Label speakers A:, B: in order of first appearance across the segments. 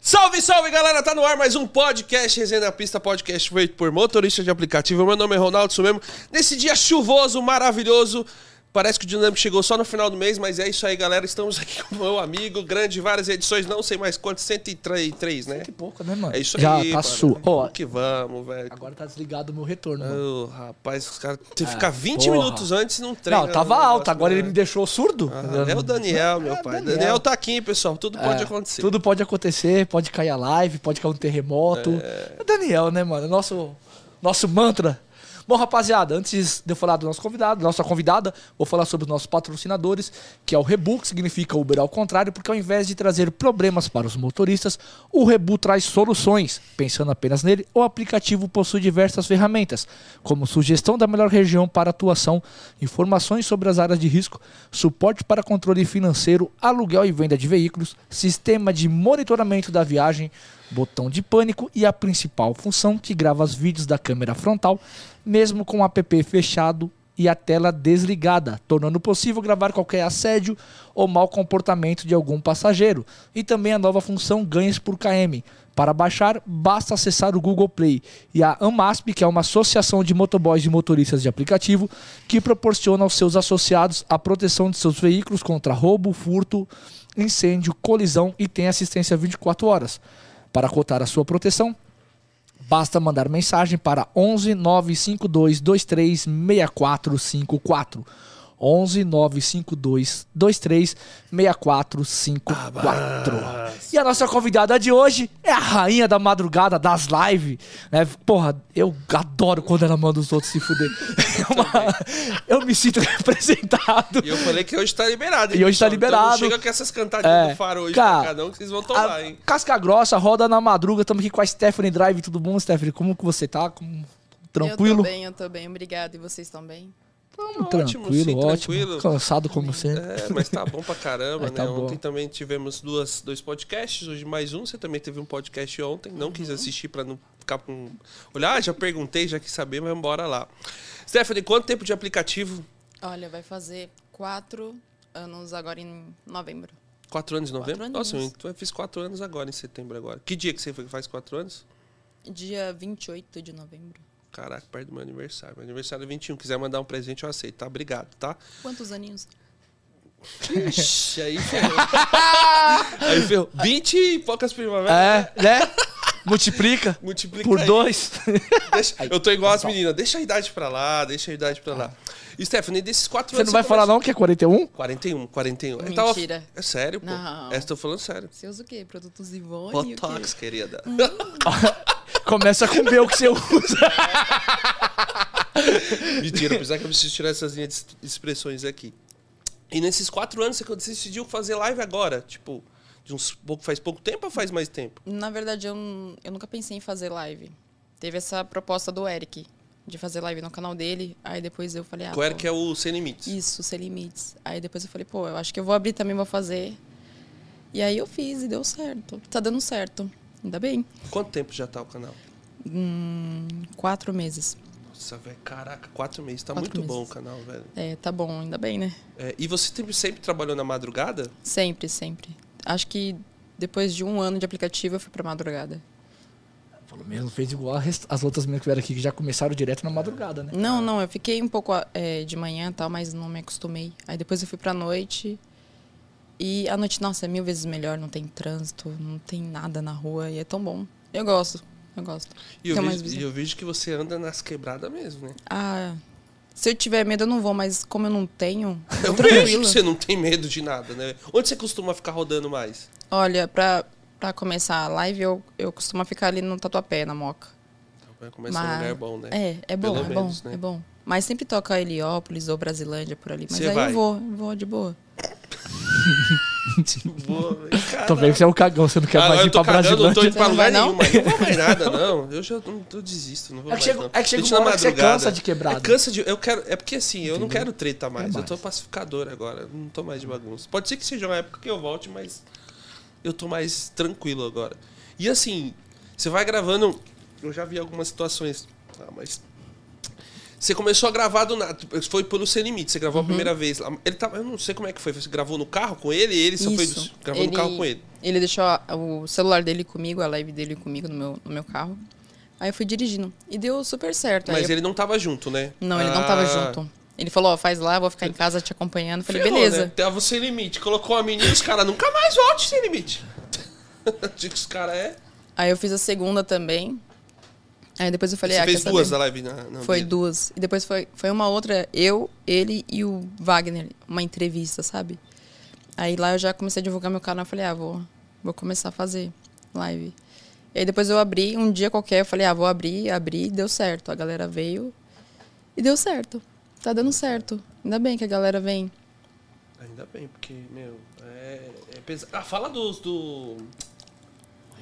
A: Salve, salve, galera! Tá no ar mais um podcast, Resenha na Pista, podcast feito por motorista de aplicativo. Meu nome é Ronaldo Sumemo. Nesse dia chuvoso, maravilhoso, parece que o Dinâmico chegou só no final do mês, mas é isso aí, galera. Estamos aqui com o meu amigo, grande, várias edições, não sei mais quantas, 103, né?
B: Que pouco, né, mano?
A: É isso
B: Já
A: aí,
B: tá
A: mano.
B: sua. Ó,
A: Vamos que vamos, velho.
B: agora tá desligado o meu retorno, mano.
A: Ô, rapaz, os caras tem que ficar 20
B: Ah, porra.
A: minutos antes não treina.
B: Não, tava
A: no
B: alto,
A: negócio,
B: agora
A: né?
B: ele me deixou surdo.
A: Ah, é o Daniel, meu
B: É,
A: pai. Daniel.
B: Daniel.
A: tá aqui, pessoal. Tudo pode
B: É,
A: acontecer.
B: Tudo pode acontecer, pode cair a live, pode cair um terremoto. É Daniel, né, mano? Nosso, nosso mantra. Bom, rapaziada, antes de eu falar do nosso convidado, nossa convidada, vou falar sobre os nossos patrocinadores, que é o Rebu, que significa Uber ao contrário, porque ao invés de trazer problemas para os motoristas, o Rebu traz soluções. Pensando apenas nele, o aplicativo possui diversas ferramentas, como sugestão da melhor região para atuação, informações sobre as áreas de risco, suporte para controle financeiro, aluguel e venda de veículos, sistema de monitoramento da viagem, botão de pânico e a principal função que grava os vídeos da câmera frontal, mesmo com o app fechado e a tela desligada, tornando possível gravar qualquer assédio ou mau comportamento de algum passageiro. E também a nova função Ganhos por KM. Para baixar, basta acessar o Google Play. E a AMASP, que é uma associação de motoboys e motoristas de aplicativo, que proporciona aos seus associados a proteção de seus veículos contra roubo, furto, incêndio, colisão e tem assistência 24 horas. Para cotar a sua proteção, Basta mandar mensagem para 11 952 23 6454. 11 952 23 6454. E a nossa convidada de hoje é a rainha da madrugada das lives. Né? Porra, eu adoro quando ela manda os outros se fuder. É uma- eu me sinto representado.
A: E eu falei que hoje tá liberado. hein,
B: E hoje tá
A: pessoal? Então não
B: liberado.
A: chega com essas cantadinhas
B: É.
A: do faro hoje
B: Cara,
A: pra cada um que vocês vão tomar,
B: A
A: hein?
B: casca grossa, roda na madruga. Estamos aqui com a Stephanie Drive. Tudo bom, Stephanie? Como que você tá? Como-
C: Eu
B: Tranquilo?
C: tô bem, eu tô bem. Obrigada. E vocês estão bem?
B: Tamo
A: Ótimo,
B: tranquilo,
A: sim,
B: ótimo.
A: tranquilo.
B: Cansado como sempre.
A: É, mas tá bom pra caramba,
B: É,
A: né?
B: tá bom.
A: ontem também tivemos duas, dois podcasts, hoje mais um. Você também teve um podcast ontem, não
B: Uhum.
A: quis assistir pra não ficar com. Olha, ah, já perguntei, já quis saber, mas bora lá. Stephanie, quanto tempo de aplicativo?
C: Olha, vai fazer quatro anos agora em novembro.
A: Quatro anos de novembro?
C: Quatro
A: Nossa, eu
C: aninhos.
A: eu fiz quatro anos agora, em setembro agora. Que dia que você faz quatro anos?
C: Dia 28 de novembro.
A: Caraca, perto do meu aniversário. Meu aniversário é 21. Quiser mandar um presente, eu aceito, tá? Obrigado, tá?
C: Quantos aninhos?
A: Ixi, aí ferrou. aí ferrou. 20 e poucas primaveras.
B: É, né? Multiplica
A: Multiplica
B: por
A: aí.
B: dois. tá
A: Deixa- eu tô igual as meninas. Deixa a idade pra lá, deixa a idade pra lá. Stephanie, desses quatro
B: Você não vai falar
A: começa-
B: não que é 41?
A: 41, 41. Eu
C: Mentira.
A: É sério, pô.
C: Não.
A: Essa eu tô falando sério.
C: Você usa o quê? Produtos Ivone? o quê?
A: Botox, querida.
C: Hum.
B: Começa com o meu que você usa.
A: Mentira, apesar que eu preciso tirar essas linhas de expressões aqui. E nesses quatro anos, é você decidiu fazer live agora? Tipo, de uns pouco, faz pouco tempo ou faz mais tempo?
C: Na verdade, eu, n- eu nunca pensei em fazer live. Teve essa proposta do Eric, de fazer live no canal dele. Aí depois eu falei, ah,
A: Qual era
C: pô,
A: que é o Sem Limites?
C: Isso, sem limites. Aí depois eu falei, pô, eu acho que eu vou abrir também, vou fazer. E aí eu fiz e deu certo. Tá dando certo. Ainda bem.
A: Quanto tempo já tá o canal?
C: Hum, quatro meses.
A: Nossa, velho, caraca, quatro meses. Tá
C: Quatro
A: muito bom o
C: meses.
A: canal, velho.
C: É, tá bom, ainda bem, né?
A: É, e você sempre, sempre trabalhou na madrugada?
C: Sempre, sempre. Acho que depois de um ano de aplicativo eu fui pra madrugada.
B: Pelo menos fez igual a rest- as outras meninas que vieram aqui, que já começaram direto na madrugada, né?
C: Não, não, eu fiquei um pouco é, de manhã e tal, mas não me acostumei. Aí depois eu fui pra noite. E a noite, nossa, é mil vezes melhor, não tem trânsito, não tem nada na rua e é tão bom. Eu gosto, eu gosto.
A: E eu,
B: Tá
C: Tem mais
A: vejo,
C: visão.
A: e eu vejo que você anda nas quebradas mesmo, né?
C: Ah, se eu tiver medo eu não vou, mas como eu não tenho,
B: Tá
A: Eu vejo que você não tem medo de nada, né? Onde você costuma ficar rodando mais?
C: olha, pra, pra começar a live eu, eu costumo ficar ali no tatuapé, na moca.
A: Vai começar um
C: Mas-
A: lugar bom, né?
C: É, é bom,
A: Pelo
C: é
A: menos,
C: bom,
A: né?
C: é bom. Mas sempre toca Heliópolis ou Brasilândia por ali. Mas
A: Cê
C: aí
A: vai?
C: eu vou, eu vou de boa.
A: Boa, velho.
B: Tô vendo que você é um cagão, você não quer
A: Ah,
B: mais
A: eu
B: ir
A: tô
B: pra
A: cagando, não tô
B: Brasilândia.
A: indo pra
C: Você não
A: lugar
C: vai, não?
A: nenhum, mas não vou mais nada, não. Eu já não, eu desisto, não vou
B: É que
A: mais,
B: chega-
A: não.
B: é que chega
A: Gente,
B: uma
A: na
B: hora que você
A: madrugada,
B: cansa de quebrada.
A: É, cansa de... Eu quero, é porque assim, eu não
B: Entendeu?
A: quero treta
C: É
A: mais.
B: Quer
A: Eu tô
B: mais.
A: pacificador agora, não tô mais de bagunça. Pode ser que seja uma época que eu volte, mas eu tô mais tranquilo agora. E assim, você vai gravando... Eu já vi algumas situações... Ah, mas... tá, Você começou a gravar do nada. Foi pelo Sem Limite, você
C: Uhum.
A: gravou a primeira vez lá. Ele tava, eu não sei como é que foi. Você gravou no carro com ele? Ele só
C: Isso.
A: foi. Gravou no carro com ele.
C: Ele deixou a- o celular dele comigo, a live dele comigo no meu, no meu carro. Aí eu fui dirigindo. E deu super certo. Aí
A: Mas
C: é, eu-
A: ele não tava junto, né?
C: Não, ele não tava
A: Ah,
C: junto. Ele falou, ó, faz lá, eu vou ficar em casa te acompanhando. Eu falei,
A: ferrou,
C: beleza.
A: Né? Tava o Sem Limite. Colocou a menina e os caras nunca mais volte Sem Limite. Digo que os caras é.
C: Aí eu fiz a segunda também. Aí depois eu falei,
A: Você
C: ah,
A: fez
C: quer
A: duas da
C: saber?
A: live na, na
C: Foi
A: dele.
C: duas. E depois foi, foi uma outra, eu, ele e o Wagner, uma entrevista, sabe? Aí lá eu já comecei a divulgar meu canal, eu falei, ah, vou, vou começar a fazer live. E aí depois eu abri, um dia qualquer, eu falei, ah, vou abrir, abri, deu certo. A galera veio e deu certo. Tá dando certo. Ainda bem que a galera vem.
A: Ainda bem, porque, meu, é, é pesado. Ah, fala dos do.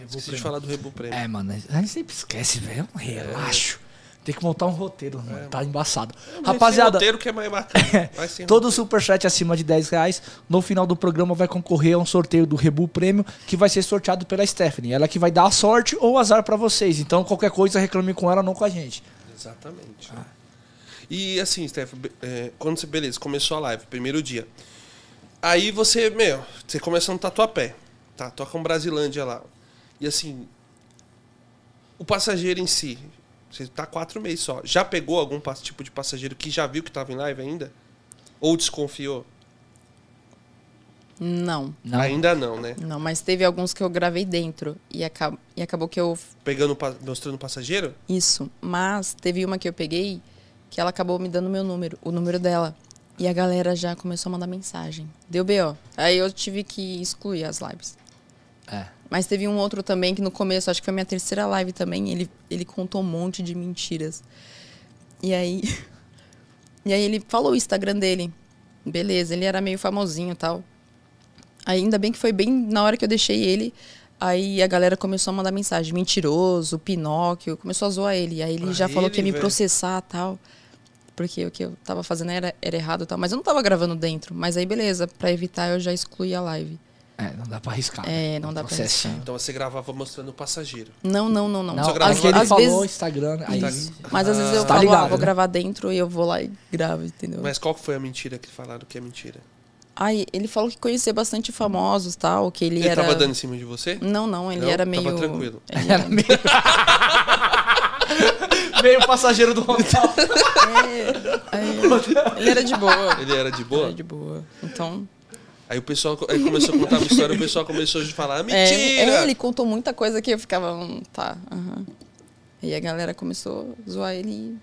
A: Esqueci de falar do Rebu Prêmio.
B: É, mano, a gente sempre esquece, velho. É um relaxo. Tem que montar um roteiro, mano. Tá embaçado.
A: Sem
B: Rapaziada,
A: roteiro que é mais bacana. Vai sem
B: todo superchat acima de 10 reais, no final do programa vai concorrer a um sorteio do Rebu Prêmio, que vai ser sorteado pela Stephanie. Ela que vai dar a sorte ou o azar pra vocês. Então, qualquer coisa, reclame com ela, não com a gente.
A: Exatamente.
C: Ah.
A: E assim, Steph, be- é, quando você, beleza, começou a live, primeiro dia. Aí você, meu, você começou no Tatuapé, tá? Toca um Brasilândia lá. E assim, o passageiro em si, você tá quatro meses só. Já pegou algum pas- tipo de passageiro que já viu que tava em live ainda? Ou desconfiou?
C: Não,
B: Não.
A: Ainda não, né?
C: não, mas teve alguns que eu gravei dentro e, acab e acabou que eu
A: Pegando, pa- mostrando o passageiro?
C: Isso. Mas teve uma que eu peguei que ela acabou me dando meu número, o número dela. E a galera já começou a mandar mensagem. Deu B.O. Aí eu tive que excluir as lives.
B: É.
C: Mas teve um outro também que no começo, acho que foi minha terceira live também, ele, ele contou um monte de mentiras. E aí. E aí ele falou o Instagram dele. Beleza, ele era meio famosinho e tal. Aí, Ainda bem que foi bem na hora que eu deixei ele. Aí a galera começou a mandar mensagem, mentiroso, Pinóquio, começou a zoar ele. Aí ele
A: Ah,
C: já falou que ia
A: ele,
C: me
A: velho.
C: processar tal. Porque o que eu tava fazendo era, era errado e tal. Mas eu não tava gravando dentro. Mas aí, beleza, pra evitar, eu já excluí a live.
B: É, não dá pra arriscar. né?
C: É, não dá pra
B: Processinho.
C: arriscar.
A: Então você gravava mostrando o passageiro.
C: Não, não, não, não.
B: Não,
A: Só
B: porque
A: gravava.
C: às,
A: Porque
B: ele
C: às
B: falou
C: vezes,
B: Instagram, aí...
A: Isso.
C: mas às vezes eu
B: Tá
C: falo,
B: ligado,
C: ah, vou
B: né?
C: gravar dentro e eu vou lá e gravo, entendeu?
A: Mas qual que foi a mentira que falaram que é mentira?
C: Aí ele falou que conhecia bastante famosos tal, que ele,
A: Ele
C: era.
A: tava dando em cima de você?
C: Não, não, ele
A: Não?
C: era
A: Tava
C: meio.
A: tranquilo.
C: Ele era...
B: Meio passageiro do hotel.
C: É, aí- ele era de boa.
A: Ele era de boa?
C: Era de boa. Então.
A: Aí o pessoal co- aí começou a contar uma história, o pessoal começou a falar, "Ah, mentira!
C: É, é, ele contou muita coisa que eu ficava, hum, tá, aham. E a galera começou a zoar ele. e-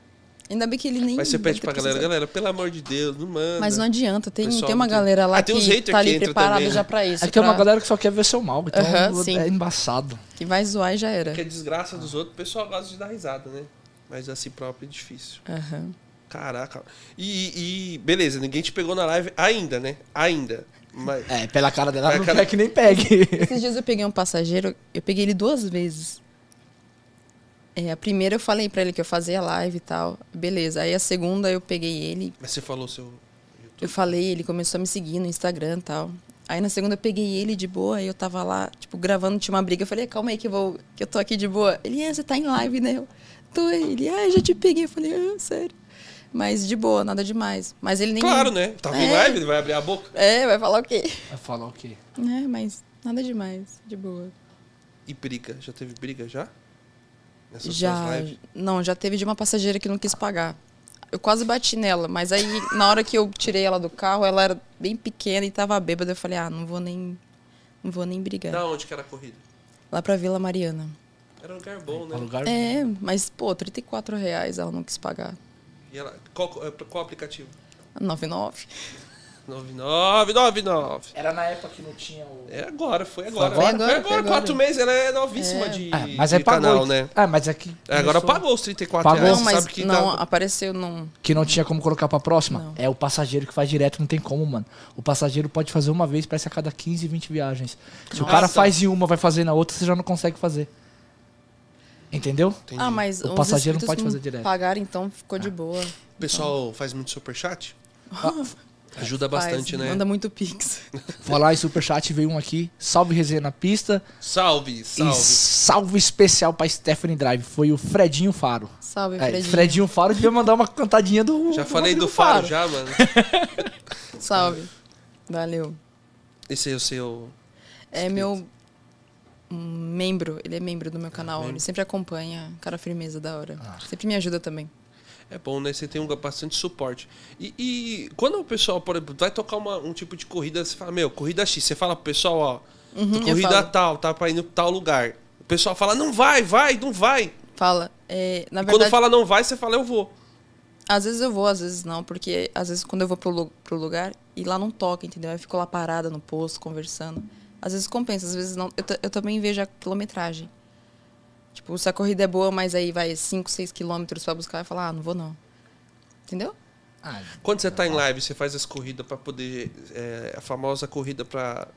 C: Ainda bem que ele nem.
A: Mas você
C: deve
A: pede
C: ter
A: pra galera,
C: precisado.
A: galera, pelo amor de Deus, não manda.
C: Mas é? não adianta, tem,
A: Pessoal,
C: tem uma
A: não tem-
C: galera lá
A: Ah,
C: que
A: tem uns hater
C: tá
A: que
C: ali
A: entra
C: preparado
A: também, né?
C: já pra isso.
B: É que tem uma
C: pra-
B: galera que só quer ver seu mal, então
C: Aham, sim.
B: é embaçado.
C: que vai zoar e já era.
A: Porque a desgraça dos outros, o pessoal gosta de dar risada, né? Mas a si próprio é difícil.
C: Aham.
A: Caraca. E, e- beleza, ninguém te pegou na live ainda, né? Ainda. Mas,
B: É, pela cara dela,
A: Pela
B: não
A: cara-
B: quer que nem pegue.
C: Esses dias eu peguei um passageiro, eu peguei ele duas vezes. É, a primeira eu falei pra ele que eu fazia live e tal, beleza. Aí a segunda eu peguei ele,
A: mas você falou seu.
C: eu falei, ele começou a me seguir no Instagram e tal. Aí na segunda eu peguei ele de boa, aí eu tava lá, tipo, gravando, tinha uma briga. Eu falei, "Ah, calma aí que eu vou, que eu tô aqui de boa. Ele, é, você tá em live, né? Eu, tô ele, ah, eu já te peguei. Eu falei, ah, sério. Mas de boa, nada demais. Mas ele nem.
A: Claro, né? Tava em
C: É.
A: live, ele vai abrir a boca.
C: É, vai falar o quê?
B: Falar o quê?
C: É, mas nada demais, de boa.
A: E briga. Já teve briga já? Nessas suas
C: Já.
A: lives?
C: Não, já teve de uma passageira que não quis pagar. Eu quase bati nela, mas aí na hora que eu tirei ela do carro, ela era bem pequena e tava bêbada. Eu falei, ah, não vou nem. Não vou nem brigar.
A: Da onde que era a corrida?
C: Lá pra Vila Mariana.
A: Era um lugar bom, né?
B: Um lugar
C: É, mas, pô, 34 reais ela não quis pagar.
A: E ela, qual, qual aplicativo?
C: 99.
A: 9999.
B: Era na época que não tinha o.
A: É agora, foi agora.
B: Foi
A: Foi
C: agora?
A: agora,
C: Foi agora.
A: quatro meses, ela é novíssima de,
B: É, mas
A: de
B: aí pagou.
A: canal, né?
B: É, mas é que.
A: É, agora
B: começou-
A: pagou os 34
B: Pagou.
A: reais,
C: não,
A: você
C: mas
A: sabe que
C: não,
A: dá-
C: apareceu não.
B: Que não tinha como colocar pra próxima.
C: Não.
B: É o passageiro que faz direto, não tem como, mano. O passageiro pode fazer uma vez, parece a cada 15, 20 viagens. Se o
A: Nossa.
B: cara faz em uma, vai fazer na outra, você já não consegue fazer. Entendeu?
A: Entendi. Ah.
C: Ah, mas
B: O
C: os
B: passageiro não pode
C: inscritos
B: fazer direto.
C: Pagaram, então ficou de boa.
A: O pessoal faz muito superchat? Ajuda
C: Faz,
A: bastante, né?
C: Manda muito pix.
B: Falar em superchat, veio um aqui. Salve resenha na pista.
A: Salve,
B: E
A: salve.
B: salve especial pra Stephanie Drive. Foi o Fredinho Faro.
C: Salve,
B: É,
C: Fredinho.
B: Fredinho Faro devia mandar uma cantadinha do.
A: Já falei do
B: Rodrigo
A: Faro, já, mano.
C: Salve. Valeu.
A: Esse é o seu.
C: É meu um membro, ele é membro do meu canal, ele sempre acompanha, cara firmeza da hora.
A: Ah.
C: Sempre me ajuda também.
A: É bom, né? Você tem um, bastante suporte. E, e quando o pessoal, por exemplo, vai tocar uma- um tipo de corrida, você fala, meu, corrida X. Você fala pro pessoal, ó,
C: Uhum, eu
A: corrida
C: falo.
A: tal, tá pra ir no tal lugar. O pessoal fala, não vai, vai, não vai.
C: Fala. É, na
A: E Quando
C: verdade,
A: fala não vai, você fala, eu vou.
C: às vezes eu vou, às vezes não, porque às vezes quando eu vou pro, lu- pro lugar e lá não toca, entendeu? Aí eu fico lá parada no posto, conversando. Às vezes compensa, às vezes não. Eu, ta- eu também vejo a quilometragem. Tipo, se a corrida é boa, mas aí vai 5, 6 quilômetros pra buscar, eu falo, ah, não vou não. Entendeu?
B: Ah,
A: Quando você tá em live, você faz as corridas pra poder. é, a famosa corrida pra.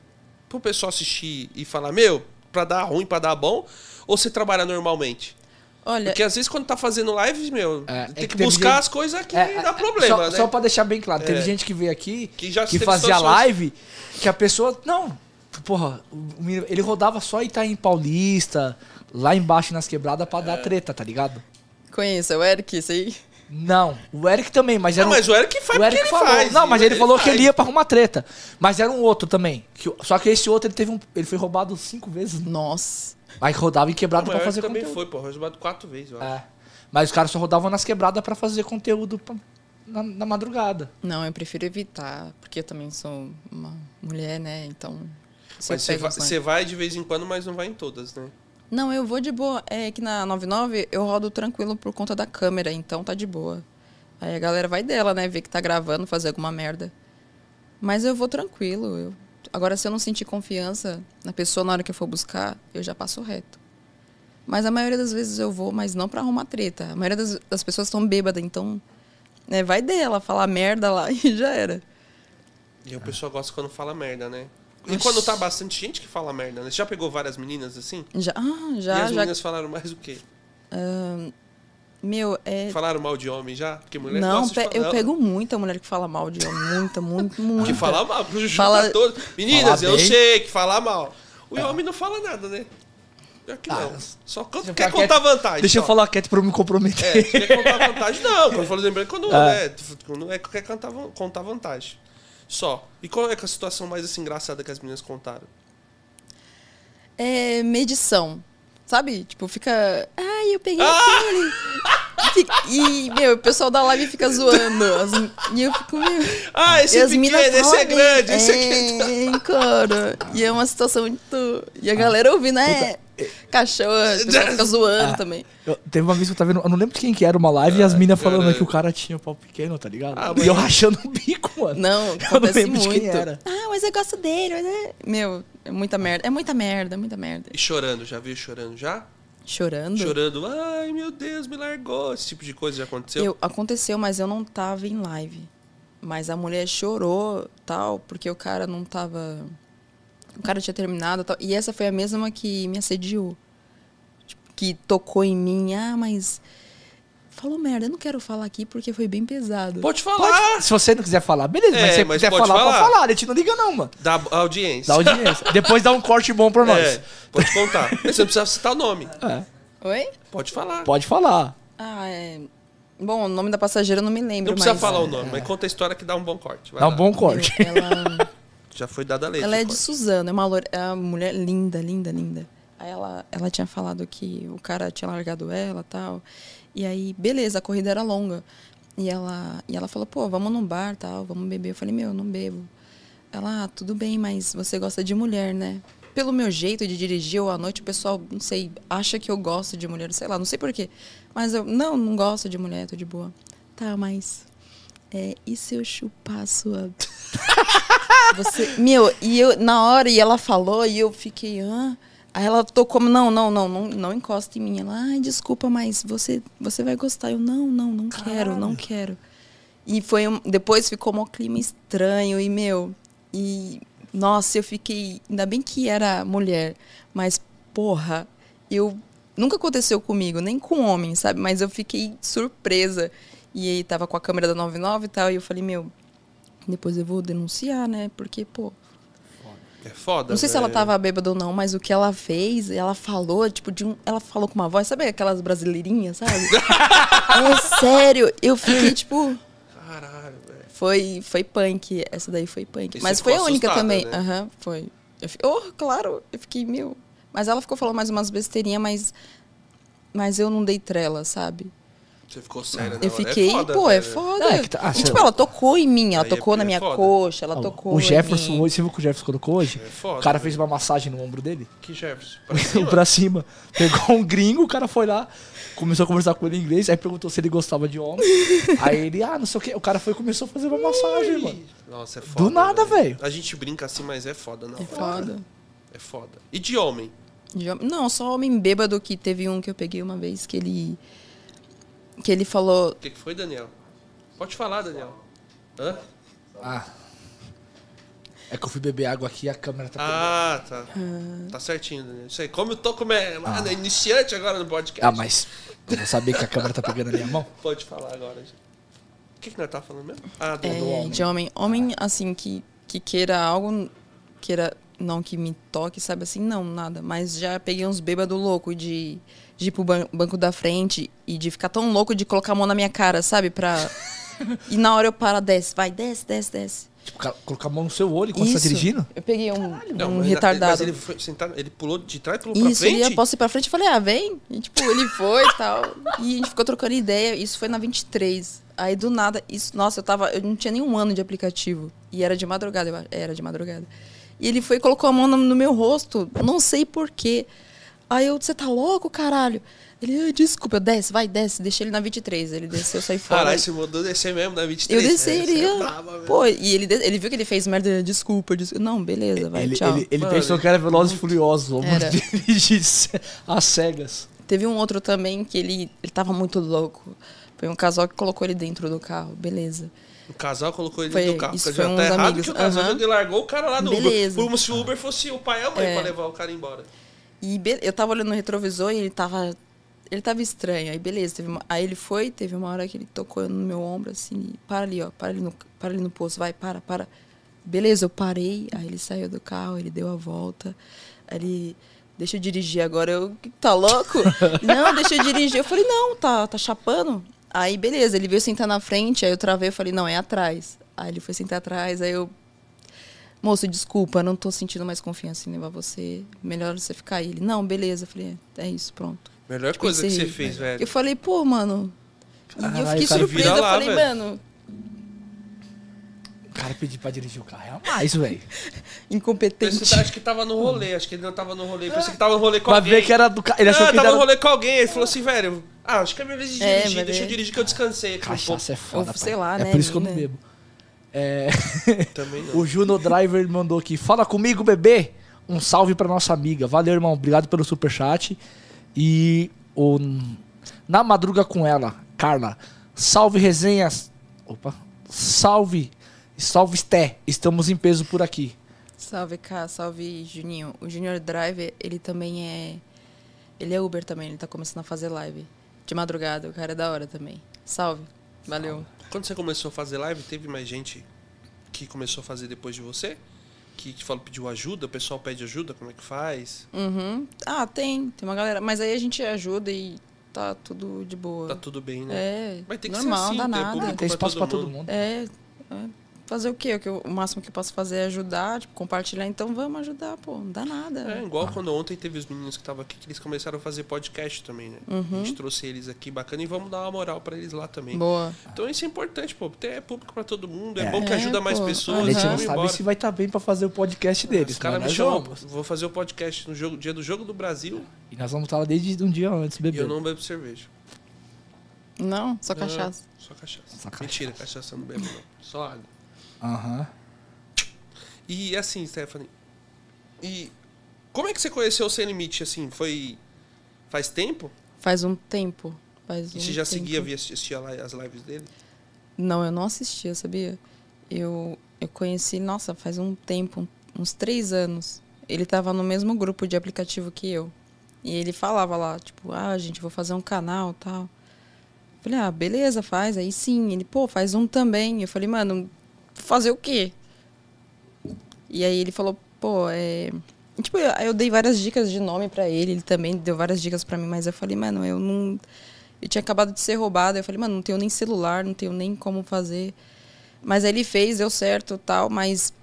A: pro pessoal assistir e falar, meu, pra dar ruim, pra dar bom. Ou você trabalha normalmente?
C: Olha,
A: Porque às vezes quando tá fazendo live, meu,
B: É, é
A: tem
B: que
A: que,
B: teve
A: buscar
B: gente-
A: as coisas que
B: é,
A: dá
B: é,
A: problema,
B: só,
A: né?
B: só pra deixar bem claro, teve
A: É.
B: gente que veio aqui
A: Que já
B: que
A: teve
B: fazia
A: situações-
B: live que a pessoa. Não, porra, o menino- ele rodava só Itaim Paulista, lá embaixo nas quebradas pra
A: É.
B: dar treta, tá ligado?
C: conheça o Eric, isso aí.
B: Não, o Eric também, mas era.
A: Não,
B: um-
A: Ah, mas o Eric faz
B: o Eric
A: porque ele
B: falou.
A: faz.
B: não, mas ele, falou que
A: faz.
B: ele é ia pra arrumar treta. Mas era um outro também. que- só que esse outro ele teve um. Ele foi roubado cinco vezes.
C: Nossa.
B: Mas rodava em
A: Não,
B: quebrada
A: mas o
B: pra
A: Eric
B: fazer
A: também
B: conteúdo.
A: foi, pô. Rosemado quatro vezes, eu acho.
B: É. Mas os caras só rodavam nas quebradas pra fazer conteúdo pra- na, na madrugada.
C: Não, eu prefiro evitar, porque eu também sou uma mulher, né? Então. se
A: Mas
C: eu
A: você
C: pego
A: vai,
C: um sangue-
A: você vai de vez em quando, mas não vai em todas, né?
C: Não, eu vou de boa. É que na 99 eu rodo tranquilo por conta da câmera, então tá de boa. Aí a galera vai dela, né? Ver que tá gravando, fazer alguma merda. Mas eu vou tranquilo. eu- Agora, se eu não sentir confiança na pessoa na hora que eu for buscar, eu já passo reto. Mas a maioria das vezes eu vou, mas não pra arrumar treta. A maioria das, das pessoas estão bêbadas, então. Né, vai dela, falar merda lá e já era.
A: E
B: É.
A: o pessoal gosta quando fala merda, né? E quando tá bastante gente que fala merda, né? Você já pegou várias meninas assim?
C: Já, ah,
A: e
C: já,
A: as
C: já.
A: meninas falaram mais o quê?
C: Meu, é.
A: Falaram mal de homem já? Porque mulher
C: não,
A: gosta de
C: pe-
A: falar-
C: eu pego muita mulher que fala mal de homem. Muita, muito, muito.
A: Que fala mal, pro
C: Fala-
A: fala... todos. Meninas,
B: Falar
A: eu
B: bem. Tá.
A: sei que falar mal. O homem não fala nada, né? Pior que
B: Ah,
A: não. Só
B: Deixa
A: conta,
B: eu
A: quer
B: falar
A: contar
B: quieto-
A: vantagem.
B: é Deixa eu
A: só.
B: falar quieto pra eu me comprometer.
A: Ah, então. É, se quer contar vantagem, não. Quando falou lembrando, quando
B: Ah.
A: é, quando é que quer cantar, van- contar vantagem. Só. E qual é que é a situação mais assim, engraçada que as meninas contaram?
C: É medição. Sabe? Tipo, fica. Ai, eu peguei
A: Ah!"
C: aquele. Fica- E, meu, o pessoal da live fica zoando. As- E eu fico, meu.
A: Ah, esse
C: e
A: é
C: as
A: pequeno,
C: minas
A: esse
C: falam,
A: é grande,
C: é,
A: esse é grande.
C: hein, cara. E é uma situação muito. E a galera ouvindo, é. Cachorro, o pessoal fica zoando também.
B: Ah, Eu- teve uma vez que eu tava vendo, eu não lembro de quem que era uma live e as minas falando
A: caralho.
B: que o cara tinha pau pequeno, tá ligado?
A: Ah,
B: e
A: mas-
B: eu rachando o bico, mano.
C: Não,
B: eu não
C: acontece
B: lembro de
C: muito.
B: quem era.
C: Ah, mas eu gosto dele, mas é. Meu, é muita merda. É muita merda, é muita merda.
A: E chorando, já viu chorando já?
C: Chorando.
A: Chorando, ai meu Deus, me largou. Esse tipo de coisa já aconteceu?
C: Eu, aconteceu, mas eu não tava em live. Mas a mulher chorou, tal, porque o cara não tava. O cara tinha terminado, tal. E essa foi a mesma que me assediou. Tipo, que tocou em mim. Ah, mas. Falou merda, eu não quero falar aqui porque foi bem pesado.
A: Pode falar
B: Pode- se você não quiser falar, beleza.
A: É,
B: mas se você
A: mas
B: quiser
A: pode
B: falar,
A: falar.
B: pode falar. A gente não liga não, mano.
A: da b- audiência.
B: Dá audiência. Depois dá um corte bom pra nós.
A: É, pode contar. Mas você não precisa citar o nome.
B: É,
C: Oi?
A: Pode falar.
B: pode falar.
C: Ah, é. Bom, o nome da passageira eu não me lembro.
A: Não precisa
C: mas-
A: falar o nome, mas conta a história que dá um bom corte. vai
B: é. Dá um
A: lá.
B: bom
C: Eu-
B: corte.
C: Ela.
A: Já foi dada a tipo, letra.
C: Ela é de
A: corte.
C: Suzano, é uma, loira, é uma mulher linda, linda, linda. Aí ela, ela tinha falado que o cara tinha largado ela tal. E aí, beleza, a corrida era longa. E ela, e ela falou, pô, vamos num bar tal, vamos beber. Eu falei, meu, eu não bebo. Ela, ah, tudo bem, mas você gosta de mulher, né? Pelo meu jeito de dirigir ou à noite, o pessoal, não sei, acha que eu gosto de mulher, sei lá, não sei porquê. Mas eu, não, não gosto de mulher, tô de boa. Tá, mas. É, e se eu chupar a sua você- meu, e eu, na hora, e ela falou, e eu fiquei, hã? Aí ela tocou, não, não, não, não, não encosta em mim. Ela, ai, desculpa, mas você, você vai gostar. Eu, não, não, não quero, não quero. E foi um, depois ficou um clima estranho, e meu, e nossa, eu fiquei, ainda bem que era mulher, mas porra, eu nunca aconteceu comigo, nem com homem, sabe? Mas eu fiquei surpresa. E aí tava com a câmera da 99 e tal, e eu falei, meu, Depois eu vou denunciar, né? Porque, pô.
A: É foda.
C: Não sei se ela
A: velho.
C: tava bêbada ou não, mas o que ela fez, ela falou, tipo, de um. Ela falou com uma voz, sabe aquelas brasileirinhas, sabe? é sério, eu fiquei, tipo.
A: Caralho, velho.
C: Foi, foi punk, essa daí foi punk.
A: E
C: Mas
A: você ficou
C: foi a única
A: assustada,
C: também.
A: né?
C: Aham, foi. Eu fiquei, oh, claro, eu fiquei, meu. Mas ela ficou falando mais umas besteirinhas, mas. Mas eu não dei trela, sabe?
A: Você ficou sério, né?
C: Eu fiquei, pô, é foda.
B: Não, é que tá- ah,
C: e, tipo,
B: sei lá.
C: ela tocou em mim, ela
A: Aí é-
C: tocou na
A: é
C: minha
A: foda.
C: coxa, ela
B: Ah,
C: tocou.
B: o
C: em
B: Jefferson
C: mim.
B: hoje, você viu o que o Jefferson colocou hoje?
A: É foda,
B: o cara
A: né?
B: fez uma massagem no ombro dele,
A: Que Jefferson. um
B: pra cima. Pegou um gringo, o cara foi lá, começou a conversar com ele em inglês, aí perguntou se ele gostava de homem. aí ele, ah, não sei o que. O cara foi e começou a fazer uma massagem, mano.
A: Nossa, é foda.
B: Do nada, velho.
A: A gente brinca assim, mas é foda, não.
C: É foda.
A: É foda. E de homem?
C: De hom- Não, só homem bêbado que teve um que eu peguei uma vez que ele. Que ele falou.
A: O que, que foi, Daniel? Pode falar, Daniel. Hã?
B: Ah. É que eu fui beber água aqui e a câmera tá pegando.
A: Ah, tá. Tá certinho, Daniel. Isso aí. Como eu tô como é, mano, é iniciante agora no podcast.
B: Ah, mas eu vou saber que a câmera tá pegando na minha mão.
A: Pode falar agora. gente. O que, que nós tá falando mesmo? Ah, do,
C: É,
A: do homem. É.
C: de homem. Homem, assim, que, que queira algo, queira não que me toque, sabe assim, não, nada. Mas já peguei uns bêbado louco de, de ir pro ban- banco da frente e de ficar tão louco de colocar a mão na minha cara, sabe? Pra... e na hora eu paro, desce, vai, desce, desce, desce.
B: Tipo, cara, colocar a mão no seu olho enquanto você tá
C: Isso.
B: dirigindo?
C: Eu peguei um,
A: Não,
C: um
A: mas- Mas
C: retardado.
A: ele, foi sentar, ele pulou de trás e pulou Tipo, pra
C: Isso,
A: frente?
C: ele ia, posso ir pra frente? Eu falei, ah, vem. E, tipo, ele foi e tal. E a gente ficou trocando ideia. Isso foi na 23. Aí, do nada, isso... Nossa, eu tava... Eu não tinha nem um ano de aplicativo. E era de madrugada, eu acho. Era de madrugada. E ele foi e colocou a mão no, no meu rosto. Não sei porquê. Aí eu, você tá louco, caralho? Ele, "Ah, desculpa, eu desce, vai, desce. Deixei ele na 23. Ele desceu, saí fora.
A: Caralho, você mandou descer mesmo na 23.
C: eu desci,
A: É,
C: ele...
A: você é
C: "Ah."
A: brava, velho.
C: Pô, e ele, de- ele viu que ele fez merda. ele, Desculpa, desculpa. Não, beleza, vai,
B: ele
C: tchau.
B: ele, ele
A: Mano,
B: pensou que era veloz e furioso, mano.
C: Era.
B: Dirigir cé- às cegas.
C: Teve um outro também que ele, ele tava muito louco. Foi um casal que colocou ele dentro do carro. Beleza.
A: O casal colocou ele
C: Foi-
A: dentro do carro,
C: isso
A: porque já
C: foi
A: tá
C: uns
A: errado
C: amigos,
A: que o casal
C: aham.
A: ele largou o cara lá no Uber.
C: Beleza.
A: Como se o Uber fosse o pai e a mãe
C: É.
A: pra levar o cara embora.
C: E be- eu tava olhando no retrovisor e ele tava. Ele tava estranho. Aí beleza. Teve uma- aí ele foi, teve uma hora que ele tocou no meu ombro assim, e, para ali, ó, para ali no, para ali no poço, vai, para, para. Beleza, eu parei. Aí ele saiu do carro, ele deu a volta. Aí ele. Deixa eu dirigir agora. Eu, tá louco? não, deixa eu dirigir. Eu falei, não, tá, tá chapando. Aí, beleza, ele veio sentar na frente, aí eu travei, eu falei, não, é atrás. Aí ele foi sentar atrás, aí eu Moço, desculpa, não tô sentindo mais confiança em levar você. Melhor você ficar aí. Ele, não, beleza. Eu falei, é é isso, pronto.
A: Melhor
C: Tipo,
A: coisa que você
C: encerrei.
A: fez, velho.
C: Eu falei, pô, mano. e eu
B: Caralho,
C: fiquei
B: cara,
C: surpresa.
A: vira
C: Eu
A: lá,
C: falei,
A: velho.
C: mano,
B: O cara pediu pra dirigir o carro. É a mais, velho.
C: incompetente.
A: Esse, tá- acho que tava no rolê, acho que ele não tava no rolê. Pensei que tava no rolê com
B: Pra
A: alguém.
B: ver que era do cara. Ele achou
A: não,
B: que
A: tava
B: ele
A: no
B: era...
A: rolê com alguém. Ele falou assim, velho, ah, acho que é minha vez de
C: É,
A: dirigir,
C: mas
A: deixa eu
C: é-
A: dirigir que eu descansei aqui um pouco.
B: Cachaça é foda,
C: Ou, sei
B: pai.
C: lá,
B: É
C: né,
B: por isso que eu não
C: mina?
B: bebo. É...
A: Também né? não.
B: o Juno Driver mandou aqui. Fala comigo, bebê. Um salve pra nossa amiga. Valeu, irmão. Obrigado pelo superchat. E o... na madruga com ela, Carla. Salve, resenhas. Opa. Salve. Salve, Sté. Estamos em peso por aqui.
C: Salve, Cá, salve, Juninho. O Junior Driver, ele também é. Ele é Uber também, ele tá começando a fazer live. De madrugada, o cara é da hora também. Salve. Valeu.
A: Quando você começou a fazer live, teve mais gente que começou a fazer depois de você? Que te falou, pediu ajuda, o pessoal pede ajuda, como é que faz?
C: Uhum. Ah, tem. Tem uma galera. Mas aí a gente ajuda e tá tudo de boa.
A: Tá tudo bem, né?
C: É,
A: Mas tem que
C: normal,
A: ser assim,
C: não dá
A: ter
C: nada.
A: público
B: Tem espaço pra todo mundo.
C: É, é, fazer o quê? O, que eu- o máximo que eu posso fazer é ajudar, tipo, compartilhar. Então vamos ajudar, pô, não dá
A: É,
C: nada.
A: igual quando ontem teve os meninos que estavam aqui, que eles começaram a fazer podcast também, né? A gente trouxe eles aqui, bacana, e vamos dar uma moral pra eles lá também.
C: Uhum. Boa.
A: Então isso é importante, pô. Ter público pra todo mundo, é,
B: É.
A: bom que
C: É,
A: ajuda mais
C: pô.
A: pessoas.
B: A
C: Uhum.
B: gente não
A: vamos
B: sabe
A: embora.
B: se vai estar bem pra fazer o podcast deles.
A: Os caras
B: mas
A: me
B: nós
A: chamam,
B: vamos.
A: vou fazer o podcast no jogo, dia do Jogo do Brasil,
B: E nós vamos estar lá desde um dia antes,
A: e
B: bebê.
A: eu não bebo cerveja.
C: Não, só
A: Não,
C: cachaça.
A: Só cachaça.
B: Só cachaça.
A: Mentira, cachaça eu não bebo, não. Só água.
B: Aham.
A: E assim, Stephanie. E como é que você conheceu o Sem Limite, assim? Foi. Faz tempo?
C: Faz um tempo. Faz
A: E
C: um
A: você já
C: tempo.
A: seguia, via, assistia lá as lives dele?
C: Não, eu não assistia, sabia? Eu, eu conheci, nossa, faz um tempo, uns três anos. Ele tava no mesmo grupo de aplicativo que eu. E ele falava lá, tipo, ah, gente, vou fazer um canal tal. Falei, ah, beleza, faz. Aí sim, ele, pô, faz um também. Eu falei, mano, fazer o quê? E aí ele falou, pô, é. e, Tipo, eu eu dei várias dicas de nome pra ele, ele também deu várias dicas pra mim, mas eu falei, mano, eu não. Eu tinha acabado de ser roubada. Eu falei, mano, não tenho nem celular, não tenho nem como fazer. Mas aí ele fez, deu certo tal, mas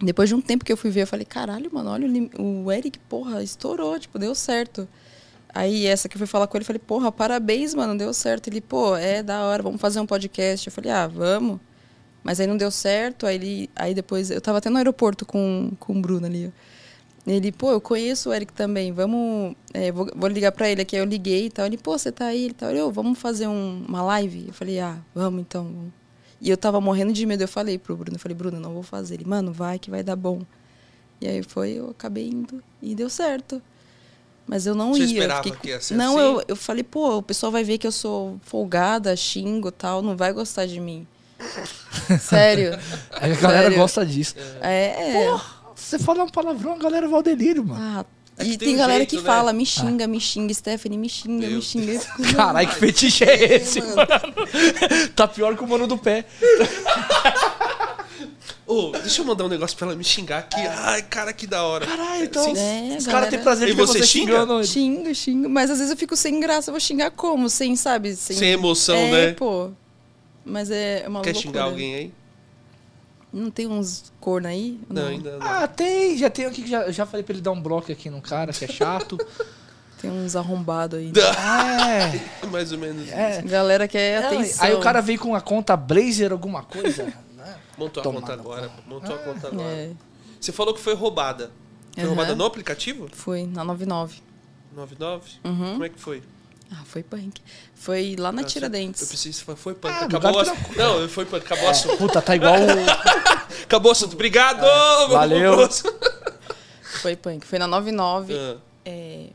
C: depois de um tempo que eu fui ver, eu falei, caralho, mano, olha o, lim- o Eric, porra, estourou, tipo, deu certo. Aí essa que eu fui falar com ele, eu falei, porra, parabéns, mano, deu certo. Ele, pô, é da hora, vamos fazer um podcast. Eu falei, ah, vamos. Mas aí não deu certo, aí ele. Aí depois. Eu tava até no aeroporto com, com o Bruno ali. ó. Ele, pô, eu conheço o Eric também, vamos. é, vou, vou ligar pra ele aqui. Aí eu liguei e tal. Ele, pô, você tá aí e tal. Ele, ô, vamos fazer um- uma live? Eu falei, ah, vamos então. vamos. E eu tava morrendo de medo. Eu falei pro Bruno, eu falei, Bruno, não vou fazer. Ele, mano, vai que vai dar bom. E aí foi, eu acabei indo e deu certo. Mas eu não
A: Você
C: ia. eu
A: esperava
C: fiquei com-
A: que ia ser
C: Não,
A: assim?
C: eu, eu falei, pô, o pessoal vai ver que eu sou folgada, xingo e tal, não vai gostar de mim. Sério.
B: É A galera
C: Sério.
B: gosta disso.
C: É.
B: Você fala um palavrão, a galera vai ao delírio, mano.
C: Ah,
A: É que
C: e
A: tem
C: tem,
A: um
C: galera
A: jeito,
C: que
A: né?
C: fala, me xinga, me xinga, Stephanie, me xinga,
A: Meu
C: me xinga. Eu fico, mano,
B: Caralho, que fetiche é esse,
C: mano.
B: mano? Tá pior que o mano do pé.
A: Ô, deixa eu mandar um negócio pra ela me xingar aqui. Ai, cara, que da hora.
B: Caralho, então.
A: Sim.
C: É,
B: os
C: galera.
B: caras têm prazer
A: E
B: de ver
A: você
B: você,
A: xinga?
B: xingando. ele.
C: Xingo, xingo. Mas às vezes eu fico sem graça, eu vou xingar como? Sem, sabe?
A: Sem emoção,
C: é,
A: né?
C: pô. Mas é uma
A: Quer
C: loucura.
A: xingar alguém aí?
C: Não tem uns corno aí?
A: Não, ainda não.
B: Ah, tem, já tem aqui que já, eu já falei pra ele dar um bloco aqui num cara que é chato.
C: Tem uns arrombados aí.
B: ah,
A: Mais ou menos.
B: é. é.
C: Galera quer
B: Não,
C: atenção.
B: Aí o cara veio com a conta Blazer, alguma coisa. né?
A: Montou a
B: Tomada,
A: conta agora. Montou a conta agora.
C: É,
A: Você falou que foi roubada. Foi
C: Aham.
A: roubada no aplicativo?
C: foi na 99.
A: 99?
C: Uhum.
A: Como é que foi?
C: Ah, foi punk. Foi lá na
A: Ah, Eu
C: Tiradentes.
A: preciso. Foi, foi punk.
B: Ah,
A: acabou o
B: lugar
A: assunto. Não, foi punk. Acabou o assunto.
B: Puta, tá igual o.
A: Acabou o assunto. Obrigado! vamos
B: valeu.
A: pro próximo.
C: Foi punk. Foi na 99.
A: Ah,
C: É,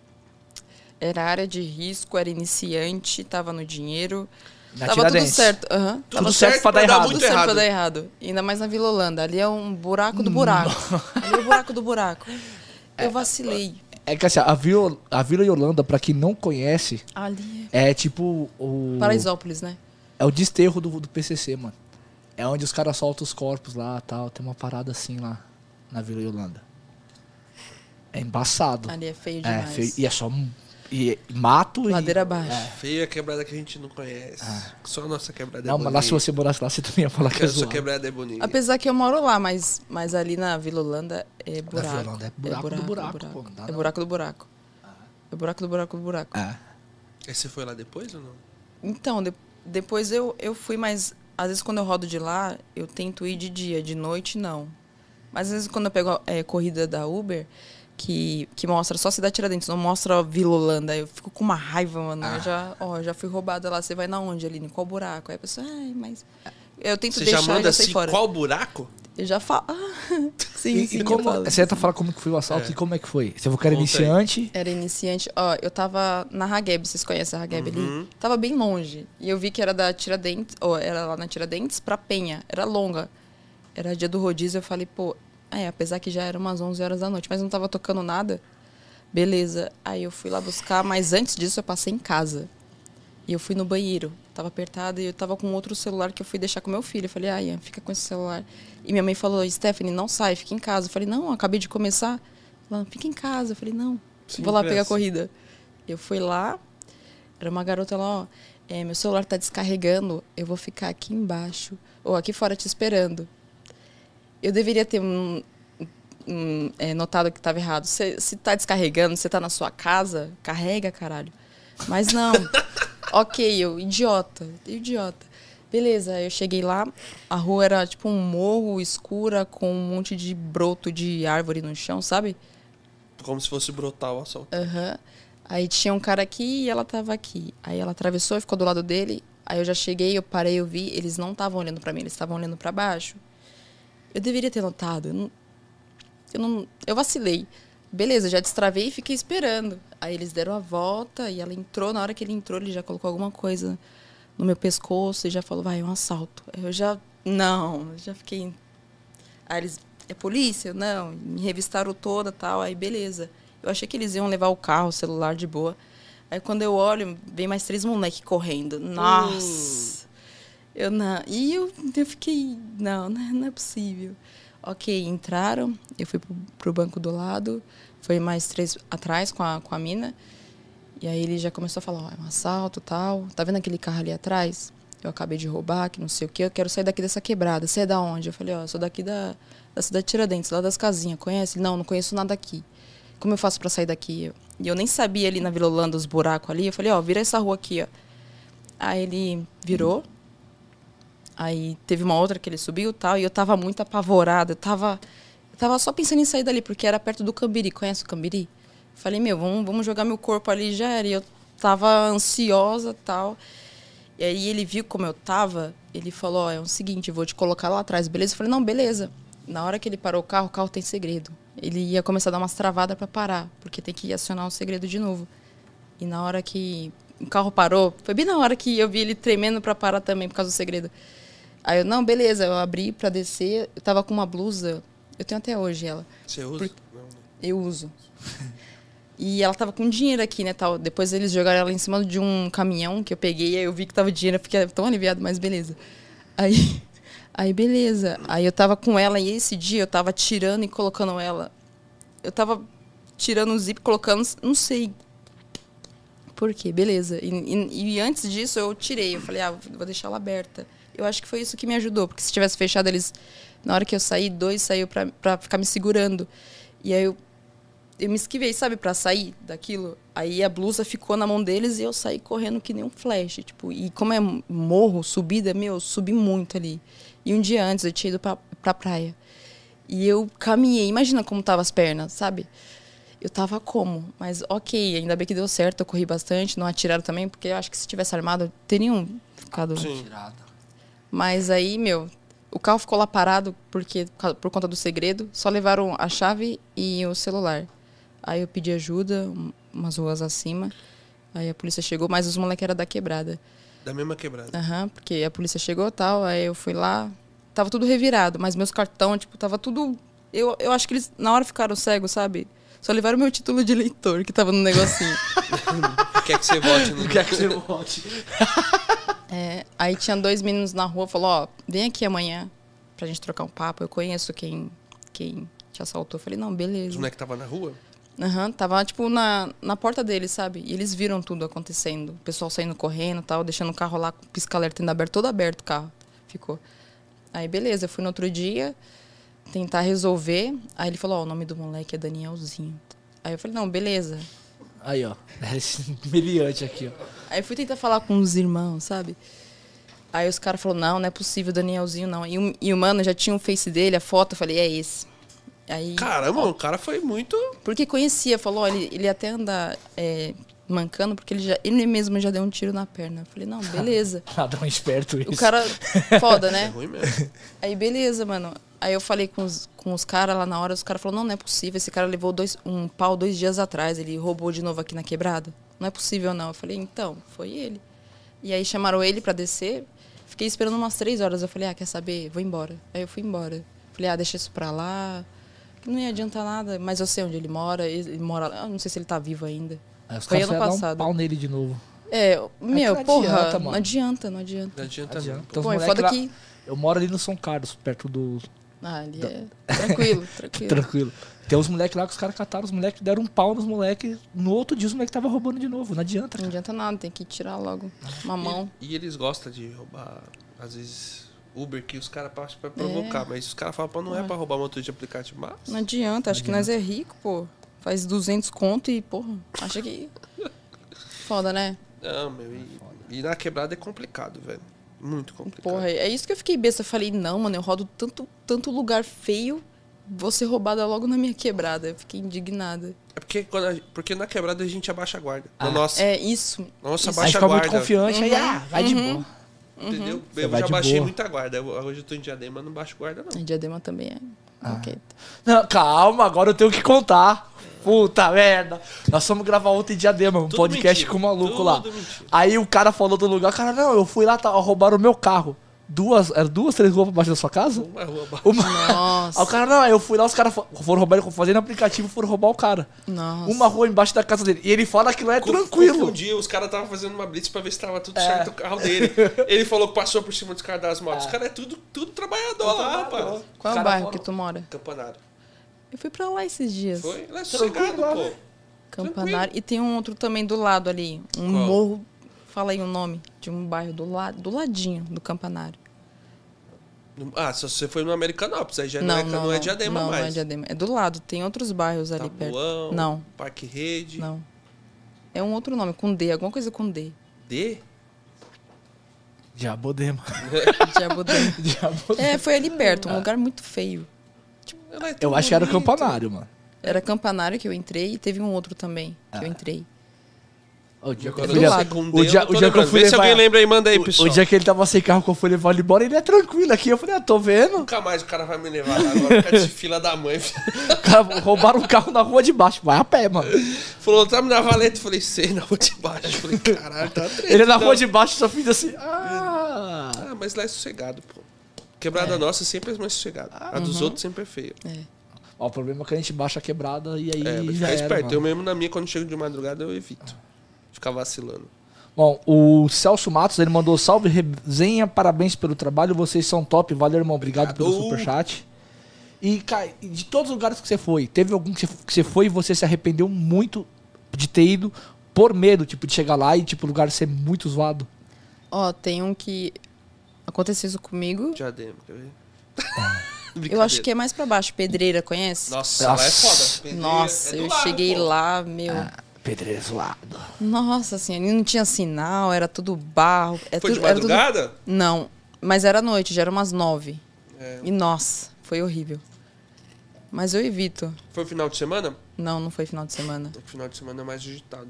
C: era área de risco, era iniciante, tava no dinheiro.
B: Na
C: tava tudo
B: Tiradentes.
C: certo. aham. Tava
B: Tudo certo pra dar
A: mas dá
B: errado.
C: tudo
A: muito
C: certo pra
A: errado.
C: dar errado. Ainda mais na Vila Holanda. Ali é um buraco do buraco. Ali é o buraco do buraco. Eu vacilei.
B: É que assim, a Vila, a Vila Yolanda, pra quem não conhece,
C: Ali
B: é tipo o.
C: é Paraisópolis, né?
B: É o desterro do, do PCC, mano. É onde os caras soltam os corpos lá tal. Tem uma parada assim lá na Vila Yolanda. É embaçado.
C: Ali é feio
B: É,
C: demais.
B: feio, e é só um- e é mato e...
C: Ladeira abaixo.
A: Feia quebrada que a gente não conhece. Só a nossa quebrada
B: Ah. Não,
A: é
B: mas
A: bonita.
B: lá se você morasse lá, você também ia falar que é
A: A sua
B: zoado.
A: quebrada é bonita.
C: Apesar que eu moro lá, mas, mas ali na Vila Holanda é buraco.
B: Vila Holanda é buraco do buraco, pô, não dá
C: é
B: não.
C: buraco do buraco. É buraco do buraco do buraco.
B: É.
A: Aí você foi lá depois ou não?
C: Então, de- depois eu, eu fui, mas às vezes quando eu rodo de lá, eu tento ir de dia, de noite não. Mas às vezes quando eu pego é, corrida da Uber, que, que mostra só Cidade Tiradentes, não mostra a Vila Holanda, eu fico com uma raiva, mano.
A: Ah.
C: Eu já, ó, já fui roubada lá, você vai na onde, Aline? Qual buraco? Aí a pessoa, ai, mas. Eu tento
A: Ah, Você
C: deixar
A: já
C: eu
A: manda
C: já sair
A: assim,
C: fora.
A: qual buraco?
C: Eu já falo. "Ah, sim,
B: E,
C: sim,
B: e
C: eu
B: como,
C: falo.
B: você ia tá falando como que foi o assalto e como é que foi? Você falou que era
A: Conta aí.
B: iniciante,
C: Era iniciante. Ó, eu tava na Hageb, vocês conhecem a Hageb ali? Tava bem longe. E eu vi que era da Tiradentes, ó, era lá na Tiradentes pra Penha. Era longa. Era dia do rodízio, eu falei, pô, é, apesar que já eram umas 11 horas da noite, mas não tava tocando nada. Beleza. Aí eu fui lá buscar, mas antes disso eu passei em casa. E eu fui no banheiro. Tava apertada e eu tava com outro celular que eu fui deixar com meu filho. Eu falei, ah, Ian, fica com esse celular. E minha mãe falou, Stephanie, não sai, fica em casa. Eu falei, não, acabei de começar. Ela, fica em casa. Eu falei, não,
A: Sim,
C: vou lá
A: pressa.
C: pegar a corrida. Eu fui lá, era uma garota lá, ó, é, meu celular tá descarregando, eu vou ficar aqui embaixo, ou aqui fora te esperando. Eu deveria ter um, um, é, notado que estava errado. Cê- se tá descarregando, você tá na sua casa, carrega, caralho. Mas não. ok, eu, idiota, idiota. Beleza, eu cheguei lá, a rua era tipo um morro escura com um monte de broto de árvore no chão, sabe?
A: Como se fosse brotar o assalto.
C: Aham. Aí tinha um cara aqui e ela tava aqui. Aí ela atravessou e ficou do lado dele. Aí eu já cheguei, eu parei, eu vi, eles não estavam olhando pra mim, eles estavam olhando pra baixo. Eu deveria ter notado. Eu não, eu não- eu vacilei. Beleza, já destravei e fiquei esperando. Aí eles deram a volta e ela entrou. Na hora que ele entrou, ele já colocou alguma coisa no meu pescoço e já falou: "Vai, é um assalto". Eu já não, eu já fiquei Aí eles, é polícia? Não, me revistaram toda tal. Aí beleza. Eu achei que eles iam levar o carro, o celular de boa. Aí quando eu olho, vem mais três moleques correndo. Nossa! Eu não. E eu, eu fiquei, não, não é- não é possível. Ok, entraram, eu fui pro, pro banco do lado, foi mais três atrás com a, com a mina. E aí ele já começou a falar, ó, é um assalto tal. Tá vendo aquele carro ali atrás? Eu acabei de roubar, que não sei o quê, eu quero sair daqui dessa quebrada. Você é da onde? Eu falei, ó, eu sou daqui da, da cidade de Tiradentes, lá das casinhas, conhece? Ele, Não, não conheço nada aqui. Como eu faço pra sair daqui? Eu- E eu nem sabia ali na Vila Holanda os buracos ali. Eu falei, ó, vira essa rua aqui, ó. Aí ele virou. Aí teve uma outra que ele subiu e tal, e eu tava muito apavorada. Eu tava, eu tava só pensando em sair dali, porque era perto do Cambiri. Conhece o Cambiri? Falei, meu, vamos, vamos jogar meu corpo ali, já era. E eu tava ansiosa tal. E aí ele viu como eu tava, ele falou, ó, é o seguinte, vou te colocar lá atrás, beleza? Eu falei, não, beleza. Na hora que ele parou o carro, o carro tem segredo. Ele ia começar a dar umas travadas pra parar, porque tem que acionar o segredo de novo. E na hora que o carro parou, foi bem na hora que eu vi ele tremendo pra parar também, por causa do segredo. Aí eu, não, beleza, eu abri pra descer, eu tava com uma blusa, eu tenho até hoje ela,
A: Você usa? Não, não.
C: eu uso. E ela tava com dinheiro aqui, né, tal. Depois eles jogaram ela em cima de um caminhão que eu peguei, aí eu vi que tava dinheiro, eu fiquei tão aliviado, mas beleza. Aí, aí beleza. Aí eu tava com ela e esse dia eu tava tirando e colocando ela. Eu tava tirando o zip, colocando, não sei por quê, beleza. E, e- e antes disso eu tirei, eu falei, ah, vou deixar ela aberta. Eu acho que foi isso que me ajudou, porque se tivesse fechado eles, na hora que eu saí, dois saiu pra, pra ficar me segurando. E aí eu, eu me esquivei, sabe, pra sair daquilo. Aí a blusa ficou na mão deles e eu saí correndo que nem um flash, tipo, e como é morro, subida, meu, eu subi muito ali. E um dia antes eu tinha ido pra, pra praia. E eu caminhei, imagina como tava as pernas, sabe? Eu tava como? Mas ok, ainda bem que deu certo, eu corri bastante, não atiraram também, porque eu um acho que se tivesse armado, teriam ficado.
B: Tirada.
C: Mas aí, meu, o carro ficou lá parado porque, por conta do segredo, só levaram a chave e o celular. Aí eu pedi ajuda, um- umas ruas acima. Aí a polícia chegou, mas os moleques eram da quebrada.
A: Da mesma quebrada.
C: Aham, porque a polícia chegou e tal, aí eu fui lá, tava tudo revirado, mas meus cartão, tipo, tava tudo. Eu, eu acho que eles na hora ficaram cegos, sabe? Só levaram meu título de eleitor que tava no negocinho.
A: Quer que você vote no.
B: Quer que você volte?
C: É, aí tinha dois meninos na rua, falou, ó, vem aqui amanhã pra gente trocar um papo, eu conheço quem, quem te assaltou. Eu falei, não,
A: Os
C: beleza.
A: moleques que tava na rua?
C: Aham, tava, tipo, na, na porta deles, sabe? E eles viram tudo acontecendo. O pessoal saindo correndo e tal, deixando o carro lá com o pisca-alerta ainda aberto, todo aberto o carro. Ficou. Aí, beleza, eu fui no outro dia tentar resolver. Aí ele falou, ó, o nome do moleque é Danielzinho. Aí eu falei, não, beleza.
B: Aí, ó. É Esse meliante aqui, ó.
C: Aí fui tentar falar com os irmãos, sabe? Aí os caras falaram, não, não é possível, Danielzinho, não. E o, e o mano já tinha o face dele, a foto, eu falei, é esse. Aí,
A: Caramba, o cara foi muito.
C: porque conhecia, falou, ó, ele, ele até anda é, mancando, porque ele, já, ele mesmo já deu um tiro na perna. Eu falei, não, beleza.
B: Ladrão esperto isso.
C: O cara, foda, né?
A: É ruim mesmo.
C: Aí, beleza, mano. Aí eu falei com os, com os caras lá na hora, os caras falaram, não, não é possível, esse cara levou dois, um pau dois dias atrás, ele roubou de novo aqui na quebrada. Não é possível, não. Eu falei, então, foi ele. E aí chamaram ele pra descer, fiquei esperando umas três horas. Eu falei, ah, quer saber? Vou embora. Aí eu fui embora. Falei, ah, deixa isso pra lá, que não ia adiantar nada, mas eu sei onde ele mora, ele mora lá, eu não sei se ele tá vivo ainda.
B: Aí os
C: Foi
B: caras
C: ano
B: iam dar um
C: passado.
B: pau nele de novo.
C: É, meu,
B: não
C: porra,
B: adianta,
C: não
B: mano.
C: adianta, não adianta.
A: Não adianta,
B: Adianta.
A: não.
B: Então, os
C: Pô, é
B: moleque
C: foda
B: lá-
C: que-
B: Eu moro ali no São Carlos, perto do.
C: Ah, ele é tranquilo, tranquilo.
B: Então Tranquilo. Tem uns moleques lá que os caras cataram, os moleques deram um pau nos moleques. No outro dia os moleques tava roubando de novo. Não adianta.
C: Não adianta nada, tem que tirar logo uma mão.
A: E, e eles gostam de roubar, às vezes, Uber que os caras passam pra provocar, mas os caras falam, pô, não é pra roubar motor de aplicativo, mas.
C: Não adianta, acho que nós é rico, pô. Faz 200 conto e, porra, acha que. Foda, né?
A: Não,
B: É
A: meu, e, e na quebrada é complicado, velho. Muito complicado.
C: Porra, é isso que eu fiquei besta. Eu falei, não, mano, eu rodo tanto, tanto lugar feio, vou ser roubada logo na minha quebrada. Eu fiquei indignada.
A: É porque, quando a- porque na quebrada a gente abaixa a guarda. Na nossa.
C: É isso.
A: Nossa,
C: isso.
B: Aí
C: Uhum.
A: Baixa
B: fica
A: a
B: muito
A: guarda.
B: confiante, aí ah, vai de boa.
A: Entendeu?
B: Você
A: Eu
B: vai
A: já
B: de
A: baixei
B: boa.
A: muita guarda. Eu- Hoje eu tô em diadema, não baixo guarda, não.
C: A diadema também é.
B: Ah.
C: Ok.
B: Não, calma, agora eu tenho que contar. Puta merda. Nós fomos gravar ontem em Diadema, um
A: Tudo
B: podcast
A: mentira,
B: com o maluco
A: tudo
B: lá.
A: mentira.
B: Aí o cara falou do lugar, cara, não, eu fui lá, tá, roubaram o meu carro. duas, era duas, três ruas pra baixo da sua casa?
A: Uma rua abaixo.
B: Uma... Aí
C: Nossa.
B: o cara, não, aí eu fui lá, os caras fo- foram roubar ele, fazendo aplicativo, foram roubar o cara.
C: Nossa.
B: Uma rua embaixo da casa dele. E ele fala que lá é tranquilo.
A: Confundia, os caras estavam fazendo uma blitz pra ver se tava
C: É.
A: tudo certo o carro dele. Ele falou que passou por cima dos caras das motos. Os caras é tudo, tudo trabalhador lá, rapaz.
C: Qual é o
B: Cara,
C: bairro
B: fora-
C: que tu mora?
A: Campanário.
C: Eu fui pra lá esses dias.
A: Foi? Ele é sossegado,
B: lá,
A: pô.
B: né?
C: Campanário. E tem um outro também do lado ali. Um
A: Qual?
C: morro. Fala aí o nome de um bairro do, la... do ladinho do Campanário.
A: Ah, se você foi no Americanópolis, aí já não, é, não, é diadema
C: não,
A: mais.
C: Não é diadema. É do lado. Tem outros bairros ali
A: Tabuão,
C: perto. Não,
A: Parque Rede.
C: não. É um outro nome, com D, alguma coisa com D.
A: D?
B: Diabodema.
C: Diabodema.
B: Diabodema.
C: É, foi ali perto, um
A: Ah.
C: lugar muito feio.
A: Ela é tão
B: Eu acho que era o
A: bonita.
B: campanário, mano.
C: Era Campanário que eu entrei e teve um outro também que
A: Ah.
C: eu entrei.
B: O dia que eu
A: Quando
B: fui
A: eu
B: levar-
A: sei É com D,
B: o dia-
A: eu tô
B: o dia que eu
A: lembrando.
B: fui
A: Vê se
B: levar-
A: alguém lembra aí, manda aí,
B: o-
A: pessoal.
B: O dia que ele tava sem carro, que eu fui levar ele embora, ele é tranquilo aqui. Eu falei, ah, tô vendo.
A: Nunca mais o cara vai me levar lá agora, cara de fila da mãe.
B: Cara, roubaram o carro na rua de baixo. Vai a pé, mano.
A: Falou, tá na valeta. Eu Falei, sei, na rua de baixo. Eu Falei, caralho, tá treta.
B: Ele na
A: então.
B: rua de baixo só fiz assim. Ah.
A: Ah, mas lá é sossegado, pô. Quebrada nossa sempre é mais sossegada. a dos outros sempre é feia.
B: Ó, o problema é que a gente baixa a quebrada e aí
A: É, mas fica
B: já era,
A: esperto.
B: mano.
A: Eu mesmo na minha, quando chego de madrugada, eu evito. Ficar vacilando.
B: Bom, o Celso Matos, ele mandou salve, resenha, parabéns pelo trabalho, vocês são top, valeu, irmão, obrigado pelo
A: Obrigado.
B: superchat. E, cara, de todos os lugares que você foi, teve algum que você- que você foi e você se arrependeu muito de ter ido por medo, tipo, de chegar lá e, tipo, o lugar ser muito zoado?
C: Ó, tem um que aconteceu isso comigo.
A: Diadema, quer ver?
C: Eu acho que é mais pra baixo. Pedreira, conhece?
A: Nossa, lá é foda. Pedreira
C: Nossa,
A: é do
C: eu
A: lado,
C: cheguei
A: pô. Ah.
C: lá, meu.
B: Pedreiro zoado.
C: Nossa, assim, ali não tinha sinal, era tudo barro. É
A: Foi de
C: tudo- era tudo-
A: madrugada?
C: Não, mas era noite, já era umas nove.
A: É.
C: E nossa, foi horrível. Mas eu evito.
A: Foi final de semana?
C: Não, não foi final de semana.
A: O final de semana é mais agitado.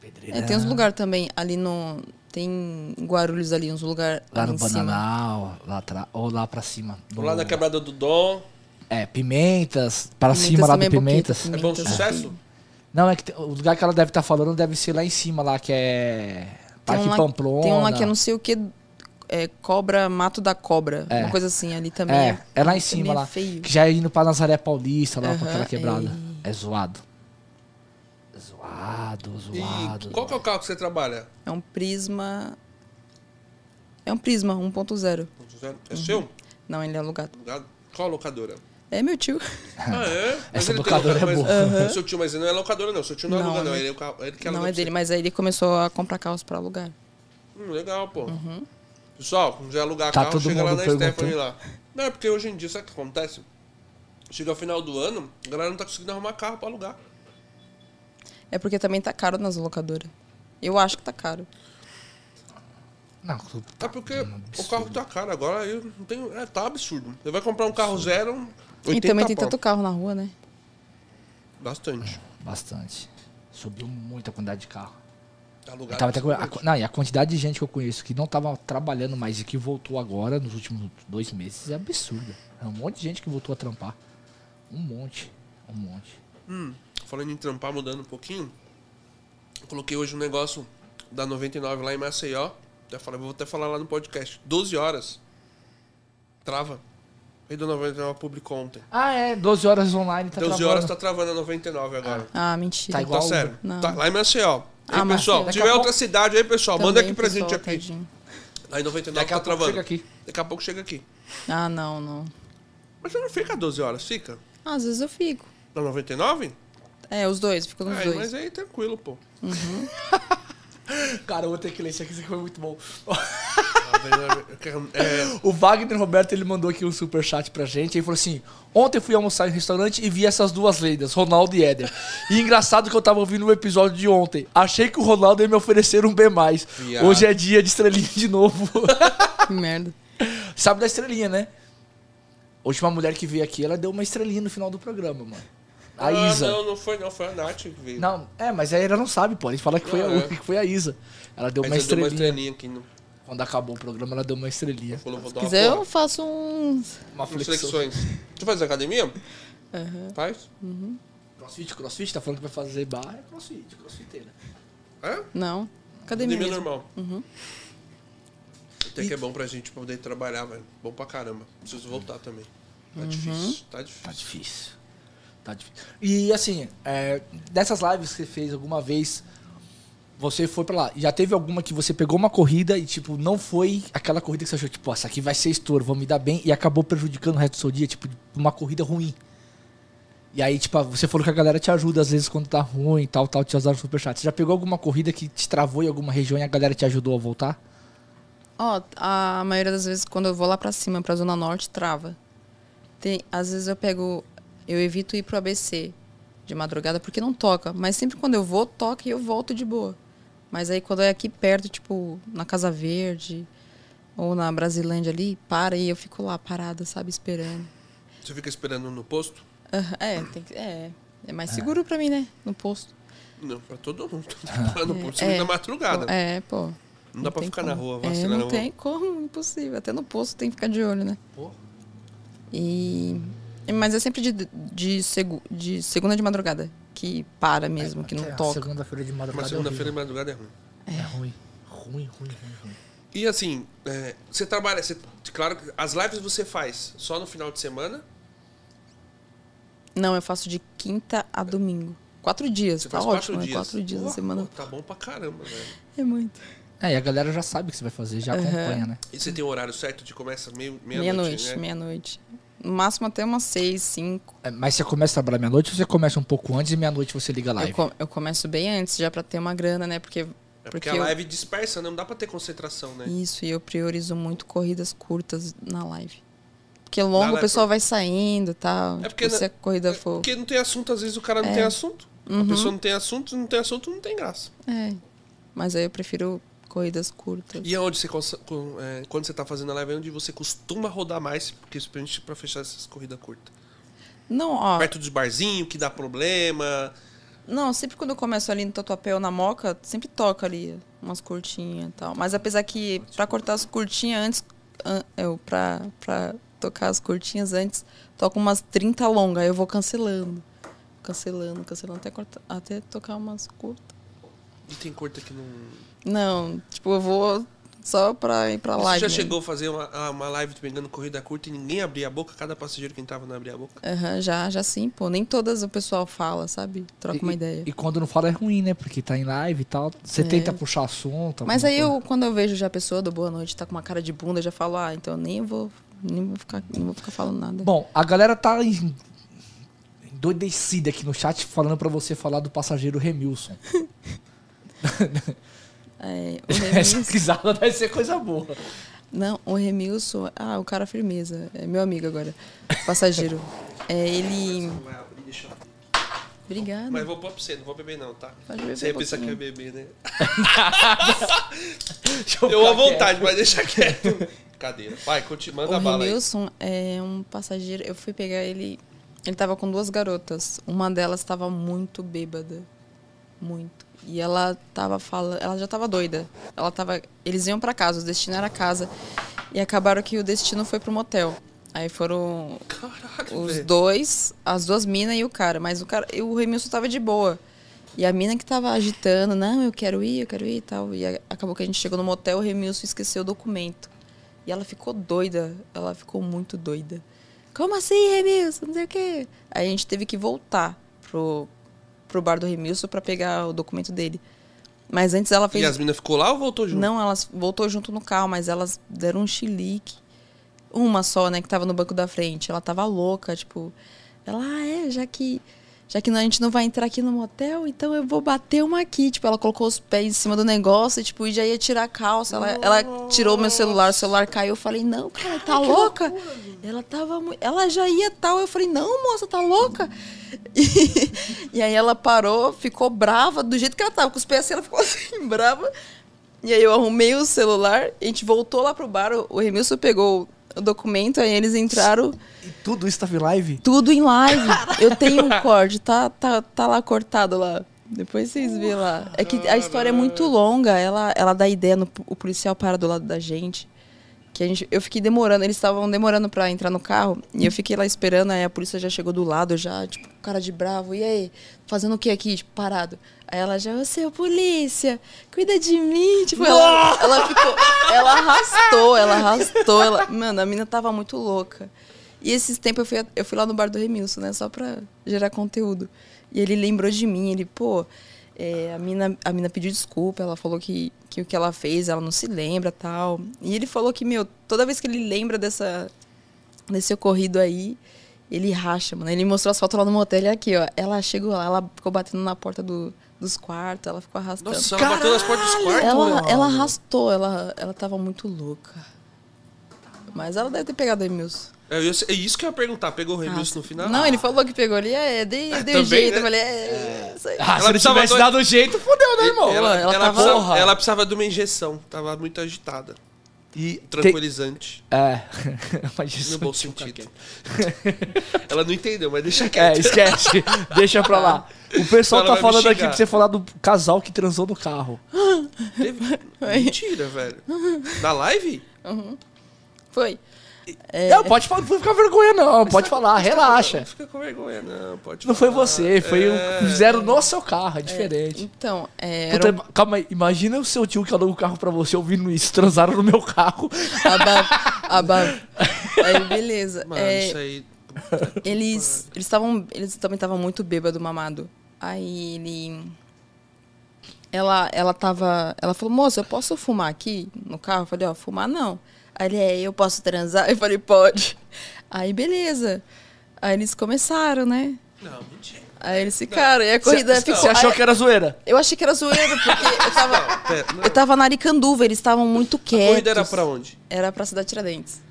B: Pedreiro
C: É, tem uns lugares também ali no. Tem em Guarulhos ali, uns lugares.
B: lá no
C: em cima.
B: Bananal, lá atrás, ou lá pra cima.
A: Vou Lá na quebrada do Dom.
B: É, Pimentas, pra
C: Pimentas
B: cima lá do
C: também é pouquinho,
B: Pimentas.
A: É bom
C: Pimentas,
A: sucesso?
C: assim.
B: Não, é que tem- o lugar que ela deve estar falando deve ser lá em cima, lá que é.
C: Tem
B: Parque
C: um, lá,
B: Pamplona.
C: tem um lá que eu não sei o que. É cobra, mato da cobra. Uma coisa assim ali também.
B: É, é lá em
C: também
B: cima,
C: é
B: lá.
C: feio.
B: Que já é indo pra Nazaré Paulista, lá com
C: Aham,
B: aquela quebrada. É zoado. É Zoado, zoado.
A: E qual que é o carro que você trabalha?
C: É um prisma. É um prisma 1.0.
A: É seu?
C: Não, ele é alugado.
A: Alugado? Qual a locadora?
C: É meu tio.
A: Ah, é? Mas
B: Essa
A: ele tem
B: locadora é
A: mas-
B: boa.
A: Seu tio, mas ele não é locadora, não. Seu tio não,
C: Não,
A: aluga, não.
C: não.
A: Ele, é o carro- ele que aluga
C: Não é
A: pra
C: dele,
A: você.
C: mas aí ele começou a comprar carros pra alugar.
A: Hum, legal, pô. Pessoal, quando já alugar
B: Tá
A: carro,
B: todo
A: chega lá
B: mundo
A: na
B: perguntando.
A: Stephanie lá. Não, é porque hoje em dia, sabe o que acontece? Chega ao final do ano, a galera não tá conseguindo arrumar carro pra alugar.
C: É porque também tá caro nas locadoras. Eu acho que tá caro.
B: Não,
A: É porque o carro tá caro agora, eu não tenho. É, tá absurdo. Você vai comprar um carro zero. 80
C: E também tem
A: pau.
C: tanto carro na rua, né?
A: Bastante.
B: bastante. Subiu muito a quantidade de carro. Eu
A: Tá Alugado.
B: tava até com- a,
A: bastante.
B: co- não, e a quantidade de gente que eu conheço que não tava trabalhando mais e que voltou agora nos últimos dois meses é absurda. É um monte de gente que voltou a trampar. Um monte. Um monte.
A: Hum, falando em trampar, mudando um pouquinho. eu coloquei hoje um negócio da 99 lá em Maceió. Até falei, vou até falar lá no podcast. 12 horas. Trava. Rei da 99 publicou ontem.
B: Ah, é, 12 horas online tá
A: 12
B: travando.
A: horas tá travando a 99 agora.
C: Ah, mentira.
B: Tá
A: tá
B: igual.
A: sério.
C: Não.
A: Tá lá em Maceió. Aí, pessoal,
C: Ah, Maceió.
A: se
B: Daqui
A: tiver
B: a
A: outra cidade aí, pessoal, manda
C: Também,
A: aqui pra gente
C: pessoal,
A: aqui.
C: tadinho.
A: Lá em 99
B: Daqui a
A: tá
B: pouco
A: travando.
B: chega aqui.
A: Daqui a pouco chega aqui.
C: Ah, não, não.
A: Mas você não fica 12 horas, fica?
C: Ah, às vezes eu fico.
A: Na 99?
C: É, os dois, fico nos
A: Aí,
C: dois.
A: mas aí tranquilo, pô.
B: Cara, eu vou ter que ler isso aqui, isso aqui foi muito bom.
A: É,
B: O Wagner Roberto, ele mandou aqui um superchat pra gente. Ele falou assim, ontem fui almoçar em um restaurante e vi essas duas lendas, Ronaldo e Éder. E engraçado que eu tava ouvindo o episódio de ontem. Achei que o Ronaldo ia me oferecer um B+.
A: Viado.
B: Hoje é dia de estrelinha de novo.
C: Que merda.
B: Sabe da estrelinha, né? A última mulher que veio aqui, ela deu uma estrelinha no final do programa, mano. A
A: ah,
B: Isa.
A: Não, não foi não, foi a Nath que veio.
B: Não, é, mas aí ela não sabe, pô. A gente fala que foi,
A: Ah,
B: a,
A: é.
B: única, que foi a Isa. Ela deu
A: Mas
B: uma
A: eu dei uma
B: estrelinha.
A: estrelinha aqui no
B: Quando acabou o programa, ela deu uma estrelinha.
A: falou, vou
C: Se
A: dar uma
C: quiser, eu
A: porra.
C: faço uns.
B: Uma
A: Umas
B: flexão.
A: flexões. Tu faz academia? Faz?
B: Crossfit, crossfit, tá falando que vai fazer barra, é crossfit, né? crossfiteira.
A: É?
C: Não. Academia.
A: Academia
C: mesmo.
A: normal. Até que é bom pra gente poder trabalhar, velho. Bom pra caramba. Preciso voltar também. Tá
C: Uhum.
A: difícil, tá difícil.
B: Tá difícil. Tá difícil. E assim, é, dessas lives que você fez alguma vez, você foi pra lá. Já teve alguma que você pegou uma corrida e, tipo, não foi aquela corrida que você achou, tipo, "Ó, essa aqui vai ser estouro, vou me dar bem, e acabou prejudicando o resto do seu dia, tipo, uma corrida ruim. E aí, tipo, você falou que a galera te ajuda às vezes quando tá ruim e tal, tal, te ajudaram no superchat. Você já pegou alguma corrida que te travou em alguma região e a galera te ajudou a voltar?
C: Ó, a maioria das vezes quando eu vou lá pra cima, pra Zona Norte, trava. Tem, às vezes eu pego. Eu evito ir pro ABC de madrugada porque não toca. Mas sempre quando eu vou, toca e eu volto de boa. Mas aí quando é aqui perto, tipo, na Casa Verde ou na Brasilândia ali, para e eu fico lá parada, sabe, esperando.
A: Você fica esperando no posto?
C: Aham, É, tem que, é, é mais seguro pra mim, né? No posto.
A: Não, pra todo mundo. Pra no posto,
C: é.
A: na madrugada.
C: É, pô.
A: Não dá pra
C: tem
A: ficar
C: como.
A: na rua,
C: É,
A: vacilando.
C: não tem como, impossível. Até no posto tem que ficar de olho, né? E... Mas é sempre de, de, segu- de segunda de madrugada que para mesmo, que não
B: É,
C: toca.
B: Segunda-feira de madrugada.
A: Mas
B: é
A: segunda-feira de
B: horrível.
A: madrugada é ruim.
B: é ruim. Ruim, ruim, ruim, ruim.
A: E assim, é, você trabalha. Você, claro que as lives você faz só no final de semana.
C: Não, eu faço de quinta a domingo. Quatro dias,
A: Você
C: tá
A: faz
C: ótimo.
A: quatro
C: né?
A: dias.
C: Quatro dias da
A: Porra,
C: semana.
A: pô, Tá bom pra caramba, velho.
C: É muito.
B: É, e a galera já sabe o que você vai fazer, já acompanha, né?
A: E você tem o horário certo de começa meio- meia-noite,
C: Meia-noite,
A: né?
C: meia-noite. No máximo até umas seis, cinco.
B: É, Mas você começa a trabalhar meia-noite ou você começa um pouco antes e meia-noite você liga a live?
C: Eu, co- eu começo bem antes, já pra ter uma grana, né? Porque,
A: É porque
C: porque
A: a
C: eu-
A: live dispersa, né? não dá pra ter concentração, né?
C: Isso, e eu priorizo muito corridas curtas na live. Porque longo
A: live,
C: o pessoal vai saindo e tal.
A: É
C: É
A: porque
C: porque
A: na-
C: se a corrida
A: É,
C: for.
A: Porque não tem assunto, às vezes o cara não tem assunto.
C: Uhum.
A: A pessoa não tem assunto, se não tem assunto, não tem graça.
C: É. Mas aí eu prefiro corridas curtas.
A: E é onde você cons- com- é, quando você tá fazendo a live, é onde você costuma rodar mais, porque isso pra gente pra fechar essas corridas curtas.
C: Não, ó.
A: Perto dos barzinhos, que dá problema.
C: Não, sempre quando eu começo ali no tatuapé ou na moca, sempre toca ali umas curtinhas e tal. Mas apesar que pra cortar as curtinhas antes. an- Eu, pra, pra tocar as curtinhas antes, toco umas 30 longas, aí eu vou cancelando. Cancelando, cancelando até, cortar, até tocar umas curtas.
A: E tem curta que não.
C: Não, tipo, eu vou só pra ir pra
A: Você
C: live.
A: já
C: mesmo.
A: chegou a fazer uma, uma live pegando corrida curta e ninguém abria a boca, cada passageiro que entrava não abria a boca?
C: Aham, já, já sim, pô. Nem todas o pessoal fala, sabe? Troca uma
B: E-
C: ideia. É.
B: E quando não fala é ruim, né? Porque tá em live e tal. Você tenta puxar assunto.
C: Mas
B: alguma
C: aí
B: coisa.
C: eu, quando eu vejo já a pessoa do Boa Noite, tá com uma cara de bunda, eu já falo, ah, então eu nem vou, nem vou ficar, não vou ficar falando nada.
B: Bom, a galera tá em- endoidecida aqui no chat falando pra você falar do passageiro Remilson.
C: É, o
B: Essa
C: Remilson,
B: risada deve ser coisa boa.
C: não, o Remilson, ah, o cara firmeza, é meu amigo agora, passageiro. É, ele...
A: Não vai abrir, deixa eu abrir.
C: Obrigada.
A: Mas vou pôr pra você, não vou beber não, tá?
C: Ah, Pode beber
A: Você
C: um
A: pensa que é
C: pouquinho.
A: beber, né? Deu
B: Deixa
A: à
B: ficar quieto.
A: vontade, mas deixa quieto. Cadeira. Vai, continua, manda
C: O
A: a bala aí.
C: Renilson é um passageiro. Eu fui pegar ele. Ele tava com duas garotas. Uma delas tava muito bêbada. Muito. E ela tava falando. Ela já tava doida. Ela tava. Eles iam pra casa, o destino era casa. E acabaram que o destino foi pro motel. Aí foram
A: Caralho,
C: os
A: velho.
C: dois, as duas minas e o cara. Mas o cara, e o Remilson tava de boa. E a mina que tava agitando, não, eu quero ir, eu quero ir e tal. E a- acabou que a gente chegou no motel, o Remilson esqueceu o documento. E ela ficou doida. Ela ficou muito doida. Como assim, Remilson? Não sei o quê. Aí a gente teve que voltar pro, pro bar do Remilson pra pegar o documento dele. Mas antes ela fez.
A: E as minas ficou lá ou voltou junto?
C: Não, elas voltou junto no carro, mas elas deram um chilique. Uma só, né, que tava no banco da frente. Ela tava louca, tipo. Ela, ah, é, já que. Já que a gente não vai entrar aqui no motel, então eu vou bater uma aqui. Tipo, ela colocou os pés em cima do negócio e, tipo, e já ia tirar a calça. Ela, ela tirou meu celular, o celular caiu. Eu falei, não, cara, tá louca? Ela tava muito. Ela já ia tal. Eu falei, não, moça, tá louca? E, e aí ela parou, ficou brava, do jeito que ela tava, com os pés assim, ela ficou assim, brava. E aí eu arrumei o celular, a gente voltou lá pro bar, o- o Remilson pegou o documento, aí eles entraram,
B: E tudo isso tava em live?
C: tudo em live. Eu tenho um corte, tá, tá, tá lá cortado lá. Depois vocês vê lá. É que a história é muito longa, ela, ela dá ideia, no, o policial para do lado da gente. Que a gente, eu fiquei demorando, eles estavam demorando pra entrar no carro e eu fiquei lá esperando, aí a polícia já chegou do lado, já, tipo, cara de bravo, e aí? Fazendo o que aqui? Tipo, parado. Aí ela já, ô seu polícia, cuida de mim. Tipo, ela, ela ficou. Ela arrastou, ela arrastou. Ela, mano, a mina tava muito louca. E esses tempos eu fui, eu fui lá no bar do Remilson, né? Só pra gerar conteúdo. E ele lembrou de mim, ele, pô, é, a, mina, a mina pediu desculpa, ela falou que, que o que ela fez, ela não se lembra tal. E ele falou que, meu, toda vez que ele lembra dessa, desse ocorrido aí, ele racha, mano. Ele mostrou as fotos lá no motel e aqui, ó. Ela chegou lá, ela ficou batendo na porta do, dos quartos, ela ficou arrastando.
A: Nossa, ela bateu nas portas né? dos quartos.
C: ela, ela arrastou, ela, ela tava muito louca. Mas ela deve ter pegado o Emilson.
A: É eu- é isso que eu ia perguntar. Pegou o remilson no final?
C: Ah, Não, ele falou que pegou ali, é, dei, dei
A: também,
C: jeito.
A: né?
C: Eu falei, é, isso aí.
B: Ah,
A: Ela
B: se não
A: precisava
B: tivesse
A: do-
B: dado jeito, fodeu, né, irmão?
A: Ah, Ela,
C: ela
A: ela
C: tava-
A: precisava,
B: Porra.
A: ela precisava de uma injeção. Tava muito agitada.
B: E tem-
A: Tranquilizante.
B: É, mas isso
A: No bom sentido. ela não entendeu, mas deixa
B: É,
A: quieto.
B: esquece. Deixa pra lá. O pessoal
A: Ela
B: tá
A: vai me
B: falando aqui
A: xingar.
B: pra você falar do casal que transou no carro.
A: Teve- Mentira, velho. Na live?
C: Foi. É.
B: Não, pode falar, não vou ficar vergonha, não. Pode falar,
A: Não
B: relaxa.
A: fica com vergonha, não. Pode
B: Não foi
A: falar.
B: você, foi um- o
A: É.
B: que fizeram no seu carro, é diferente.
C: Então, é,
B: Puta,
C: era um-
B: Calma aí, imagina o seu tio que aluga o carro pra você ouvindo isso, transaram no meu carro.
C: a Babi. A Babi. Aí, beleza.
A: Mano,
C: É,
A: isso aí.
C: eles eles estavam eles também estavam muito bêbado mamado aí ele ela ela tava ela falou moça eu posso fumar aqui no carro eu falei ó fumar não aí ele é eu posso transar eu falei pode aí beleza aí eles começaram né
A: Não, mentira.
C: aí eles ficaram e a corrida ficou
B: Você achou
C: tipo, aí-
B: que era zoeira?
C: eu achei que era zoeira porque eu tava
A: Pera, não.
C: eu tava na Aricanduva eles estavam muito quietos
A: Corrida era pra onde?
C: era pra cidade Tiradentes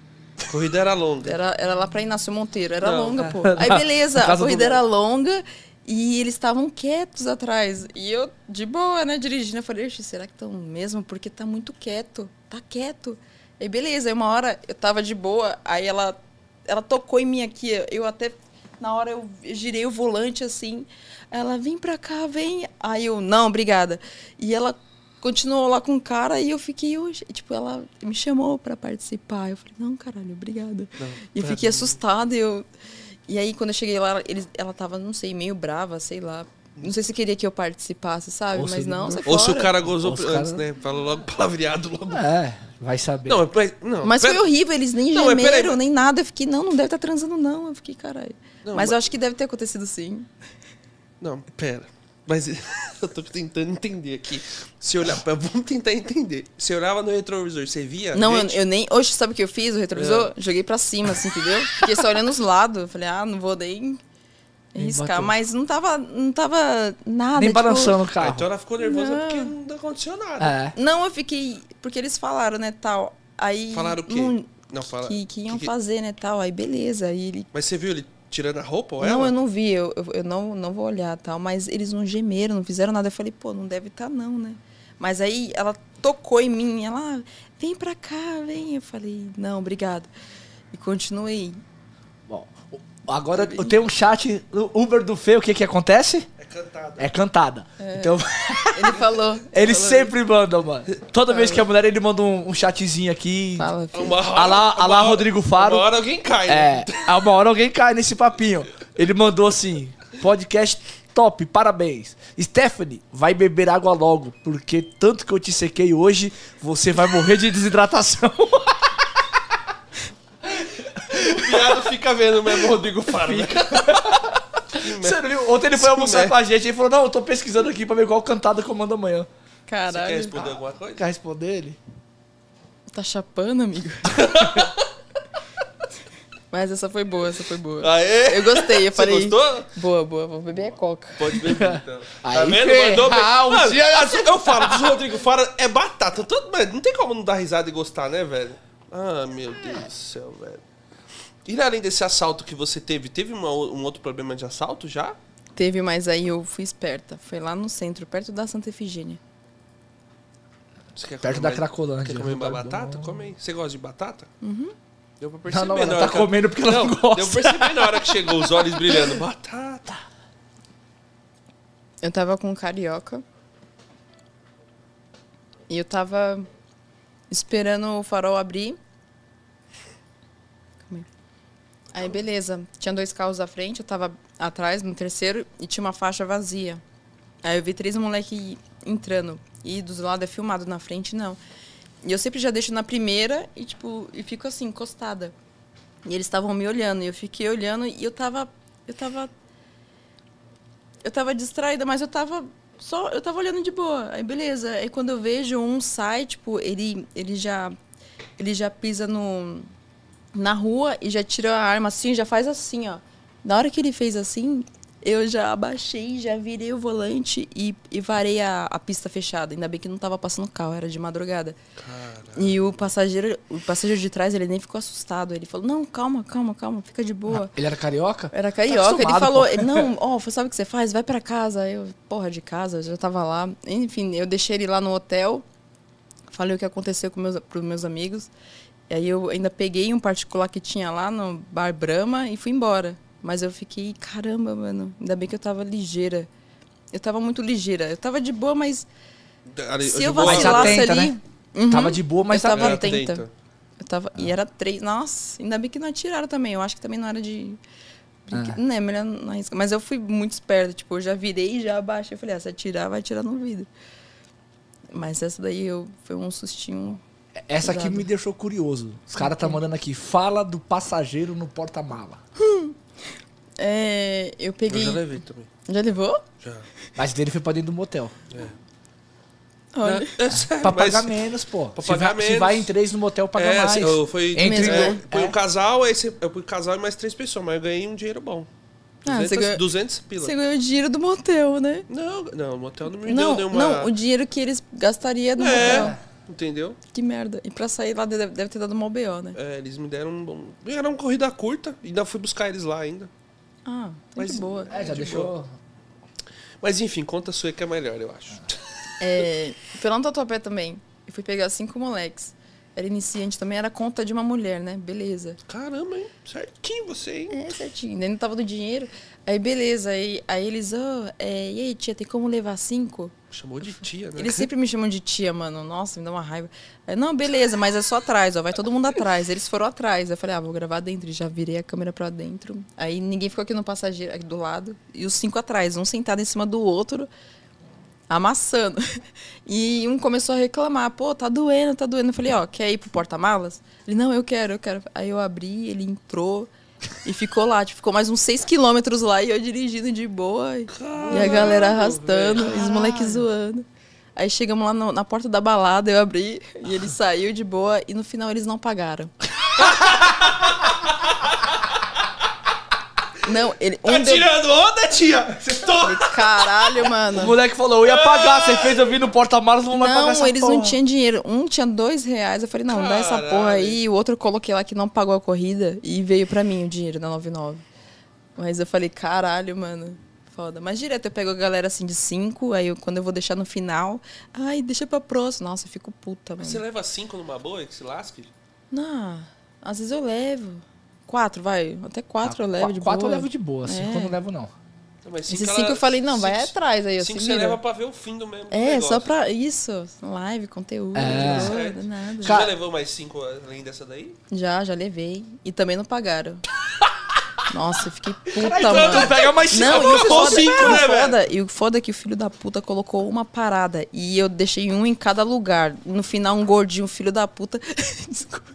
A: Corrida era longa.
C: era, era lá pra Inácio Monteiro, era
A: Não.
C: longa, pô. Aí beleza,
B: Na
C: a
B: casa do
C: corrida
B: Léo.
C: era longa e eles estavam quietos atrás. E eu, de boa, né, dirigindo, eu falei, "Ixi, será que estão mesmo? Porque tá muito quieto, tá quieto. Aí beleza, aí uma hora eu tava de boa, aí ela, ela tocou em mim aqui, eu até, na hora eu girei o volante assim, ela, vem pra cá, vem. Aí eu, não, obrigada. E ela continuou lá com o cara e eu fiquei, hoje tipo, ela me chamou pra participar. Eu falei, não, caralho, obrigada. e eu fiquei assustada. e Eu... E aí, quando eu cheguei lá, ela- eles, ela tava, não sei, meio brava, sei lá. Não sei se queria que eu participasse, sabe?
B: Ou se
C: Mas
B: ele-
C: não, sai
A: Ou um se o
C: fora.
A: cara gozou
B: Ou se o
A: antes,
B: cara-
A: né? Falou logo palavreado logo.
B: É, vai saber.
A: Não, mas. Não,
C: Mas
A: pera-
C: foi horrível, eles nem
A: Não, mas peraí,
C: gemeram,
A: mas-
C: nem nada. Eu fiquei, não, não deve estar transando, não. Eu fiquei, caralho.
A: Não,
C: Mas,
A: mas-
C: eu acho que deve ter acontecido sim.
A: Não, pera. Mas eu tô tentando entender aqui. Se olhar, pra- vamos tentar entender. Você olhava no retrovisor, você via?
C: Não, eu,
A: gente? ah, É.
C: eu nem. Hoje, sabe o que eu fiz? O retrovisor? Joguei pra cima, assim, entendeu? Fiquei só olhando os lados. Eu Falei, ah, não vou nem
B: Nem
C: arriscar.
B: bateu.
C: Mas não tava, não tava nada.
B: Nem
C: tipo-
B: balançando o
A: Ah,
B: carro.
A: então ela ficou nervosa
C: Não.
A: porque não aconteceu nada.
B: É.
C: Não, eu fiquei. Porque eles falaram, né, tal. Aí.
A: Falaram o quê?
C: não-
A: Não, fala.
C: que, que iam
A: que-
C: fazer, né, tal. Aí, beleza. Aí ele.
A: Mas você viu ele tirando a roupa ou ela?
C: Não, eu não vi, eu, eu, eu não, não vou olhar tal, mas eles não gemeram, não fizeram nada. Eu falei, pô, não deve estar não, né? Mas aí ela tocou em mim, ela, "Ah, vem pra cá, vem. Eu falei, não, obrigada. E continuei.
B: Bom, agora eu tenho um chat no Uber do Fê, o que que acontece?
A: É cantada.
B: É cantada. Então,
C: Ele falou.
B: ele
C: falou,
B: sempre manda, mano. Toda vez que a mulher, ele manda um, um chatzinho aqui.
C: Fala, filho.
A: Uma hora,
B: A lá- a
A: uma
B: lá
A: hora-
B: Rodrigo Faro.
A: Uma hora alguém cai. né?
B: É, a uma hora alguém cai nesse papinho. Ele mandou assim, podcast top, parabéns. Stephanie, vai beber água logo, porque tanto que eu te sequei hoje, você vai morrer de desidratação.
A: O piado fica vendo mesmo o Rodrigo Faro. né?
B: Você não viu? Ontem ele foi almoçar com a gente, ele falou, não, eu tô pesquisando aqui pra ver qual cantada que eu mando amanhã.
A: Você quer
C: Caralho.
A: responder alguma coisa?
B: Quer responder ele?
C: Tá chapando, amigo? mas essa foi boa, essa foi boa.
A: Aê!
C: Eu gostei, eu
A: Ah, Você
C: falei.
A: gostou?
C: Boa, boa, vou beber a coca.
A: Pode beber, então. tá
B: Aí,
A: vendo?
B: Fê,
A: Mandou bem.
B: ah, um
A: Mano,
B: dia-
A: assim, eu falo, diz o Rodrigo Fara é batata. Todo, mano, não tem como não dar risada e gostar, né, velho? Ah, meu Deus do céu, velho. E além desse assalto que você teve, teve uma o- um outro problema de assalto já?
C: Teve, mas aí eu fui esperta. Foi lá no centro, perto da Santa Efigênia.
A: Você quer
B: Perto da
A: mais-
B: Cracolândia.
A: Quer comer uma
B: Lugar
A: batata?
B: bom.
A: Come aí. Você gosta de batata? Uhum. Deu pra perceber
B: Não, não,
A: na
B: ela
A: hora
B: tá
A: que ela-
B: comendo porque ela não,
A: deu
B: gosta.
A: pra perceber na hora que chegou, os olhos brilhando. Batata.
C: Eu tava com um carioca. E eu tava esperando o farol abrir. Aí, beleza. Tinha dois carros à frente, eu tava atrás no terceiro e tinha uma faixa vazia. Aí eu vi três moleque entrando. E dos lados é filmado, na frente não. E eu sempre já deixo na primeira e, tipo, e fico assim, encostada. E eles estavam me olhando, e eu fiquei olhando e eu tava. Eu tava. Eu tava distraída, mas eu tava. Só, eu tava olhando de boa. Aí beleza. Aí quando eu vejo um sai, tipo, ele, ele já. Ele já pisa no. na rua e já tira a arma assim, já faz assim, ó. Na hora que ele fez assim, eu já abaixei, já virei o volante e, e varei a, a pista fechada. Ainda bem que não tava passando carro, era de madrugada. E o passageiro, o passageiro de trás, ele nem ficou assustado. Ele falou: "Não, calma, calma, calma, fica de boa".
B: Ele era carioca?
C: Era
B: Tá
C: carioca, ele
B: acostumado,
C: falou,
B: pô.
C: ele, não, ó, sabe o que você faz? Vai pra casa. Eu, porra, de casa, eu já tava lá. Enfim, eu deixei ele lá no hotel, falei o que aconteceu com meus, pros meus amigos. E aí eu ainda peguei um particular que tinha lá no Bar Brahma e fui embora. Mas eu fiquei, caramba, mano, ainda bem que eu tava ligeira. Eu tava muito ligeira. Eu tava de boa, mas
A: Ali-
C: se
A: de
C: eu
A: boa-
B: Mas
C: vacilasse
B: atenta,
C: ali...
B: né?
C: Uhum.
B: Tava de boa, mas
C: Eu
B: tava...
C: tava
A: É,
C: atenta.
A: atenta.
C: Eu tava,
A: Ah.
C: E era três. Nossa, ainda bem que não atiraram também. Eu acho que também não era de.
B: Ah.
C: brinque- Né, melhor não arriscar. Mas eu fui muito esperta. Tipo, eu já virei e já abaixei. Eu falei, ah, se atirar, vai atirar no vidro. Mas essa daí eu, foi um sustinho.
B: Essa aqui
C: Exato.
B: me deixou curioso. Os caras tá mandando aqui, fala do passageiro no porta-mala.
C: É, eu
A: Eu
C: peguei.
A: já
C: Já,
A: levei também.
C: levou?
A: Já.
B: Mas dele foi pra dentro do motel.
C: Olha.
A: É, é sério,
B: Pra
A: mas-
B: pagar menos, pô.
A: Pra
B: se,
A: pagar
B: vai, se
A: menos.
B: vai em três no motel, paga
A: É,
B: mais.
A: assim, eu fui.
B: Entre
A: é,
B: dois.
A: Põe
B: É.
A: o casal, aí você, eu fui o casal e mais três pessoas, mas eu ganhei um dinheiro bom.
C: Ah,
A: 200,
C: você ganhou-
A: 200 pila.
C: Você ganhou o dinheiro do motel, né?
A: Não, não, o motel não me
C: Não,
A: deu nenhuma.
C: não, o dinheiro que eles gastariam no motel.
A: É, entendeu?
C: Que merda. E pra sair lá deve, deve ter dado uma BO, né?
A: É, eles me deram um bom. Era uma corrida curta, ainda fui buscar eles lá ainda.
C: Ah,
A: Mas-
C: muito boa.
B: É, já
A: De
B: deixou.
A: Mas enfim, conta a sua que é melhor, eu acho.
C: É, foi lá no Tatuapé também. Eu fui pegar cinco moleques. Era iniciante também, era conta de uma mulher, né? Beleza.
A: Caramba, hein? Certinho você, hein?
C: É, certinho. Ainda não tava do dinheiro. Aí, beleza. Aí, aí eles, ó, é, e aí, tia, tem como levar cinco?
A: Chamou de tia, né?
C: Eles sempre me chamam de tia, mano. Nossa, me dá uma raiva. Aí, não, beleza, mas é só atrás, ó. Vai todo mundo atrás. Eles foram atrás. Eu falei, ah, vou gravar dentro. E Já virei a câmera pra dentro. Aí ninguém ficou aqui no passageiro, aqui do lado. E os cinco atrás, um sentado em cima do outro, amassando. E um começou a reclamar, pô, tá doendo, tá doendo. Eu falei, ó, quer ir pro porta-malas? Ele, não, eu quero, eu quero. Aí eu abri, ele entrou. E ficou lá, tipo, ficou mais uns seis quilômetros lá e eu dirigindo de boa. e- e a galera arrastando, e os moleques zoando. Aí chegamos lá no- na porta da balada, eu abri e ele saiu de boa e no final eles não pagaram. não, ele. Um
A: Tá
C: deu-
A: tirando onda, tia! Vocês estão.
C: Caralho, mano.
B: O moleque falou, eu ia pagar, você fez eu vir no porta-malas, vamos lá pagar
C: Não,
B: essa
C: eles não
B: porra.
C: tinham dinheiro. Um tinha dois reais. Eu falei, não, dá essa
A: Caralho.
C: porra aí. O outro eu coloquei lá que não pagou a corrida e veio pra mim o dinheiro da 99. Mas eu falei, caralho, mano. Foda. Mas direto eu pego a galera assim de cinco, aí eu- quando eu vou deixar no final, ai, deixa pra próxima. Nossa, eu fico puta, mano.
A: Você leva cinco numa boa e que se lasque?
C: Não, às vezes eu levo. Quatro, vai. Até quatro eu levo
B: Qu-
C: de boa.
B: Ah, Quatro eu levo de boa, cinco
C: É.
B: eu não levo não.
A: Não, mas
C: Esses
A: ela-
C: cinco eu falei, não, vai
A: cinco-
C: atrás aí. eu
A: Cinco
C: se
A: você
C: vira.
A: leva pra ver o fim do mesmo.
C: É,
A: negócio.
C: só pra isso. Live, conteúdo.
B: É.
C: boa, nada.
A: Você
B: Cara-
A: já levou mais cinco além dessa daí?
C: Já, já levei. E também não pagaram. Nossa, eu fiquei puta,
A: então
C: mano.
A: pega mais
C: Não, e o
A: acabou
C: foda,
A: cinco,
C: e o
A: né, velho?
C: foda- e o foda é que o filho da puta colocou uma parada e eu deixei um em cada lugar. No final, um gordinho, filho da puta. Desculpa.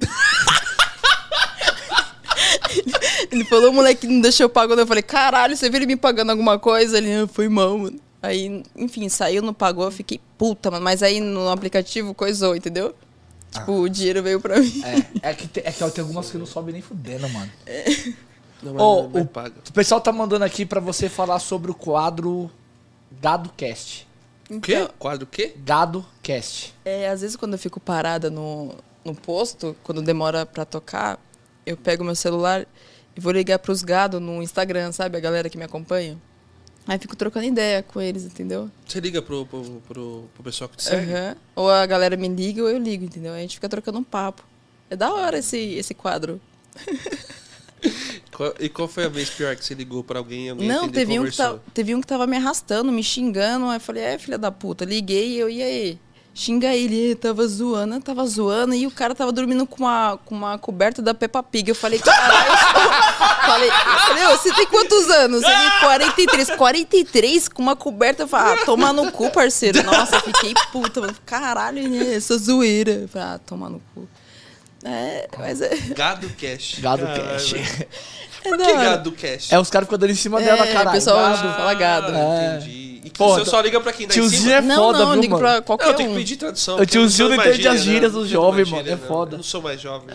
C: ele falou, moleque, não deixou eu pagando. Eu falei, caralho, você viu ele me pagando alguma coisa? Ele, "Ah, foi mal, mano. Aí, enfim, saiu, não pagou, eu fiquei puta, mano. Mas aí no aplicativo coisou, entendeu?
A: Ah.
C: Tipo, o dinheiro veio pra mim.
B: É, é que, te- é que ó, tem algumas que não sobem nem fudendo, mano.
A: Não,
B: Ó,
A: mas não
B: o-
A: paga.
B: O pessoal tá mandando aqui pra você falar sobre o quadro Gado Cast.
A: O quê? Quadro o quê?
B: Gado Cast.
C: É, às vezes quando eu fico parada no, no posto, quando demora pra tocar, eu pego meu celular e vou ligar pros gado no Instagram, sabe? A galera que me acompanha. Aí fico trocando ideia com eles, entendeu?
A: Você liga pro, pro, pro, pro pessoal que te segue?
C: Aham. Ou a galera me liga ou eu ligo, entendeu? Aí a gente fica trocando um papo. É da hora esse, esse quadro.
A: Qual- e qual foi a vez pior que você ligou pra alguém e alguém
C: Não,
A: atendeu e
C: teve um, que
A: conversou?
C: tava, teve um que tava me arrastando, me xingando. Aí eu falei, é, filha da puta, liguei eu, e aí? Xinga ele, "Ê, tava zoando, eu tava zoando, e o cara tava dormindo com uma, com uma coberta da Peppa Pig. Eu falei, caralho, falei, eu falei, "Ô, você tem quantos anos? Ele, 43. 43 com uma coberta. Eu falei, ah, toma no cu, parceiro. Nossa, eu fiquei puta. mano. Caralho, né? Essa zoeira. Eu falei, ah, toma no cu. É, mas é.
A: Gado Cash.
B: Gado
A: Caralho.
B: cash.
C: é
A: Por
C: da
A: que
C: hora.
A: Gado Cash?
B: É, os caras ficam dando em cima dela,
C: É,
B: caralho.
C: o pessoal
B: Gado.
C: fala gado.
A: Ah,
B: É.
A: Entendi. E que
B: Pô,
A: você só liga pra quem dá em
B: Tiozinho
A: cima?
B: é
C: não,
B: foda,
C: não,
B: viu,
C: liga
B: mano?
C: pra qualquer
A: Não, eu tenho que
C: um.
A: pedir tradução.
B: O
A: porque eu não sou
B: tiozinho não
A: mais
B: entende as
A: gíria,
B: gírias
A: né?
B: do
A: Eu não
B: jovem,
A: sou mais
B: mano, é
A: gíria, né?
B: foda. É.
A: Eu não sou mais jovem.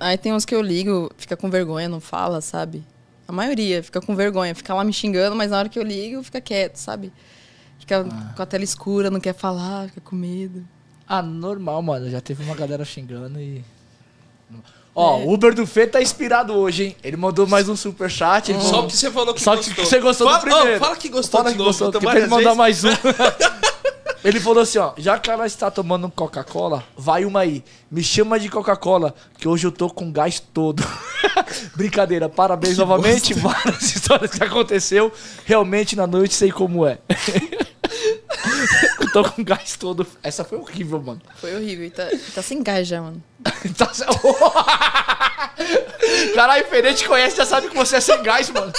C: Aí tem uns que eu ligo, fica com vergonha, não fala, sabe? A maioria fica com vergonha, fica lá me xingando, mas na hora que eu ligo, fica quieto, sabe? Fica com a tela escura, não quer falar, fica com medo.
B: Ah, normal, mano. Já teve uma galera xingando e.
C: É.
B: Ó, o Uber do Fê tá inspirado hoje, hein? Ele mandou mais um superchat.
C: Hum.
B: ele
A: Só
B: falou-
A: porque você falou que
B: Só
A: gostou.
B: que você gostou
A: fala,
B: do primeiro.
A: Ó, fala que gostou
B: Fala
A: de
B: que
A: novo.
B: gostou,
A: então,
B: que pra
A: mais
B: ele mandar
A: vezes.
B: mais um. ele falou assim, ó. Já que ela está tomando um Coca-Cola, vai uma aí. Me chama de Coca-Cola, que hoje eu tô com gás todo. Brincadeira. Parabéns novamente. Várias histórias que aconteceu. Realmente, na noite, sei como é. eu tô com gás todo. Essa foi horrível, mano.
C: Foi horrível. E tá, tá sem gás já, mano.
B: Tá ce- Caralho, Ferê te conhece, já sabe que você é sem gás, mano.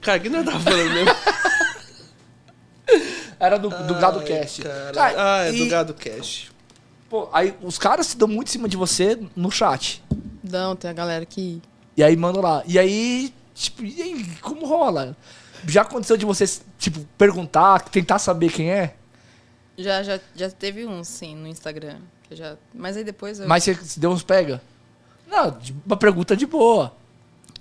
A: Cara, que nada falando mesmo.
B: Era do, do Gado Cast.
A: Cara,
B: Cara,
A: ah, é do
B: e-
A: Gado Cash.
B: Pô, aí os caras se dão muito em cima de você no chat.
C: Não, tem a galera que.
B: E aí manda lá. E aí, tipo, e aí, como rola? Já aconteceu de você, tipo, perguntar, tentar saber quem é?
C: Já, já, já teve um, sim, no Instagram. que eu já... Mas aí depois eu.
B: Mas você se deu uns pega? Não, de- uma pergunta de boa.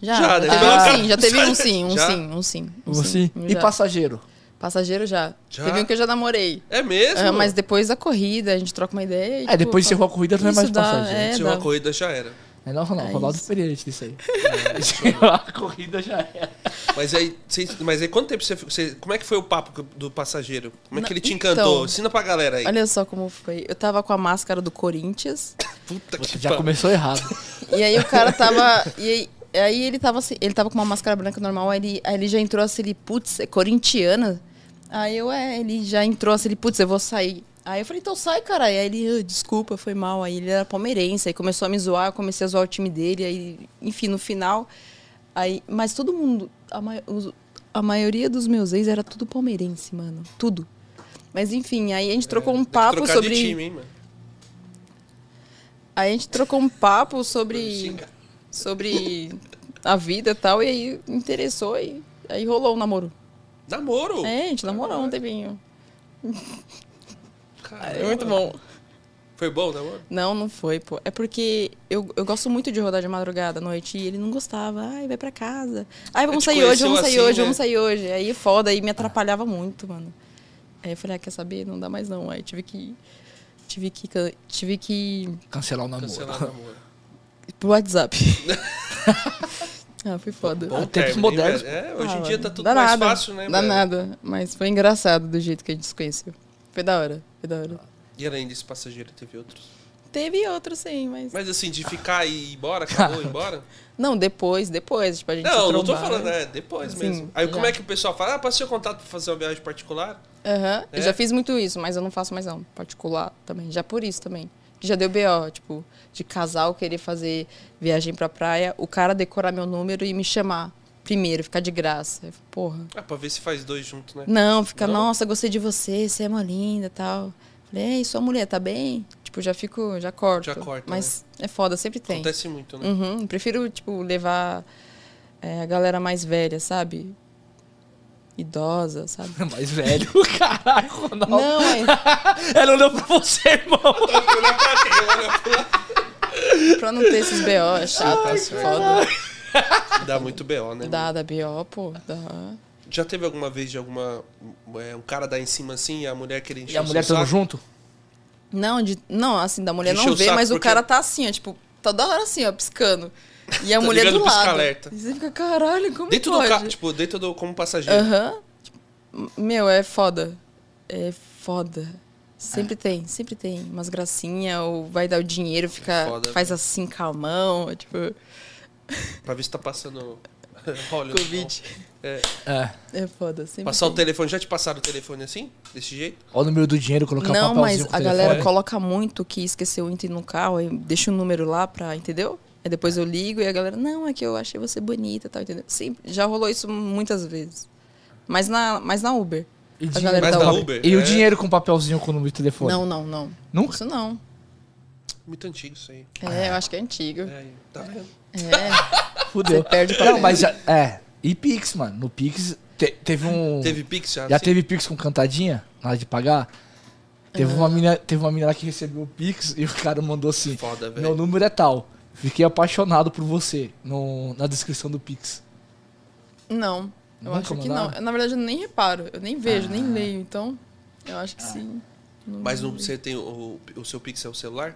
C: Já,
A: Já,
C: já,
A: né?
C: teve
A: Ah.
C: um sim, já teve um sim, um
A: Já?
C: sim, um sim. Um
B: Você.
C: sim, um
B: assim? E
C: já.
B: passageiro?
C: Passageiro já.
A: Já?
C: Teve um que eu já namorei.
A: É mesmo?
C: Ah, mas depois da corrida, a gente troca uma ideia. E,
B: É, depois
C: tipo,
B: encerrou a corrida, não é
C: isso
B: mais
C: dá,
B: passageiro.
C: é,
A: Se
C: dá-
A: uma corrida já era.
B: É não, Ronaldo.
C: É
B: Ronaldo
C: isso. É.
B: experiente disso aí. Encerrou a corrida já era.
A: Mas aí, cê- mas aí quanto tempo você, ficou- você. Como é que foi o papo do passageiro? Como é que
C: Não,
A: ele te
C: então.
A: encantou? Ensina pra galera aí.
C: Olha só como foi. Eu tava com a máscara do Corinthians.
A: Puta que
B: Já
A: pariu.
B: começou errado.
C: e aí o cara tava. E aí, aí ele tava assim, ele tava com uma máscara branca normal, aí ele, aí ele já entrou assim, ele, putz, é corintiana. Aí eu, é, ele já entrou assim, ele, putz, eu vou sair. Aí eu falei, então sai, cara. Aí ele, "Ah, desculpa, foi mal. Aí ele era palmeirense, aí começou a me zoar, eu comecei a zoar o time dele, aí, enfim, no final. Aí, mas todo mundo, a, mai- os- a maioria dos meus ex era tudo palmeirense, mano. Tudo. Mas enfim, aí a gente trocou um
A: É, Tem que
C: papo
A: trocar
C: sobre.
A: De time, hein, mano?
C: Aí a gente trocou um papo sobre
A: Xinga.
C: sobre a vida e tal, e aí interessou e aí rolou um namoro.
A: Namoro?
C: É, a gente namorou um tempinho.
A: Caramba.
C: É muito bom.
A: Foi bom o namoro?
C: Não, não foi, pô. É porque eu, eu gosto muito de rodar de madrugada à noite e ele não gostava. Ai, vai pra casa. Ai, vamos
A: Ele te
C: sair hoje, vamos
A: conheceu
C: sair
A: assim,
C: hoje,
A: né? Ah.
C: vamos sair hoje. Aí foda, aí me atrapalhava muito, mano. Aí eu falei, ah, quer saber? Não dá mais não. Aí tive que. Tive que. can- Tive que.
B: Cancelar o namoro.
A: Cancelar o namoro.
C: pro WhatsApp. ah, foi foda.
A: Bom
B: Ah, tempos
A: término, hein,
B: modernos.
A: velho? É, hoje em
C: Ah,
A: dia tá
C: mano,
A: tudo
C: dá
A: mais
C: nada,
A: fácil, né?
C: Dá
A: velho?
C: nada, mas foi engraçado do jeito que a gente se conheceu. Foi da hora, foi da hora.
A: E além desse passageiro, teve outros.
C: Teve outro sim, mas...
A: Mas assim, de ficar e ir embora, acabou, ir embora?
C: Não, depois, depois, tipo, a gente
A: Não,
C: se
A: não tô
C: trombava.
A: falando, é depois
C: Sim,
A: mesmo. Aí como
C: já.
A: é que o pessoal fala, ah, passei o contato pra fazer uma viagem particular?
C: Aham,
A: É?
C: eu já fiz muito isso, mas eu não faço mais não, particular também, já por isso também. Que já deu B.O., tipo, de casal querer fazer viagem pra praia, o cara decorar meu número e me chamar primeiro, ficar de graça. Eu falei, Porra.
A: Ah, pra ver se faz dois juntos, né?
C: Não, fica,
A: Não?
C: nossa, gostei de você, você é uma linda e tal. Falei, ei, sua mulher tá bem? Tipo, já fico, já corto.
A: Já corta, né?
C: Mas é foda, sempre tem.
A: Acontece muito, né?
C: Uhum, prefiro, tipo, levar é, a galera mais velha, sabe? Idosa, sabe?
B: Mais velho. Caralho, Ronaldo.
C: Não, é
B: Ela olhou pra você, irmão.
C: pra não ter esses
A: Ah,
C: BO,
A: tá
C: é chato, é foda.
A: Dá muito BO, né?
C: Dá, dá BO, pô. Dá.
A: Já teve alguma vez de alguma. é, um cara dar em cima assim e a mulher querer encher
B: E a
A: o
B: mulher
A: seu
B: tamo
A: saco?
B: junto?
C: Não, de, não, assim, da mulher
A: Enche
C: não
A: o
C: vê,
A: saco
C: mas o
A: porque-
C: cara tá assim, ó, tipo, toda hora assim, ó, piscando. E a
A: Tá
C: mulher
A: ligando
C: do
A: pro
C: lado.
A: pisca-alerta.
C: E você fica, caralho, como
A: Dentro
C: pode?
A: do carro, tipo, dentro do. como passageiro.
C: Aham. Meu, é foda. É foda. Sempre tem, sempre tem. Umas gracinhas, ou vai dar o dinheiro, fica,
A: foda,
C: faz assim com a mão. é Tipo,
A: Pra ver se tá passando. Olha,
C: Covid.
B: É.
C: É foda, sempre.
A: Passar o
C: tem.
A: telefone. Já te passaram o telefone assim? Desse jeito?
B: Olha o número do dinheiro, colocar um
C: Não,
B: papelzinho
C: mas
B: com o
C: a
B: telefone.
C: galera coloca muito que esqueceu o item no carro e deixa o número lá pra, entendeu? Aí depois eu ligo e a galera, não, é que eu achei você bonita e tal, entendeu? Sempre, já rolou isso muitas vezes. Mas na, mas na Uber.
B: E,
C: a
B: dinheiro-
C: galera
A: Mas
C: da
A: na
C: Uber.
A: Uber?
B: e
A: é
B: o dinheiro com papelzinho com o número do telefone?
C: Não, não, não.
B: Nunca?
C: Isso não.
A: Muito antigo isso aí.
B: Ah.
C: É, eu acho que é antigo. É.
A: É, tá vendo?
B: Fudeu.
C: Você perde papel.
B: É. Não, mas já, é. E Pix, mano. No Pix te- teve um.
A: Teve Pix já?
B: já
A: assim?
B: teve Pix com cantadinha na hora de pagar? Teve
C: Ah.
B: uma mina, teve uma mina lá que recebeu o Pix e o cara mandou assim:
A: Foda,
B: Meu
A: velho.
B: número é tal. Fiquei apaixonado por você no, na descrição do Pix.
C: Não, eu
B: Nunca
C: acho que não.
B: mandaram? Ah.
C: Na verdade, eu nem reparo, eu nem vejo, nem leio, então eu acho que sim.
A: Ah. Mas não, você tem o, o seu Pix é o celular?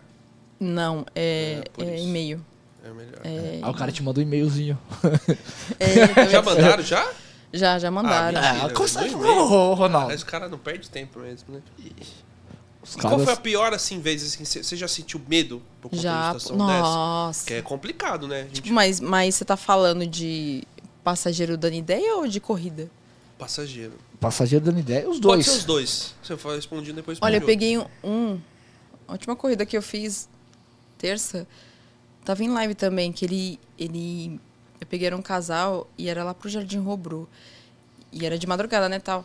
C: Não, é,
A: É, por
C: é
A: isso.
C: e-mail.
A: É melhor.
C: É,
B: Aí o cara te mandou um e-mailzinho.
C: é,
A: Já mandaram já?
C: já, já mandaram.
A: Ah, mentira, mandou um e-mail.
B: Ô, Ronaldo.
A: Mas o cara não perde tempo mesmo, né?
B: Os
A: E qual foi a
B: caras.
A: pior, assim, vez, assim, você você já sentiu medo por conta
C: já,
A: de
C: pô,
A: situação dessa?
C: nossa.
A: Que é complicado, né? A gente
C: Tipo, mas, mas você tá falando de passageiro dando ideia ou de corrida?
A: passageiro.
B: Passageiro dando ideia. Os
A: Pode ser os
B: dois.
A: dois. Você foi respondendo depois
C: Olha, eu
A: responde
C: peguei um, um- A última corrida que eu fiz, terça, tava em live também, que ele. ele eu peguei era um casal e era lá pro Jardim Robru. E era de madrugada, né, tal.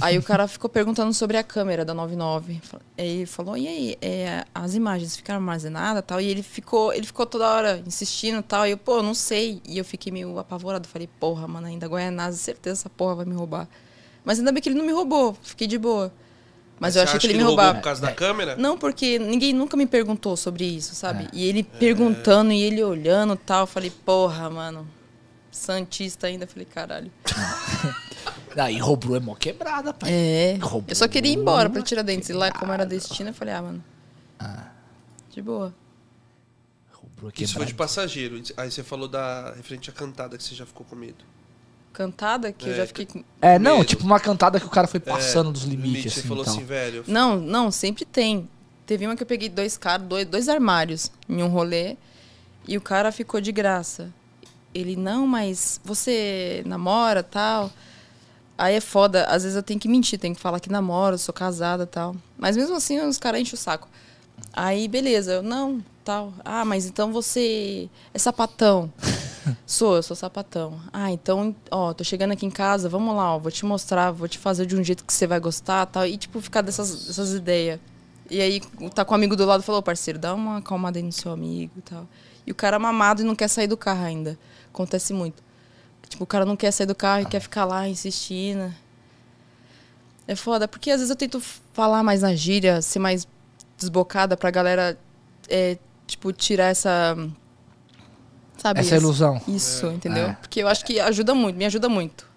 C: Aí o cara ficou perguntando sobre a câmera da 99. Fa- Aí ele falou, e aí, é, as imagens ficaram armazenadas tal. E ele ficou, ele ficou toda hora insistindo tal. E eu, pô, eu não sei. E eu fiquei meio apavorado. Falei, porra, mano, ainda Goianás, certeza essa porra vai me roubar. Mas ainda bem que ele não me roubou, fiquei de boa.
A: Mas
C: Mas, eu
A: você
C: achei que
A: acha
C: ele me
A: roubou
C: roubava.
A: Por causa da câmera?
C: Não, porque ninguém nunca me perguntou sobre isso, sabe? E ele perguntando e ele olhando e tal. eu Falei, porra, mano. Santista ainda. eu Falei, caralho.
B: Aí roubou é mó quebrada, pai.
C: É.
B: Roubou.
C: Eu só queria ir embora pra Tiradentes. E lá, como era destino, eu falei, ah, mano. De boa.
B: Roubou é
A: Isso foi
B: quebrada.
A: de passageiro. Aí você falou da referente à cantada que você já ficou com medo.
C: Cantada que eu
A: É,
C: já fiquei. com-
B: É, não,
A: medo.
B: tipo uma cantada que o cara foi
C: É,
B: passando dos
A: Limite,
B: limites,
A: você
B: assim,
A: É, falou
B: e tal.
A: assim, velho.
C: então. Não, não, sempre tem. Teve uma que eu peguei dois caras, dois, dois armários em um rolê. E o cara ficou de graça. Ele, não, mas você namora tal. Aí é foda, às vezes eu tenho que mentir, tenho que falar que namoro, sou casada tal. Mas mesmo assim os caras enchem o saco. Aí, beleza, eu não, tal. Ah, mas então você é sapatão. sou, eu sou sapatão. Ah, então, ó, tô chegando aqui em casa, vamos lá, ó, vou te mostrar, vou te fazer de um jeito que você vai gostar tal. E, tipo, ficar dessas, dessas ideias. E aí, tá com o amigo do lado e falou, "Ô, parceiro, dá uma acalmada aí no seu amigo e tal. E o cara mamado e não quer sair do carro ainda. Acontece muito. Tipo, o cara não quer sair do carro e quer ficar lá insistindo. É foda, porque às vezes eu tento falar mais na gíria, ser mais desbocada pra galera, é, tipo, tirar essa.
A: assim,
C: Sabe?
B: Essa é
C: esse-
B: ilusão.
C: Isso, entendeu?
B: É.
C: Porque eu acho que ajuda muito, me ajuda muito.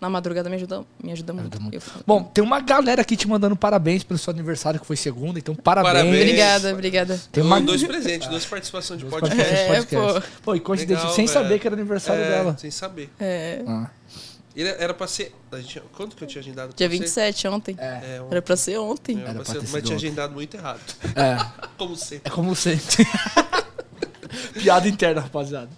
C: Na madrugada me ajuda, me ajuda muito.
B: muito.
C: Eu falo-
B: Bom, tem uma galera aqui te mandando parabéns pelo seu aniversário, que foi segunda, então parabéns.
A: Parabéns.
C: obrigada, obrigada.
B: Tem
A: Tem
B: uma-
A: dois presentes,
C: Ah,
A: duas participações de
B: Dois
A: podcast.
B: participantes
C: É,
B: do podcast. Pô, e coincidência,
A: Legal,
B: sem
A: velho.
B: saber que era aniversário
A: É,
B: dela.
A: Sem saber.
C: É,
B: Ah.
A: Ele era pra ser. a gente- quanto que eu tinha agendado? pra
C: dia
A: você?
C: 27, ontem.
B: É.
A: É, um,
C: Era pra ser ontem.
A: era pra
B: pra
A: ser,
B: ter
A: mas
B: sido
A: tinha
B: ontem.
A: agendado muito errado.
B: É,
A: Como sempre.
B: é como sempre. Piada interna, rapaziada.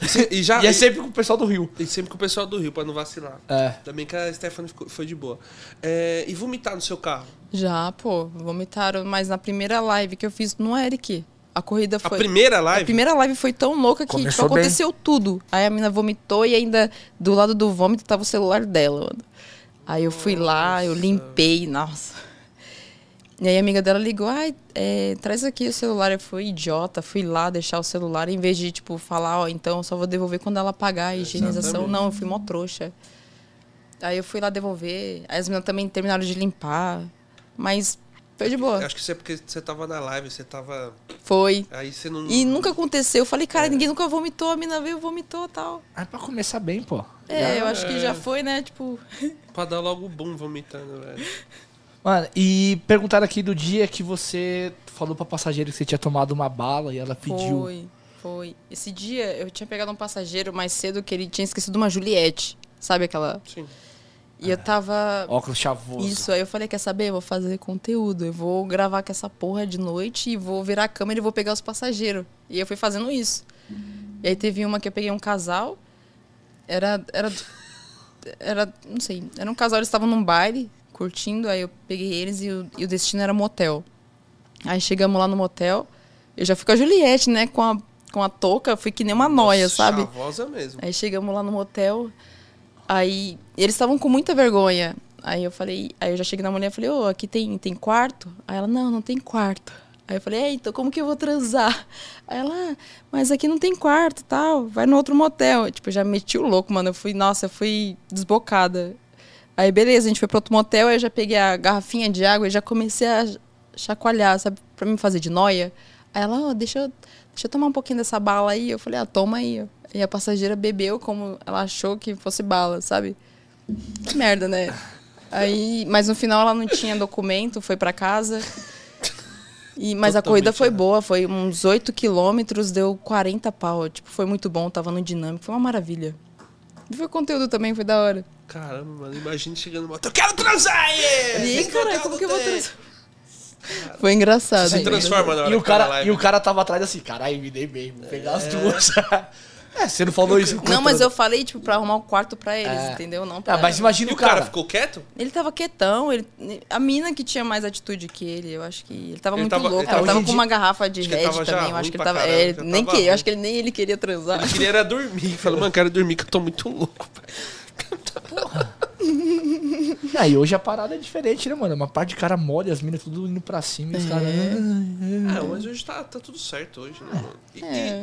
A: E, se- Ah, e já,
B: E é sempre com o pessoal do Rio.
A: e sempre com o pessoal do Rio, pra não vacilar.
B: É.
A: Também que a Stephanie ficou- foi de boa. É, e vomitar no seu carro?
C: Já, pô, vomitaram, mas na primeira live que eu fiz no Eric, a corrida
A: A
C: foi.
A: primeira
C: A
A: live?
C: primeira live foi tão louca que tipo,
B: Começou bem.
C: aconteceu tudo. Aí a mina vomitou e ainda do lado do vômito tava o celular dela. mano. Aí eu fui lá, eu limpei, nossa. E aí a amiga dela ligou, ai, é, traz aqui o celular. Eu fui idiota, fui lá deixar o celular, em vez de, tipo, falar, ó, então eu só vou devolver quando ela pagar a higienização.
A: Exatamente.
C: Não, eu fui mó trouxa. Aí eu fui lá devolver. Aí as meninas também terminaram de limpar. Mas foi de boa.
A: Acho que isso é porque você tava na live, você tava.
C: Foi.
A: Aí você não.
C: E nunca aconteceu. Eu falei, cara, ninguém nunca vomitou, a mina veio, vomitou tal.
B: Ah, pra começar bem, pô.
C: É, eu acho que já foi, né? Tipo.
A: Pra dar logo o boom vomitando, né? velho.
B: Mano, e perguntaram aqui do dia que você falou pra passageira que você tinha tomado uma bala e ela pediu.
C: Foi, foi. Esse dia eu tinha pegado um passageiro mais cedo que ele tinha esquecido uma Juliette. Sabe aquela?
A: Sim.
C: E eu tava.
B: Óculos chavoso.
C: Isso, aí eu falei, quer saber? Eu vou fazer conteúdo. Eu vou gravar com essa porra de noite e vou virar a câmera e vou pegar os passageiros. E eu fui fazendo isso. E aí teve uma que eu peguei um casal Era. Era. Era. Não sei. Era um casal, eles estavam num baile, curtindo, aí eu peguei eles e o, e o destino era motel. Aí chegamos lá no motel, eu já fui com a Juliette, né? Com a, com a touca, fui que nem uma noia,
A: Nossa,
C: sabe? É.
A: Chavosa mesmo.
C: Aí chegamos lá no motel, aí eles estavam com muita vergonha. Aí eu falei, aí eu já cheguei na mulher e falei, ô, aqui tem, tem quarto? Aí ela, não, não tem quarto. Aí eu falei, é, então como que eu vou transar? Aí ela, "Ah, mas aqui não tem quarto tal, vai no outro motel. Tipo, eu já meti o louco, mano. Eu fui, nossa, eu fui desbocada. Aí beleza, a gente foi pro outro motel, aí eu já peguei a garrafinha de água e já comecei a chacoalhar, sabe, pra me fazer de noia. Aí ela, ó, deixa, eu, deixa eu tomar um pouquinho dessa bala aí. Eu falei, ah, toma aí. ó. E a passageira bebeu como ela achou que fosse bala, sabe? Que merda, né? Aí, mas no final ela não tinha documento, foi pra casa. E, mas a
A: Totalmente
C: corrida foi
A: errado.
C: boa, foi uns 8 quilômetros, deu 40 pau. Tipo, foi muito bom, tava no dinâmico, foi uma maravilha. E foi conteúdo também, foi da hora.
A: Caramba, mano, imagina chegando no motel. Eu quero transar! é!" yeah!
C: E
A: Tem
C: aí,
A: que
C: cara,
A: botar
C: como
A: no
C: que eu vou
A: tempo.
C: transar? Foi engraçado.
A: Se transforma na hora
B: E o
A: que tá na
B: cara,
A: live.
B: e o cara tava atrás assim, caralho, me dei bem, vou pegar as duas. é, você não falou isso.
C: Não, mas eu falei, tipo, pra arrumar o quarto pra eles,
B: É.
C: entendeu? Não pra
B: Ah, mas imagina
A: E
B: o cara.
A: ficou quieto?
C: Ele tava quietão, ele... a mina que tinha mais atitude que ele, eu acho que ele tava
A: Ele
C: muito
A: tava- é,
C: louco.
A: ele
C: Ele tava,
B: tava-
C: com uma garrafa de
A: Acho que
C: Red
A: ele tava já
C: também, eu
A: ruim
C: acho que ele
A: pra
C: tava,
A: caramba,
C: é,
A: já
C: nem
A: tava
C: que, eu
A: ruim.
C: acho que ele nem ele queria transar.
A: Eu queria era dormir. Falou, mano, quero dormir que eu tô muito louco. velho."
B: Ah, e hoje a parada é diferente, né, mano? Uma parte de cara mole, as minas tudo indo pra cima,
C: É.
B: e os né? caras.
A: Ah, mas hoje tá, tá tudo certo hoje, né, mano? E o
C: Uhum. É.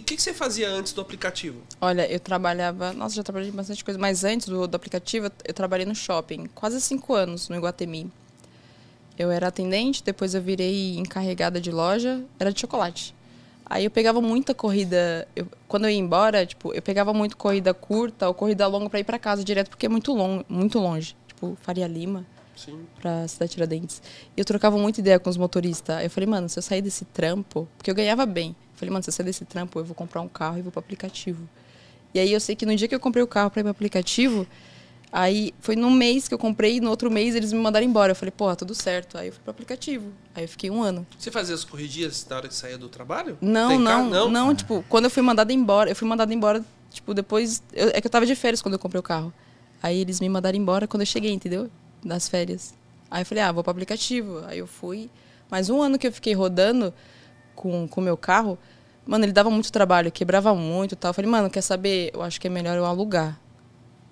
A: que, que você fazia antes do aplicativo?
C: Olha, eu trabalhava, nossa, já trabalhei em bastante coisa, mas antes do, do aplicativo, eu trabalhei no shopping, quase cinco anos no Iguatemi. Eu era atendente, depois eu virei encarregada de loja, era de chocolate. Aí eu pegava muita corrida, eu- quando eu ia embora, tipo, eu pegava muito corrida curta ou corrida longa pra ir pra casa direto, porque é muito longe, muito longe, tipo, Faria Lima
A: Sim.
C: pra Cidade Tiradentes. E eu trocava muita ideia com os motoristas. Eu falei, mano, se eu sair desse trampo, porque eu ganhava bem. Eu falei, mano, se eu sair desse trampo, eu vou comprar um carro e vou pro aplicativo. E aí eu sei que no dia que eu comprei o carro pra ir pro aplicativo, aí foi num mês que eu comprei e no outro mês eles me mandaram embora. Eu falei, pô, tá tudo certo. Aí eu fui pro aplicativo. Aí eu fiquei um ano.
A: Você fazia as corridinhas na hora que saía do trabalho?
C: Não,
A: Tem
C: não,
A: carro?
C: não, tipo, quando eu fui mandada embora, eu fui mandada embora, tipo, depois. eu- é que eu tava de férias quando eu comprei o carro. Aí eles me mandaram embora quando eu cheguei, entendeu? Das férias. Aí eu falei, ah, vou pro aplicativo. Aí eu fui. Mas um ano que eu fiquei rodando com o meu carro, mano, ele dava muito trabalho, quebrava muito e tal. Eu falei, mano, quer saber? Eu acho que é melhor eu alugar.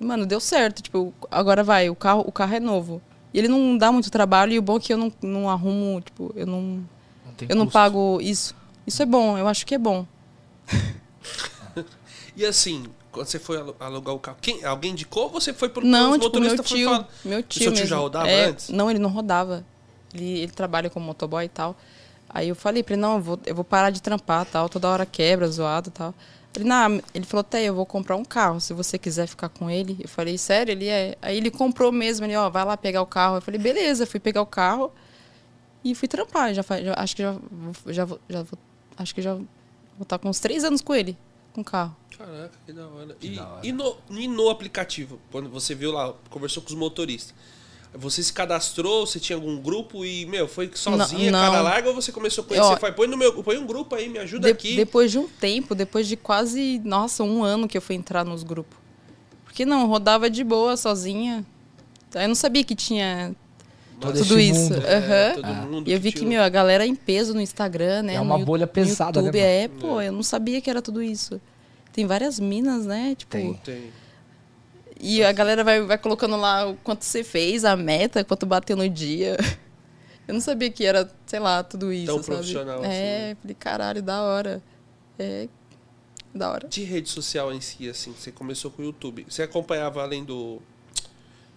C: Mano, deu certo. Tipo, agora vai, o carro, o carro é novo. E ele não dá muito trabalho, e o bom é que eu não, não arrumo, tipo, eu não
A: Um
C: eu não pago isso. Isso é bom, eu acho que é bom.
A: E assim, quando você foi alu- alugar o carro, quem, alguém indicou ou você foi por
C: não,
A: os
C: tipo, meu
A: motoristas foram
C: tio.
A: falar-
C: Meu
A: seu
C: tio.
A: tio
C: mesmo.
A: já rodava
C: É,
A: antes?
C: Não, ele não rodava. Ele, ele trabalha como motoboy e tal. Aí eu falei pra ele, não, eu vou, eu vou parar de trampar tal, toda hora quebra, zoado e tal. Ele, não, ele falou, Té, eu vou comprar um carro, se você quiser ficar com ele. Eu falei, sério? Ele é. Aí ele comprou mesmo, ele, ó, vai lá pegar o carro. Eu falei, beleza, fui pegar o carro e fui trampar. Já, fa- já- acho que já, vou- já, vou- já vou. Acho que já vou estar com uns três anos com ele, com o carro.
A: Caraca, que da hora. E, e no, e no aplicativo, quando você viu lá, conversou com os motoristas, você se cadastrou, você tinha algum grupo e, meu, foi sozinha,
C: Não, não.
A: cara larga, ou você começou a conhecer?
C: Ó,
A: foi, põe, no meu, põe um grupo aí, me ajuda
C: De-
A: aqui.
C: Depois de um tempo, depois de quase, nossa, um ano que eu fui entrar nos grupos. Porque não, eu rodava de boa, sozinha. Eu não sabia que tinha
B: Todo
C: tudo
B: esse
C: isso.
B: mundo.
A: É,
C: Aham.
A: todo mundo um
C: E eu vi que, meu, a galera é em peso no Instagram, né?
B: É uma
C: no
B: bolha
C: Yu- no
B: pesada, né,
C: YouTube,
B: mano?
C: É, pô, eu não sabia que era tudo isso. Tem várias minas, né? Tipo,
B: Tem.
A: Tem.
C: e a galera vai, vai colocando lá o quanto você fez, a meta, quanto bateu no dia. Eu não sabia que era, sei lá, tudo isso.
A: Tão
C: sabe?
A: profissional assim,
C: É,
A: né?
C: falei, caralho, da hora. É, da hora.
A: De rede social em si, assim, você começou com o YouTube. Você acompanhava além do.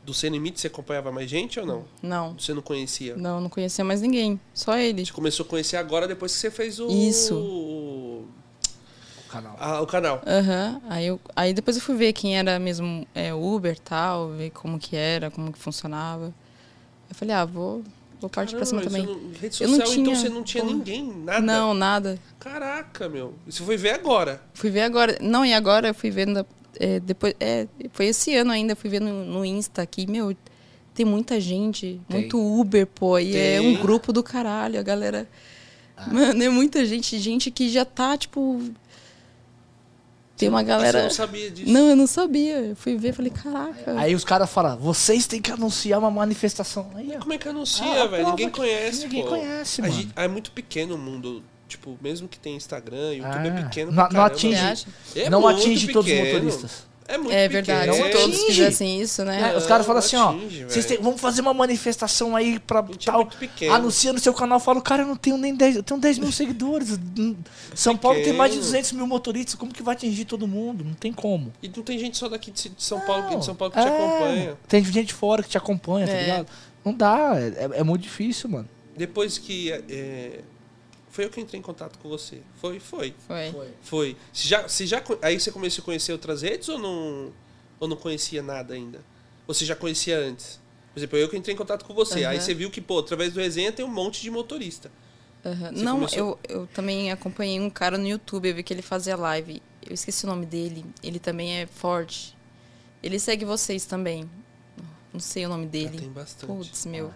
A: Do Sem Limite, você acompanhava mais gente ou não?
C: Não,
A: Você não conhecia?
C: não, não conhecia mais ninguém. Só ele.
A: gente começou a conhecer agora depois que você fez o.
C: Isso.
A: O,
B: O canal.
A: a- o canal.
C: Aham. Aí, eu, aí depois eu fui ver quem era mesmo é, Uber e tal, ver como que era, como que funcionava. Eu falei, ah, vou, vou partir pra cima
A: Caramba,
C: também.
A: isso não- rede
C: Eu
A: social,
C: não
A: então
C: tinha-
A: você não tinha
C: Porra.
A: ninguém, nada.
C: Não, nada.
A: Caraca, meu. Você foi ver agora.
C: Fui ver agora. Não, e agora eu fui vendo. é, depois, é, foi esse ano ainda, eu fui ver no, no Insta aqui, meu, tem muita gente,
B: Tem.
C: muito Uber, pô. E é
A: Tem. Ah.
C: um grupo do caralho, a galera. Mano, é muita gente, gente que já tá, tipo. Tem uma
A: eu
C: galera.
A: não sabia disso.
C: Não, eu não sabia. Eu fui ver, falei, caraca.
B: Aí os caras falam, vocês têm que anunciar uma manifestação. Aí, ó.
A: Como é que anuncia,
B: Ah,
A: velho?
B: prova
A: Ninguém
B: que-
A: conhece,
B: ninguém
A: pô.
B: conhece,
A: A
B: mano.
A: gente- é muito pequeno o mundo. Tipo, mesmo que tem Instagram, YouTube é
B: Ah,
A: pequeno.
B: não-
A: pra
B: não
A: caramba.
B: atinge.
C: Você acha?
A: É
B: não
A: muito
B: atinge todos os
A: pequeno.
B: motoristas.
A: É muito
C: É verdade.
A: pequeno.
C: Se
B: Não
C: todos
B: atinge.
C: fizessem isso, né?
B: É, os caras falam
A: não
B: assim, ó,
A: atinge,
B: vocês
A: velho.
B: têm- vamos fazer uma manifestação aí pra
A: Gente, é
B: tal.
A: muito pequeno.
C: Ah,
B: anuncia no seu canal, fala, cara, eu não tenho nem 10, eu tenho 10 mil seguidores. Hum, São Paulo tem mais de
A: Pequeno.
B: 200 mil motoristas, como que vai atingir todo mundo? Não tem como.
A: E não tem gente só daqui de de São Paulo, que de São Paulo que
B: é,
A: te acompanha.
B: Tem gente de fora que te acompanha, tá
C: É.
B: ligado? Não dá, é, é muito difícil, mano.
A: Depois que. é, foi eu que entrei em contato com você. Foi, foi.
C: Foi.
A: Foi. Se já, se já, co- aí você começou a conhecer outras redes ou não, ou não conhecia nada ainda? Ou você já conhecia antes? Por exemplo, eu que entrei em contato com você. Aí
C: Aham.
A: você viu que, pô, através do resenha tem um monte de motorista.
C: Aham.
A: Você
C: Não,
A: começou-
C: eu, eu também acompanhei um cara no YouTube, eu vi que ele fazia live. Eu esqueci o nome dele, ele também é forte. Ele segue vocês também. Não sei o nome
A: Já
C: dele.
A: tem bastante.
C: Putz, meu.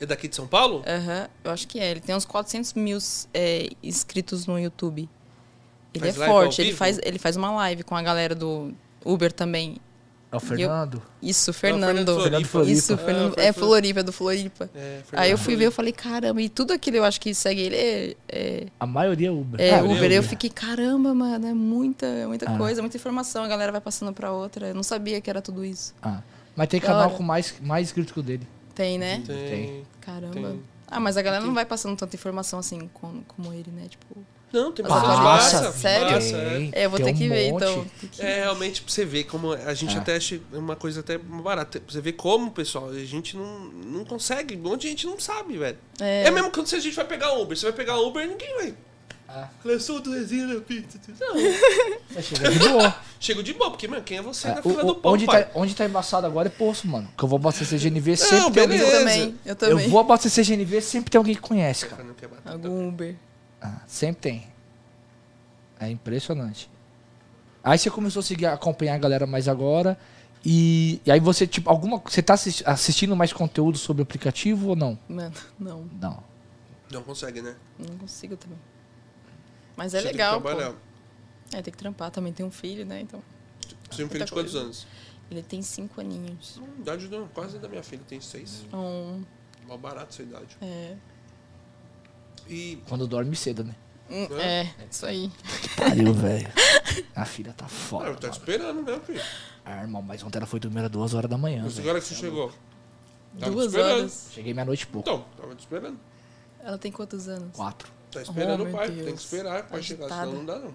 A: É daqui de São Paulo?
C: Aham, eu acho que é. Ele tem uns 400 mil é, inscritos no YouTube. Ele
A: Faz
C: é
A: live ao
C: forte, ele
A: vivo?
C: faz, ele faz uma live com a galera do Uber também.
B: É o Fernando.
C: Isso,
A: Fernando
C: Fernando.
A: Fernando
B: Floripa.
C: Isso,
A: Floripa.
C: Fernando.
A: Ah, foi
C: é
A: Flor-
C: Floripa, do Floripa.
A: É,
C: Aí eu fui ver, eu falei, caramba, e tudo aquilo eu acho que segue ele é, é,
B: A maioria é Uber.
C: é
B: Ah,
C: Uber.
A: Uber.
C: Eu fiquei, caramba, mano, é muita, é muita
B: Ah.
C: coisa, muita informação. A galera vai passando pra outra. Eu não sabia que era tudo isso.
B: Ah, Mas tem
C: Da
B: canal
C: hora.
B: com mais, mais inscrito que o dele.
C: Tem, né?
A: Tem.
C: Caramba.
A: Tem.
C: Ah, mas a galera não vai passando tanta informação assim como, como ele, né? Tipo.
A: Não, tem
B: Ah,
C: As
A: bastante.
C: Passa,
A: Passa,
C: sério?
A: passa, é.
C: É, eu vou
B: tem
C: ter que
B: um
C: ver,
B: monte.
C: então.
A: É, realmente, pra você ver como a gente
B: É.
A: até acha uma coisa até barata. Pra você ver como, pessoal, a gente não, não consegue. Um monte de gente não sabe, velho. É.
C: É.
A: mesmo quando se a gente vai pegar um Uber. Você vai pegar um Uber e ninguém vai.
B: Ah.
A: Falei, eu sou do Resenha da Pizza. Não,
B: Vai chegar de boa.
A: chego de boa, porque, mano, quem é você
B: É,
A: na
B: o-
A: fila
B: Tá o-
A: do pão,
B: onde,
A: pai?
B: tá, onde tá embaçado agora é poço, mano. Que eu vou abastecer GNV sempre.
A: Não,
B: tem alguém-
A: beleza.
C: Eu também, eu também.
B: Eu vou abastecer GNV, sempre tem alguém que conhece, cara.
A: Não quer bater.
C: Algum Uber.
B: Ah, sempre tem. É impressionante. Aí você começou a seguir, a acompanhar a galera mais agora. E, e aí você, tipo, alguma. Você tá assisti- assistindo mais conteúdo sobre o aplicativo ou não?
C: Mano, não,
B: Não.
A: Não consegue, né?
C: não consigo também. Mas é
A: Você tem que
C: legal, pô.
A: trabalhar.
C: É, tem que trampar também, tem um filho, né? Então,
A: Você tem um filho
C: Muita
A: de quantos
C: coisa.
A: anos?
C: ele tem cinco aninhos.
A: Hum, idade não, quase da minha filha, tem seis.
C: Um,
A: Mal barato essa idade.
C: é,
A: E.
B: Quando dorme cedo, né?
C: um, é, isso aí.
B: Pariu, velho. A filha
A: Ah,
B: tá
A: eu
B: foda.
A: tô te
B: mano.
A: esperando, né, filho?
B: Ah, irmão, mas ontem ela foi dormir às duas horas da manhã.
A: Mas
B: velho.
A: agora que
C: Tá
A: você chegou. Tava te
C: Duas
A: Tá esperando.
C: horas.
B: Cheguei meia-noite e pouco.
A: Então, tava te esperando.
C: Ela tem quantos anos?
B: Quatro.
A: Tá esperando
C: Oh,
A: o
C: meu
A: pai.
C: Deus.
A: Tem que esperar pra chegar,
C: Agitada.
A: senão não dá, não.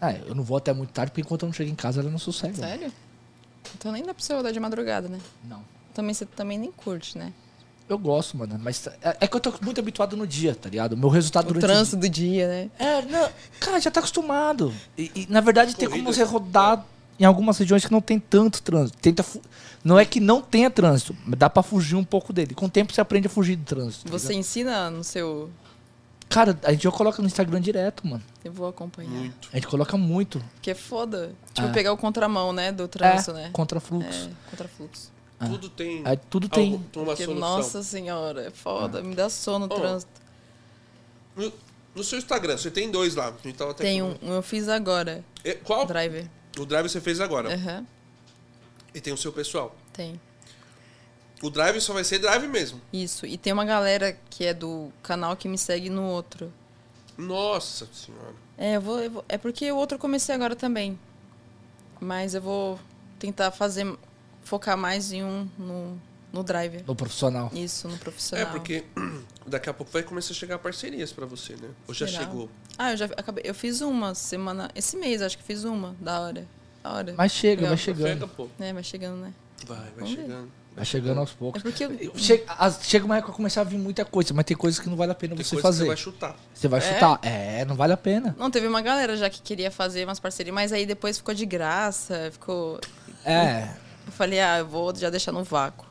B: Ah, eu não vou até muito tarde, porque enquanto eu não chego em casa, ela não sossega.
C: Sério? Então nem dá pra você rodar de madrugada, né?
B: Não.
C: Também você também nem curte, né?
B: Eu gosto, mano, mas é, é que eu tô muito habituado no dia, tá ligado? O meu resultado
C: O
B: durante
C: trânsito do dia, né?
B: o dia... É, não, cara, já tá acostumado. E, e, na verdade, tem como
A: Corrida.
B: você rodar em algumas regiões que não tem tanto trânsito. Tenta fu- Não é que não tenha trânsito, mas dá pra fugir um pouco dele. Com o tempo você aprende a fugir do trânsito. tá
C: Você
B: ligado?
C: ensina no seu.
B: Cara, a gente já coloca no Instagram direto, mano.
C: Eu vou acompanhar.
A: Muito.
B: A gente coloca muito.
C: Porque é foda. Tipo,
B: Ah.
C: pegar o contramão, né? Do trânsito,
B: é,
C: né?
B: contra fluxo.
C: É, contrafluxo.
B: Ah.
A: Tudo tem.
B: Aí tudo tem.
A: algo- uma
C: Porque,
A: solução.
C: nossa senhora, é foda. Me dá sono o
A: Oh,
C: trânsito.
A: No, no seu Instagram, você tem dois lá. A gente tava até
C: Tem um, um eu fiz agora,
A: É, Qual?
C: driver.
A: O drive você fez agora.
C: Aham,
A: E tem o seu pessoal.
C: tem.
A: O drive só vai ser drive mesmo.
C: Isso. E tem uma galera que é do canal que me segue no outro.
A: Nossa senhora.
C: É, eu vou, eu vou- é porque o outro eu comecei agora também. Mas eu vou tentar fazer, focar mais em um no, no driver.
B: No profissional.
C: Isso, no
A: É,
C: profissional.
A: porque daqui a pouco vai começar a chegar parcerias pra você, né? Ou já
C: Será?
A: chegou?
C: Ah, eu já acabei. Eu fiz uma semana. Esse mês, acho que fiz uma. Da hora. Da hora.
B: Mas chega,
C: Legal.
B: vai chegando.
A: Chega, pô.
C: Né, vai chegando, né?
A: Vai, vai
C: Vamos ver.
A: chegando.
B: Vai chegando aos poucos.
C: É porque eu-
B: Eu- Chega, as- chega uma época que começar a vir muita coisa, mas tem coisas que não vale a pena
A: Tem
B: você
A: coisa
B: fazer.
A: que você vai chutar.
B: Você vai
C: É?
B: chutar? É, não vale a pena.
C: Não, teve uma galera já que queria fazer umas parcerias, mas aí depois ficou de graça, ficou...
B: É.
C: Eu falei, ah, eu vou já deixar no vácuo.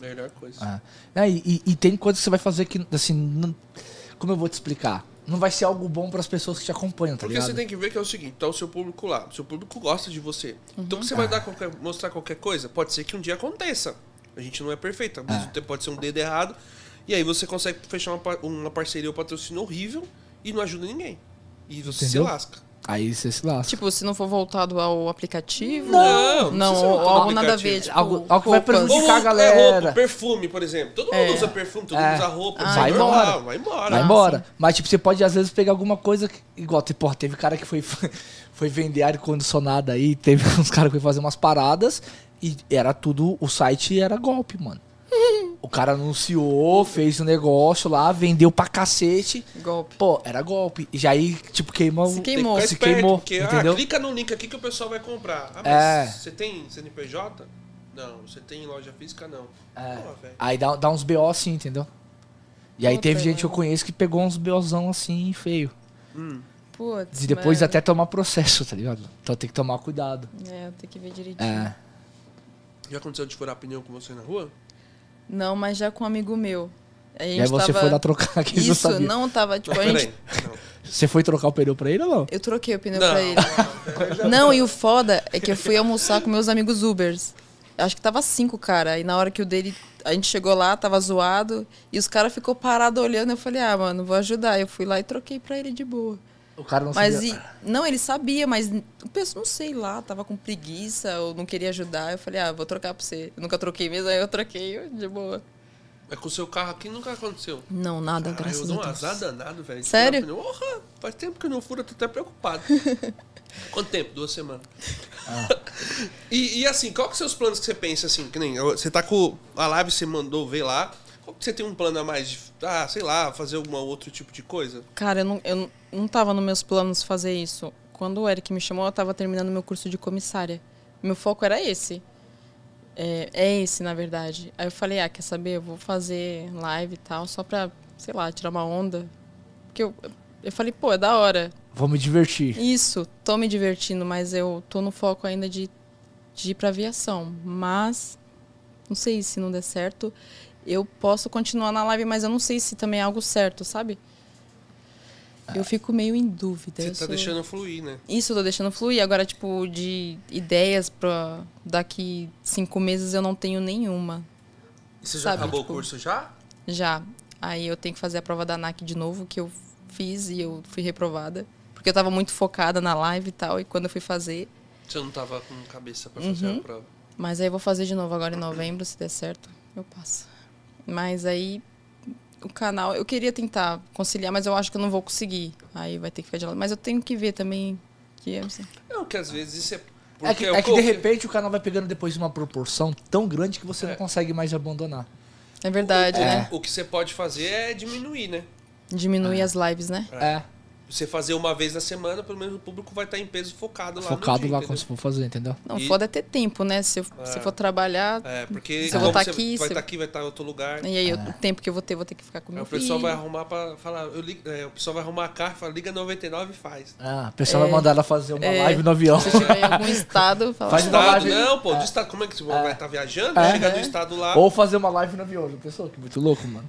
A: Melhor coisa.
B: Ah. Né, e- e, e tem coisas que você vai fazer que, assim, não- como eu vou te explicar? Não vai ser algo bom pras pessoas que te acompanham, tá
A: Porque
B: ligado?
A: você tem que ver que é o seguinte, tá o seu público lá, o seu público gosta de você.
B: Uhum.
A: Então
B: É.
A: você vai dar qualquer- mostrar qualquer coisa, pode ser que um dia aconteça. A gente não é perfeito, às vezes pode ser um dedo errado, e aí você um consegue fechar uma, pa- uma parceria ou patrocínio horrível e não ajuda ninguém. E você
B: Entendeu?
A: se lasca.
B: Aí você se lasca.
C: Tipo, se não for voltado ao aplicativo.
A: Não, não
C: não,
A: precisa
C: ou
A: voltar ao
C: algo nada a
A: aplicativo.
C: ver. Tipo,
B: Algo- algo que vai
C: roupas.
A: Ou
B: prejudicar. indicar a
A: é,
B: galera.
A: roupa, perfume, por exemplo. Todo mundo usa perfume, todo
B: É.
A: mundo usa roupa.
C: Ah,
A: isso é
B: vai
A: normal,
B: embora.
A: Vai embora.
B: Vai
C: Ah,
B: embora.
A: assim.
C: sim.
B: Mas, tipo, você pode às vezes pegar alguma coisa. que- igual, tipo, porra, teve cara que foi, foi vender ar condicionado aí. Teve uns caras que foi fazer umas paradas. E era tudo. O site era golpe, mano. O cara anunciou, fez o negócio lá, vendeu pra cacete.
C: Golpe.
B: Pô, era golpe. E já aí, tipo, queimou.
C: Se
A: Tem que
C: queimou.
A: ficar
B: Se
A: esperto,
B: queimou,
A: porque,
B: entendeu?
A: Ah, clica no link aqui que o pessoal vai comprar. Ah, mas
B: É.
A: você tem CNPJ? Não. Você tem loja física? Não.
B: É.
A: Pô, velho.
B: Aí dá, dá uns BO assim, entendeu? E aí
C: Puta, né?
B: teve gente que eu
C: mano.
B: conheço que pegou uns BOzão assim, feio.
C: Putz,
B: E depois
C: mano.
B: até tomar processo, tá ligado? Então tem que tomar cuidado.
C: É, tem que ver direitinho.
B: É.
A: Já aconteceu de furar pneu com você na rua?
C: Não, mas já com um amigo meu. A gente
B: E aí você
C: tava...
B: foi lá trocar aqui, não
C: Isso,
B: sabia.
C: não tava, tipo, a gente...
A: Peraí.
B: Você foi trocar o pneu pra ele ou não?
C: Eu troquei o pneu
A: Não.
C: pra ele. Não, e o foda é que eu fui almoçar com meus amigos Ubers. Acho que tava cinco, cara. E na hora que o dele. A gente chegou lá, tava zoado. E os caras ficou parado olhando. Eu falei, ah, mano, vou ajudar. Eu fui lá e troquei pra ele de boa.
B: O cara não
C: mas.
B: sabia.
C: E, não, ele sabia, mas. O pessoal, não sei lá, tava com preguiça ou não queria ajudar. Eu falei, ah, vou trocar pra você. Eu nunca troquei mesmo, aí eu troquei eu, de boa.
A: É com o seu carro aqui nunca aconteceu.
C: Não, nada,
A: Ah, eu
C: graças
A: dou um
C: a Deus.
A: azar danado, velho. de
C: Sério?
A: furar pneu. Porra, faz tempo que eu não furo, eu tô até preocupado. Quanto tempo? Duas semanas.
B: Ah.
A: e, e assim, qual que são os planos que você pensa assim? Que nem você tá com a live, você mandou ver lá. Qual que você tem um plano a mais? De, ah, sei lá, fazer algum outro tipo de coisa?
C: Cara, eu não, eu não- não tava nos meus planos fazer isso. Quando o Eric me chamou, eu tava terminando meu curso de comissária. Meu foco era esse. É, é esse, na verdade. Aí eu falei, ah, quer saber? Eu vou fazer live e tal, só pra, sei lá, tirar uma onda. Porque eu, eu falei, pô, é da hora.
B: Vou me divertir.
C: Isso, tô me divertindo, mas eu tô no foco ainda de, de ir pra aviação. Mas, não sei se não der certo. Eu posso continuar na live, mas eu não sei se também é algo certo, sabe? Eu fico meio em dúvida.
A: É. Você
C: eu
A: tá
C: sou-
A: deixando fluir, né?
C: Isso, eu tô deixando fluir. Agora, tipo, de ideias pra daqui cinco meses eu não tenho nenhuma
A: E você já
C: Sabe,
A: acabou
C: tipo-
A: o curso já?
C: já. Aí eu tenho que fazer a prova da ANAC de novo, que eu fiz e eu fui reprovada. Porque eu tava muito focada na live e tal, e quando eu fui fazer,
A: Você não tava com cabeça pra fazer a prova?
C: Mas aí eu vou fazer de novo agora em novembro, se der certo, eu passo. Mas aí o canal, eu queria tentar conciliar, mas eu acho que eu não vou conseguir. Aí vai ter que ficar de lado. Mas eu tenho que ver também que é, assim,
A: Não, que às vezes isso é.
B: É que,
A: eu
B: é que de
A: coloquei-
B: repente o canal vai pegando depois uma proporção tão grande que
A: É.
B: você não consegue mais abandonar.
C: é verdade, né?
A: O que você pode fazer é diminuir, né?
C: Diminuir as lives, né?
B: É,
A: Você fazer uma vez na semana, pelo menos o público vai estar em peso focado lá. no
B: É, focado
A: dia,
B: lá
A: entendeu?
B: quando você for fazer, entendeu?
C: Não,
A: E-
C: foda é ter tempo, né? Se eu, se eu for trabalhar,
A: É, porque
C: Se eu
A: como
C: voltar
A: você
C: aqui, Né?
A: vai
C: se-
A: estar aqui, vai estar em outro lugar.
C: e aí eu-
B: É.
C: o tempo que eu vou ter, vou ter que ficar com
A: Aí
C: meu
A: É, o pessoal vai
C: filho.
A: arrumar pra falar. Eu ligo, é, o pessoal vai arrumar a carta, fala, liga 99 e faz.
B: Ah, o pessoal vai mandar ela fazer uma
C: é.
B: live no avião.
C: Se eu estiver em algum estado, falar,
B: Faz
C: "Ah,
B: uma
A: Estado, né?
B: live-
A: não, pô, do estado, como é que você vai estar viajando?
B: É.
A: Chega do estado lá.
B: Ou fazer uma live no avião, já pensou? Que muito louco, mano.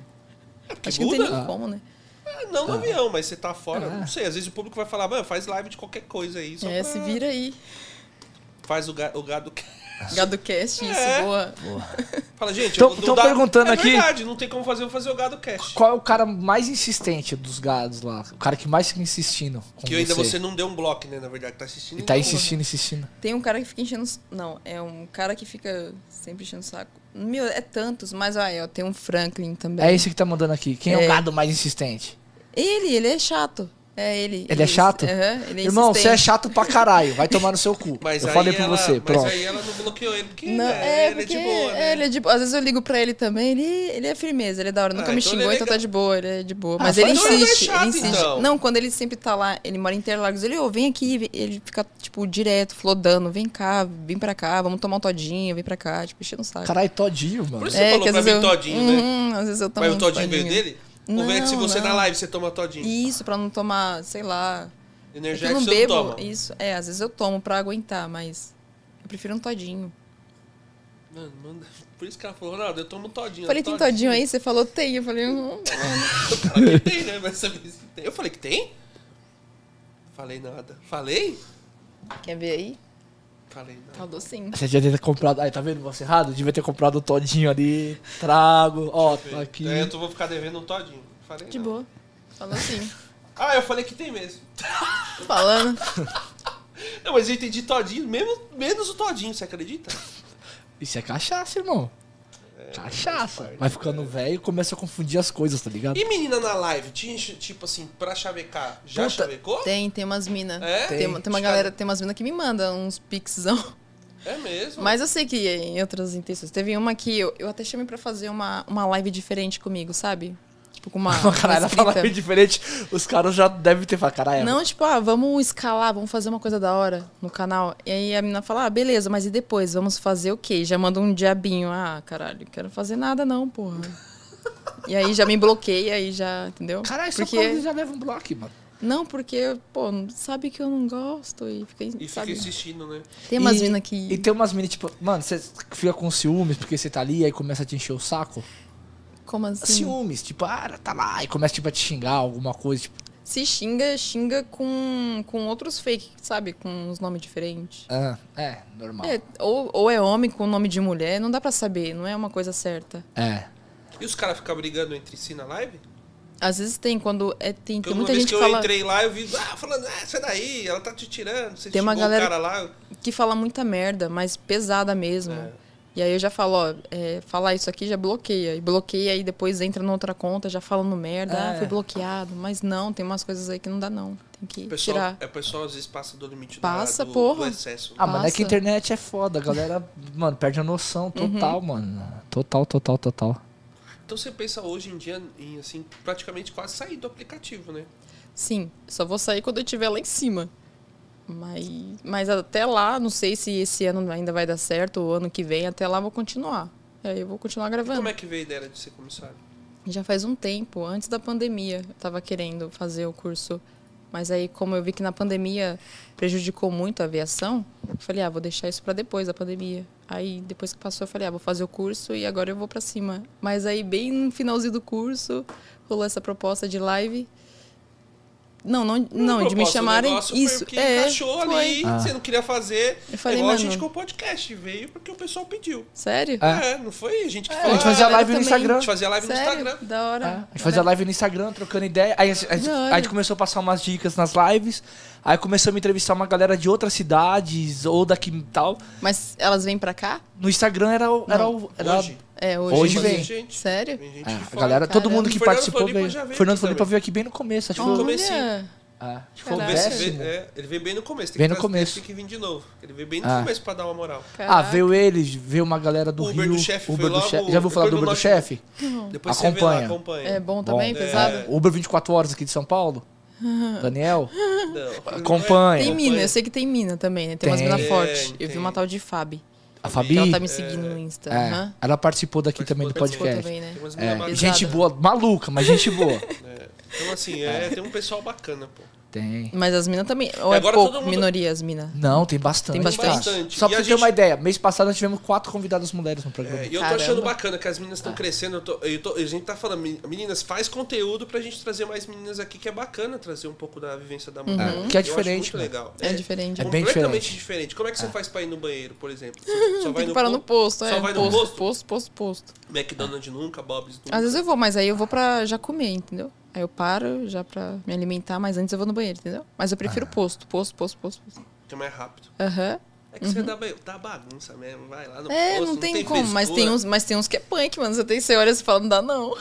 C: acho que não tem
A: muda?
C: nem como, né?
A: Ah, Não no avião, mas você tá fora. Não sei, às vezes o público vai falar, mano, faz live de qualquer coisa aí. Só
C: Ah. É,
A: pra-
C: se vira aí.
A: Faz o, ga, o gado.
C: GadoCast, isso,
A: É.
C: boa.
A: Fala, gente,
B: Tão-
A: eu vou
B: tão
A: dar-
B: perguntando
A: é
B: aqui.
A: verdade, não tem como fazer, eu vou fazer o gado cash.
B: Qual é o cara mais insistente dos gados lá? O cara que mais fica insistindo com
A: Que
B: você.
A: ainda você não deu um bloco, né? Na verdade, tá assistindo.
B: E tá
A: então-
B: insistindo, insistindo.
C: Tem um cara que fica enchendo. Não, é um cara que fica sempre enchendo o saco. Meu, é tantos, mas olha, eu tenho um Franklin também.
B: É esse que tá mandando aqui. Quem é, o
C: É.
B: gado mais insistente?
C: Ele, ele é chato. É ele.
B: Ele é chato?
C: Aham, ele é
B: Irmão, você é
C: insistente.
B: chato pra caralho. Vai tomar no seu cu.
A: Mas
B: eu
A: aí
B: falei pra
A: ela-
B: você,
A: mas
B: pronto.
A: aí ela não bloqueou ele, porque
C: Não,
A: né,
C: é,
A: ele é
C: porque
A: de boa, né?
C: é, ele é de boa. Às vezes eu ligo pra ele também, ele, ele é firmeza, ele é da hora. Nunca
A: Ah,
C: me
A: então ele
C: xingou,
A: é
C: então tá
A: legal.
C: de boa, ele é de boa.
B: Ah,
C: Mas ele
A: então ele não é
C: insiste,
A: chato,
C: ele insiste.
A: então.
C: Não, quando ele sempre tá lá, ele mora em Interlagos, ele, ô, vem aqui, ele fica, tipo, direto, flodando, vem cá, vem pra cá, vamos tomar um todinho, vem pra cá, tipo, enchendo o saco.
B: Caralho, todinho, mano.
A: Por
C: É,
A: isso- Você falou pra mim todinho, né?
C: né? Às vezes eu tomo
A: Mas o
C: um
A: todinho veio
C: todinho.
A: dele? Ou veio que se
C: Não,
A: você
C: não.
A: na live você toma todinho?
C: Isso, pra não tomar, sei lá. É que eu
A: Energético
C: não
A: você
C: bebo.
A: não toma.
C: Isso, é, às vezes eu tomo pra aguentar, mas eu prefiro um todinho.
A: Mano, manda- Por isso que ela falou, Ronaldo, eu tomo Um todinho.
C: falei, tem todinho aí? Você falou, tem. Eu falei, hum.
A: Falei que tem, né? Vai saber se tem. Eu falei que tem? Falei nada. Falei?
C: Quer ver aí?
A: Falei nada.
C: Falou sim.
B: Você devia ter comprado. Aí, tá vendo você errado? Devia ter comprado o todinho ali. Trago. Ó, tá aqui.
A: Aí É, eu tô- vou ficar devendo um todinho. Falei
C: De
A: nada.
C: boa. Falou sim.
A: Ah, eu falei que tem mesmo.
C: Falando.
A: Não, mas eu entendi todinho, mesmo, menos o todinho, você acredita?
B: Isso é cachaça, irmão.
A: É,
B: cachaça. Vai ficando velho e começa a confundir as coisas, tá ligado?
A: E menina na live, tinha tipo assim, pra chavecar, já
C: Puta,
A: chavecou?
C: Tem, tem umas minas.
A: É?
C: Tem,
A: Tem.
C: uma- tem uma
A: Os
C: galera, tem umas minas que me mandam uns pixão.
A: É mesmo?
C: Mas eu sei que é em outras intenções. Teve uma que eu, eu até chamei pra fazer uma, uma live diferente comigo, sabe? Tipo, com uma. uma
B: Caralho, ela fala
C: escrita.
B: bem diferente. Os caras já devem ter falado, caralho. é
C: Não, tipo, ah, vamos escalar, vamos fazer uma coisa da hora no canal. E aí a menina fala, ah, beleza, mas e depois? Vamos fazer o quê? Já manda um diabinho. Ah, caralho, quero fazer nada não, porra. e aí já me bloqueia e já, entendeu?
B: Caralho, só
C: porque...
B: porque eles já levam um bloco, mano.
C: Não, porque, pô, sabe que eu não gosto e fica,
A: E fica
C: sabe?
A: insistindo, né?
C: Tem umas
B: E-
C: minas que...
B: E tem umas meninas, tipo, mano, você fica com ciúmes porque você tá ali e aí começa a te encher o saco.
C: Como assim?
B: Ciúmes, tipo, ah, tá lá, e começa tipo, a te xingar alguma coisa. Tipo,
C: Se xinga, xinga com, com outros fake, sabe? Com uns nomes diferentes.
B: ah, é, normal.
C: É, ou, ou é homem com nome de mulher, não dá pra saber, não é uma coisa certa.
B: É.
A: E os caras ficam brigando entre si na live?
C: Às vezes tem, quando. É,
A: Porque
C: tem, tem
A: uma
C: muita
A: vez
C: gente
A: que
C: que
A: eu
C: fala,
A: entrei lá, eu vi, ah, falando, ah, sai daí, ela tá te tirando, você
C: Tem uma
A: xingou o
C: galera-
A: cara lá.
C: que fala muita merda, mas pesada mesmo.
A: É.
C: E aí eu já falo, ó, é, falar isso aqui já bloqueia. E bloqueia e depois entra na outra conta, já falando merda,
B: É.
C: ah, foi bloqueado. Mas não, tem umas coisas aí que não dá, não. Tem que
A: O pessoal,
C: tirar.
A: é, o pessoal às vezes passa do limite
C: Passa,
A: da, do,
C: porra.
A: do excesso.
B: Ah, mano, é
C: Nossa.
B: que a internet é foda. A galera, mano, perde a noção total, mano. Total, total, total.
A: Então você pensa hoje em dia em, assim, praticamente quase sair do aplicativo, né?
C: Sim, só vou sair quando eu estiver lá em cima. Mas, mas até lá, não sei se esse ano ainda vai dar certo, ou ano que vem, até lá eu vou continuar. E aí eu vou continuar
A: E
C: gravando.
A: como é que veio a ideia de ser comissário?
C: Já faz um tempo, antes da pandemia, eu tava querendo fazer o curso. Mas aí, como eu vi que na pandemia prejudicou muito a aviação, eu falei, ah, vou deixar isso para depois da pandemia. Aí, depois que passou, eu falei, ah, vou fazer o curso e agora eu vou para cima. Mas aí, bem no finalzinho do curso, rolou essa proposta de live. Não, não, não, de me
A: proposta, o
C: chamarem.
A: negócio foi
C: Isso,
A: o que
C: é.
A: encaixou ali,
B: Ah.
A: você não queria fazer.
C: Eu falei,
A: igual a
C: mano-
A: gente com o podcast, veio porque o pessoal pediu.
C: Sério?
B: É.
A: É, não foi a gente que
B: a
A: falou.
B: gente fazia
A: "Ah,
C: galera
B: live no
C: também.
B: Instagram.
A: a gente fazia live no
C: Sério?
A: Instagram.
C: Da hora.
B: É, a gente fazia live no Instagram, trocando ideia. Aí a gente, a gente- a gente começou a passar umas dicas nas lives. Aí começamos a entrevistar uma galera de outras cidades ou daqui e tal.
C: Mas elas vêm pra cá?
B: No Instagram era o. Era
C: Não,
B: o era-
A: hoje.
C: É, hoje.
B: Hoje
A: Fazia
B: vem.
A: gente.
C: Sério?
A: Vem gente
B: É,
A: de
B: a
A: fora.
B: galera, todo
C: Caramba.
B: mundo que
A: Fernando
B: participou
A: Floripa
B: veio.
A: já veio
B: Fernando
A: aqui
B: Floripa
A: também.
B: veio aqui bem no começo. Acho que foi,
A: No comecinho.
C: Olha.
B: é, acho que foi o
C: Caralho.
A: Vê se
B: décimo.
A: vê- é, ele vem bem no começo. Tem
B: Vem
A: que
B: no
A: trazer-
B: começo.
A: Tem que vir de novo. Ele vem bem no
B: Ah.
A: começo pra dar uma moral.
B: Ah,
C: Caraca.
B: veio eles, veio uma galera do
A: Uber
B: Rio.
A: do chefe
B: Uber
A: foi
B: do
A: logo
B: chefe. Já ouviu falar
A: depois
B: do
A: do
B: Uber do
A: nosso-
B: chefe?
A: Depois você vê
B: Acompanha.
A: lá, acompanha.
C: Hum. É bom também,
B: Bom,
C: pesado?
A: é.
B: Uber 24 horas aqui de São Paulo? Daniel?
A: Não, é
B: Acompanha.
C: Tem
B: Acompanha.
C: mina, assim, eu sei que tem mina também, né? Tem, umas
B: Tem.
C: mina forte.
A: Tem,
C: Eu vi
A: tem.
C: uma tal de Fabi,
B: A
C: que
B: Fabi?
C: ela tá me seguindo no Insta.
B: É,
C: aham.
B: Ela participou daqui
A: Participou
B: também do
A: também.
C: Participou
B: podcast.
C: também, né?
A: Tem umas
B: É,
A: meninas bacanas.
B: gente boa, maluca, mas gente boa.
A: Então, assim, é, tem um pessoal bacana, pô.
B: tem.
C: Mas as minas também. Ou é
A: Agora
C: pouco,
A: todo mundo-
C: minoria as minas.
B: Não, tem bastante.
C: Tem
B: cara.
A: bastante.
B: Só
A: E
B: pra
A: a
B: você ter
A: gente-
B: uma ideia, mês passado nós tivemos quatro convidadas mulheres no programa.
A: É, e eu tô
C: Caramba. Ah.
A: achando bacana que as meninas estão crescendo. eu tô- eu tô- a gente tá falando, men- meninas, faz conteúdo pra gente trazer mais meninas aqui, que é bacana trazer um pouco da vivência da mulher.
B: É, que é
A: Eu acho
B: diferente,
A: muito
B: mano.
A: legal.
C: Uhum. É diferente. Ah.
B: É bem
A: completamente
B: diferente.
A: Como é que você faz pra ir no banheiro, por exemplo? Você só vai
C: Tem que
A: no
C: parar no
A: ponto,
C: posto,
A: só
C: é.
A: vai no
C: posto,
A: posto?
C: posto, posto, posto.
A: McDonald's nunca, Bob's nunca.
C: Às vezes eu vou, mas aí eu vou pra já comer, entendeu? Aí eu paro já pra me alimentar, mas antes eu vou no banheiro, entendeu? Mas eu
B: Ah.
C: prefiro posto, posto, posto, posto, posto.
A: Que é mais rápido.
C: Aham.
A: É que você dá, ba- dá bagunça mesmo, vai lá no
C: Uhum. É,
A: posto,
C: não tem, como, mas tem,
A: frescura.
C: uns, mas tem uns que é punk, mano. Você tem você olha e você fala, não dá não.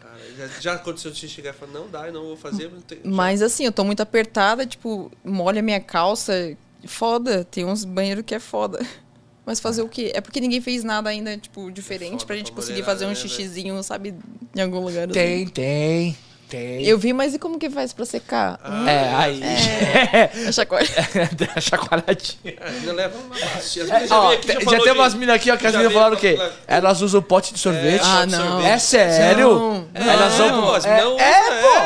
A: Cara, já, já aconteceu de você chegar e falar, não dá, eu não vou fazer. Mas, não tem-
C: Mas assim, eu tô muito apertada, tipo, molha minha calça. Foda, tem uns banheiros que é foda. Mas fazer o quê? É porque ninguém fez nada ainda, tipo, diferente
A: É foda
C: pra gente
A: pra
C: conseguir
A: mulherada,
C: fazer um
A: né,
C: xixizinho, sabe, em algum lugar. assim.
B: Tem, tem, tem.
C: Eu vi, mas e como que faz pra secar?
A: Ah.
C: Hum,
B: É, aí. É.
C: a chacoalha.
B: Dá chacoalhadinha.
A: Ah, ainda leva uma bacia. Às
B: É,
A: vezes
B: ó,
A: veio aqui,
B: te- já,
A: falou
B: tem
A: de-
B: umas minas aqui, ó, que as
A: já
B: meninas
A: veio
B: falaram o quê?
A: falando-
B: Elas usam pote de sorvete.
C: Ah,
A: de
C: não.
A: sorvete.
B: É sério?
C: Não.
B: Elas
A: Não,
B: são.
A: as
B: é,
A: não
B: é,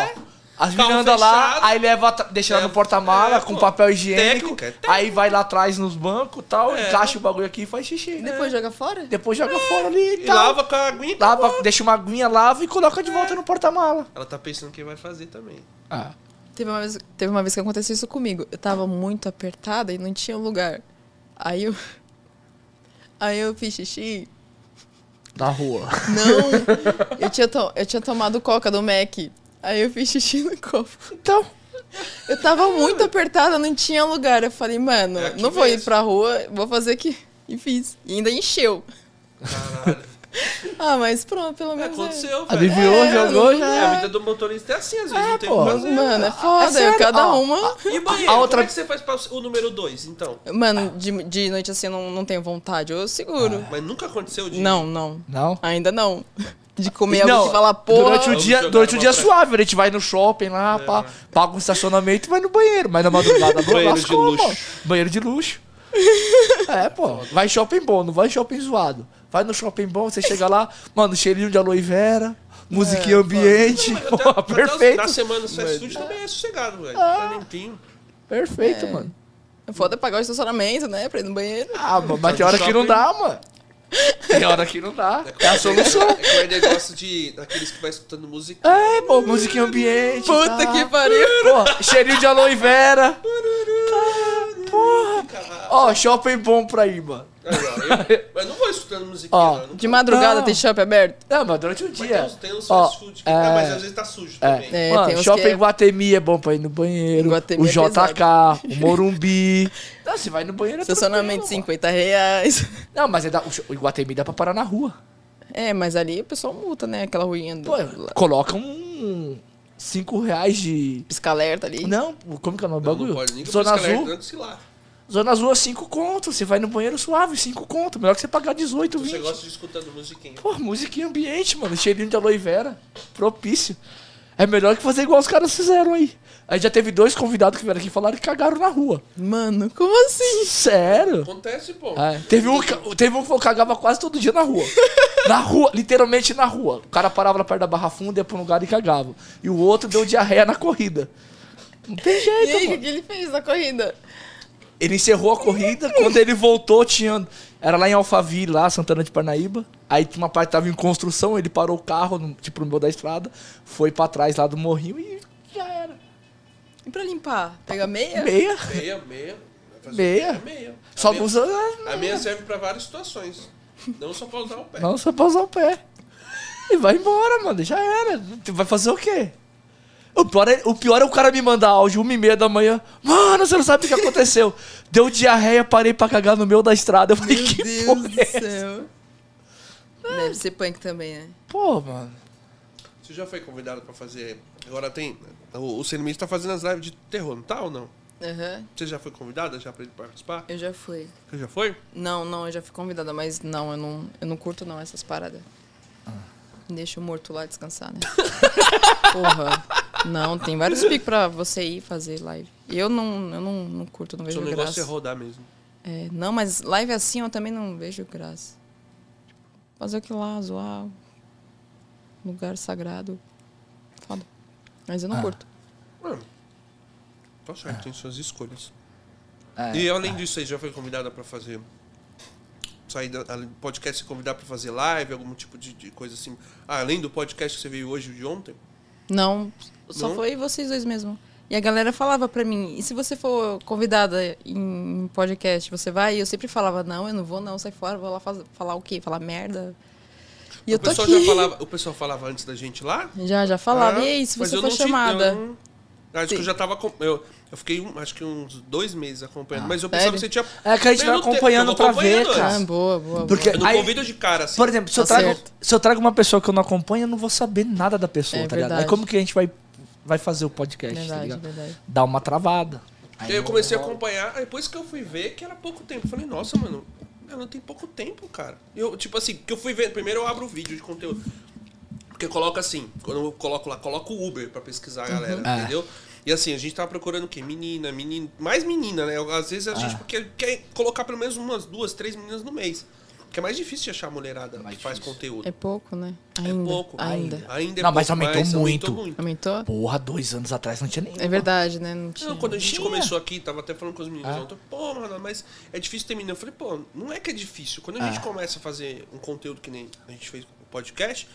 A: é.
B: pô. As
A: Carro
B: meninas andam lá,
A: fechado.
B: aí leva, atra- deixa lá no
A: É,
B: porta-mala
A: é,
B: com
A: pô.
B: papel higiênico.
A: Técnica, é técnica.
B: aí vai lá atrás nos bancos e tal,
A: É.
B: encaixa o bagulho aqui e faz xixi.
C: Depois joga fora?
B: Depois joga fora ali e
A: E tá É.
B: tal.
A: lava com a aguinha.
B: Lava, deixa uma aguinha, lava e coloca de volta no porta-mala.
A: Ela tá pensando que vai fazer também.
B: Ah.
C: Teve uma, vez, teve uma vez que aconteceu isso comigo. Eu tava muito apertada e não tinha lugar. Aí eu. Aí eu fiz xixi
B: Na rua.
C: Não, eu tinha, to- eu tinha tomado coca do Mac. Aí eu fiz xixi no copo.
B: Então,
C: Eu tava muito apertada, não tinha lugar. Eu falei, mano,
A: É aqui
C: não vou ir
A: mesmo.
C: pra rua, vou fazer aqui. E fiz. E ainda encheu.
A: Caralho.
C: Ah, mas pronto, pelo menos. é.
A: Aconteceu, velho.
B: Aliviou,
C: É,
B: jogou, né? já.
A: É, a vida do motorista é assim, às vezes não tem o
B: pô.
A: que fazer.
C: Mano, é foda.
B: sério?
C: cada
B: Ó,
C: uma.
A: E banheiro,
B: A outra-
A: como é que você faz pra o número 2, então?
C: Mano, de, de noite assim eu não, não tenho vontade. Eu seguro.
A: Mas nunca aconteceu de...
C: Não, não.
B: Não?
C: Ainda não. De comer
B: Não,
C: algo que fala, porra.
B: Durante o
A: Vamos
B: dia,
A: jogar
B: durante o
A: uma
B: dia
A: pra- É.
B: suave, a gente vai no shopping lá, pá, paga um estacionamento e vai no banheiro. Mas na madrugada não
A: Banheiro de
B: lascou,
A: luxo.
B: mano. Banheiro de luxo. É, pô. Vai em shopping bom, não vai em shopping zoado. Vai no shopping bom, você chega lá, mano, cheirinho de aloe vera, musiquinha ambiente.
A: Até-
B: pô,
A: até os-
B: perfeito. Ah.
A: Na semana, os fast food também é sossegado, velho. Tá limpinho.
B: Perfeito, mano.
C: É foda pagar o estacionamento, né? Pra ir no banheiro.
B: Ah, mano, mas tem hora que não dá, mano. Tem hora que não dá. É a solução.
A: É que é negócio de... Daqueles que vai escutando música.
B: É, pô, musiquinha ambiente.
C: Puta
B: tá.
C: que pariu.
B: Pô, cheirinho de aloe vera. Porra. Ó, shopping bom pra ir, mano.
A: Aí, ó, eu- Mas não vou escutando musiquinha,
B: Ó,
A: não. Eu não
C: De madrugada
B: Não.
C: tem shopping aberto?
B: Não, mas durante o
A: Mas
B: dia.
A: Tem uns, tem uns
B: Ó,
A: fast food que tá,
B: é.
A: mas às vezes tá sujo também.
C: É, tem
B: Mano,
C: uns
B: shopping
C: que é-
B: Guatemi é bom pra ir no banheiro.
C: Guatemi
B: o
C: é
B: JK, o Morumbi. Não, você vai no banheiro é
C: Estacionamento
B: tranquilo,
C: 50 reais.
B: mano. Não, mas é da, o cho- o Guatemi dá pra parar na rua.
C: É, mas ali o pessoal multa, né? Aquela ruinha do
B: Pô, coloca um. 5 reais de.
C: pisca-alerta ali.
B: Não, pô, como que é o nome do
A: Não,
B: bagulho?
A: Não pode nem
B: Zona
A: buscar
B: Azul.
A: alerta antes, sei lá.
B: Zona Azul é 5 conto. Você vai no banheiro suave, 5 conto. Melhor que você pagar 18,
A: Então Você
B: 20.
A: gosta de escutando musiquinha.
B: Pô, musiquinha ambiente, mano. Cheirinho de aloe vera. Propício. É melhor que fazer igual os caras fizeram aí. Aí já teve dois convidados que vieram aqui e falaram que cagaram na rua.
C: Mano, como assim?
B: Sério?
A: Acontece, pô.
B: É, teve, um, ca- teve um que eu cagava quase todo dia na rua. Na rua, literalmente na rua. O cara parava lá perto da barra funda, ia pra um lugar e cagava. E o outro deu diarreia na corrida. Não tem
C: E aí,
B: jeito,
C: o que
B: mano.
C: que ele fez na corrida?
B: Ele encerrou a corrida, quando ele voltou, tinha. Era lá em Alphaville, lá, Santana de Parnaíba. Aí tinha uma parte que tava em construção, ele parou o carro, no- tipo, no meio da estrada, foi pra trás lá do morrinho e já era.
C: E pra limpar? Pega meia?
B: Meia.
A: Meia, meia. Vai fazer
B: Meia?
A: o quê? meia.
B: Só
A: a meia,
B: usa. né?
A: a meia serve pra várias situações. Não só pra usar o pé.
B: Não, só pra usar o pé. E vai embora, mano. Já era. Tu Vai fazer o quê? O pior, é, o pior é o cara me mandar áudio, uma e meia da manhã. Mano, você não sabe o que aconteceu. Deu diarreia, parei pra cagar no meio da estrada. Eu falei,
C: Meu
B: que
C: Deus
B: porra
C: do
B: é essa?
C: céu. Deve ser punk também, né?
B: Pô, mano.
A: Você já foi convidado pra fazer. Agora tem. né, O, o Sem Limites tá fazendo as lives de terror, não tá ou não?
C: Aham,
A: Você já foi convidada já pra ele participar?
C: eu já fui.
A: Você já foi?
C: Não, não, eu já fui convidada, mas não, eu não, eu não curto não essas paradas.
B: Ah.
C: Deixa o morto lá descansar, né? Porra. Não, tem vários picos pra você ir fazer live. Eu não, eu não, não curto, não
A: Seu
C: vejo
A: negócio é
C: graça.
A: rodar mesmo.
C: É, não, mas live assim eu também não vejo graça. Tipo, Fazer o que lá, zoar. Lugar sagrado. Foda. Mas
A: Ah.
C: eu não curto.
A: Mano. Tá certo, tem suas escolhas.
B: É.
A: E além disso, aí já foi convidada pra fazer. Sair da, além do podcast se convidar pra fazer live, algum tipo de, de coisa assim. Ah, além do podcast que você veio hoje e de ontem?
C: Não, só
A: Não?
C: foi vocês dois mesmo. E a galera falava pra mim, e se você for convidada em podcast, você vai? E eu sempre falava, não, eu não vou não, sai fora, vou lá faz- falar o quê? Falar merda? E eu
A: o
C: tô
A: pessoal
C: aqui.
A: já falava. O pessoal falava antes da gente lá?
C: Já, já falava.
A: Ah,
C: e aí, se
A: mas
C: você
A: eu
C: for
A: não tive-
C: chamada?
A: eu não- Ah, acho que eu
C: Sim.
A: já tava. com- Eu, eu fiquei, um- acho que uns dois meses acompanhando, mas eu pensava
C: Ah, sério?
A: que você tinha.
B: É que a gente vai
A: Pelo tempo,
B: acompanhando
A: eu vou
B: pra ver,
A: acompanhando
B: cara.
C: Ah, boa, boa,
B: Porque-
A: Eu não
B: Aí-
A: convido de cara, assim.
B: Por exemplo, se eu,
C: Tá
B: trago,
C: certo.
B: se eu trago uma pessoa que eu não acompanho, eu não vou saber nada da pessoa,
C: É
B: tá ligado? Aí
C: verdade.
B: como que a gente vai, vai fazer o podcast, tá
C: Verdade,
B: ligado?
C: verdade.
B: Dá uma travada.
A: Aí eu comecei a acompanhar, aí depois que eu fui ver que era pouco tempo. Eu falei, nossa, mano, eu não tenho pouco tempo, cara. Eu, tipo assim, que eu fui vendo. Primeiro eu abro o vídeo de conteúdo. Porque coloca assim, quando eu coloco lá, coloco o Uber pra pesquisar a galera,
B: Ah.
A: entendeu? E assim, a gente tava procurando o quê? Menina, menino. Mais menina, né? Às vezes a
B: É.
A: gente quer, quer colocar pelo menos umas duas, três meninas no mês. Porque é mais difícil de achar a mulherada que faz conteúdo.
C: É pouco, né?
A: É
C: Ainda,
A: pouco.
C: ainda.
A: Ainda é
B: Não, mas
A: pouco,
B: aumentou muito.
C: Aumentou?
B: Porra, dois anos atrás não tinha nem.
C: É verdade, né? Não tinha.
A: Não, quando a gente
B: Tinha.
A: começou aqui, tava até falando com os meninos
B: Ah.
A: ontem, pô, mano, mas é difícil ter menino. Eu falei, pô, não é que é difícil. Quando
B: Ah.
A: a gente começa a fazer um conteúdo que nem a gente fez com o podcast,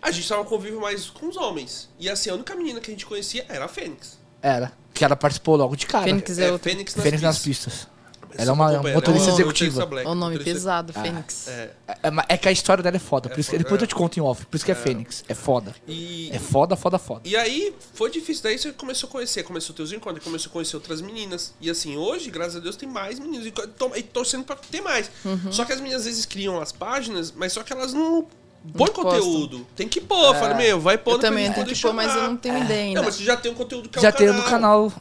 A: a gente tava convívio mais com os homens. E assim, a única menina que a gente conhecia era a Fênix.
B: Era. Que ela participou logo de cara.
C: Fênix é
A: É,
C: outro.
A: Fênix nas
B: Fênix nas
A: pistas.
B: pistas.
A: Mas
B: Ela é uma
A: Companheira,
B: motorista
A: é uma
B: executiva.
A: motorista black,
C: É o nome
A: motorista-
C: pesado, Fênix.
A: É.
B: É, mas é que a história dela é foda. Por isso,
A: foda,
B: depois
A: é.
B: eu te conto em off. Por isso que é, Fênix. É foda.
A: E,
B: É foda, foda, foda.
A: e aí foi difícil. Daí você começou a conhecer, começou teus encontros, começou a conhecer outras meninas. E assim, hoje, graças a Deus, tem mais meninos. E co- tô- E torcendo pra ter mais.
C: Uhum.
A: Só que as meninas às vezes criam as páginas, mas só que elas não. Põe
C: postam. É.
A: conteúdo. Tem que pôr. Falei, meu, vai pôr
C: Eu também
A: pra
C: tenho
A: eles
C: que pôr, mas eu não tenho ideia ainda.
A: Não, mas você já tem um conteúdo que é
B: Já
A: o
B: tem no canal.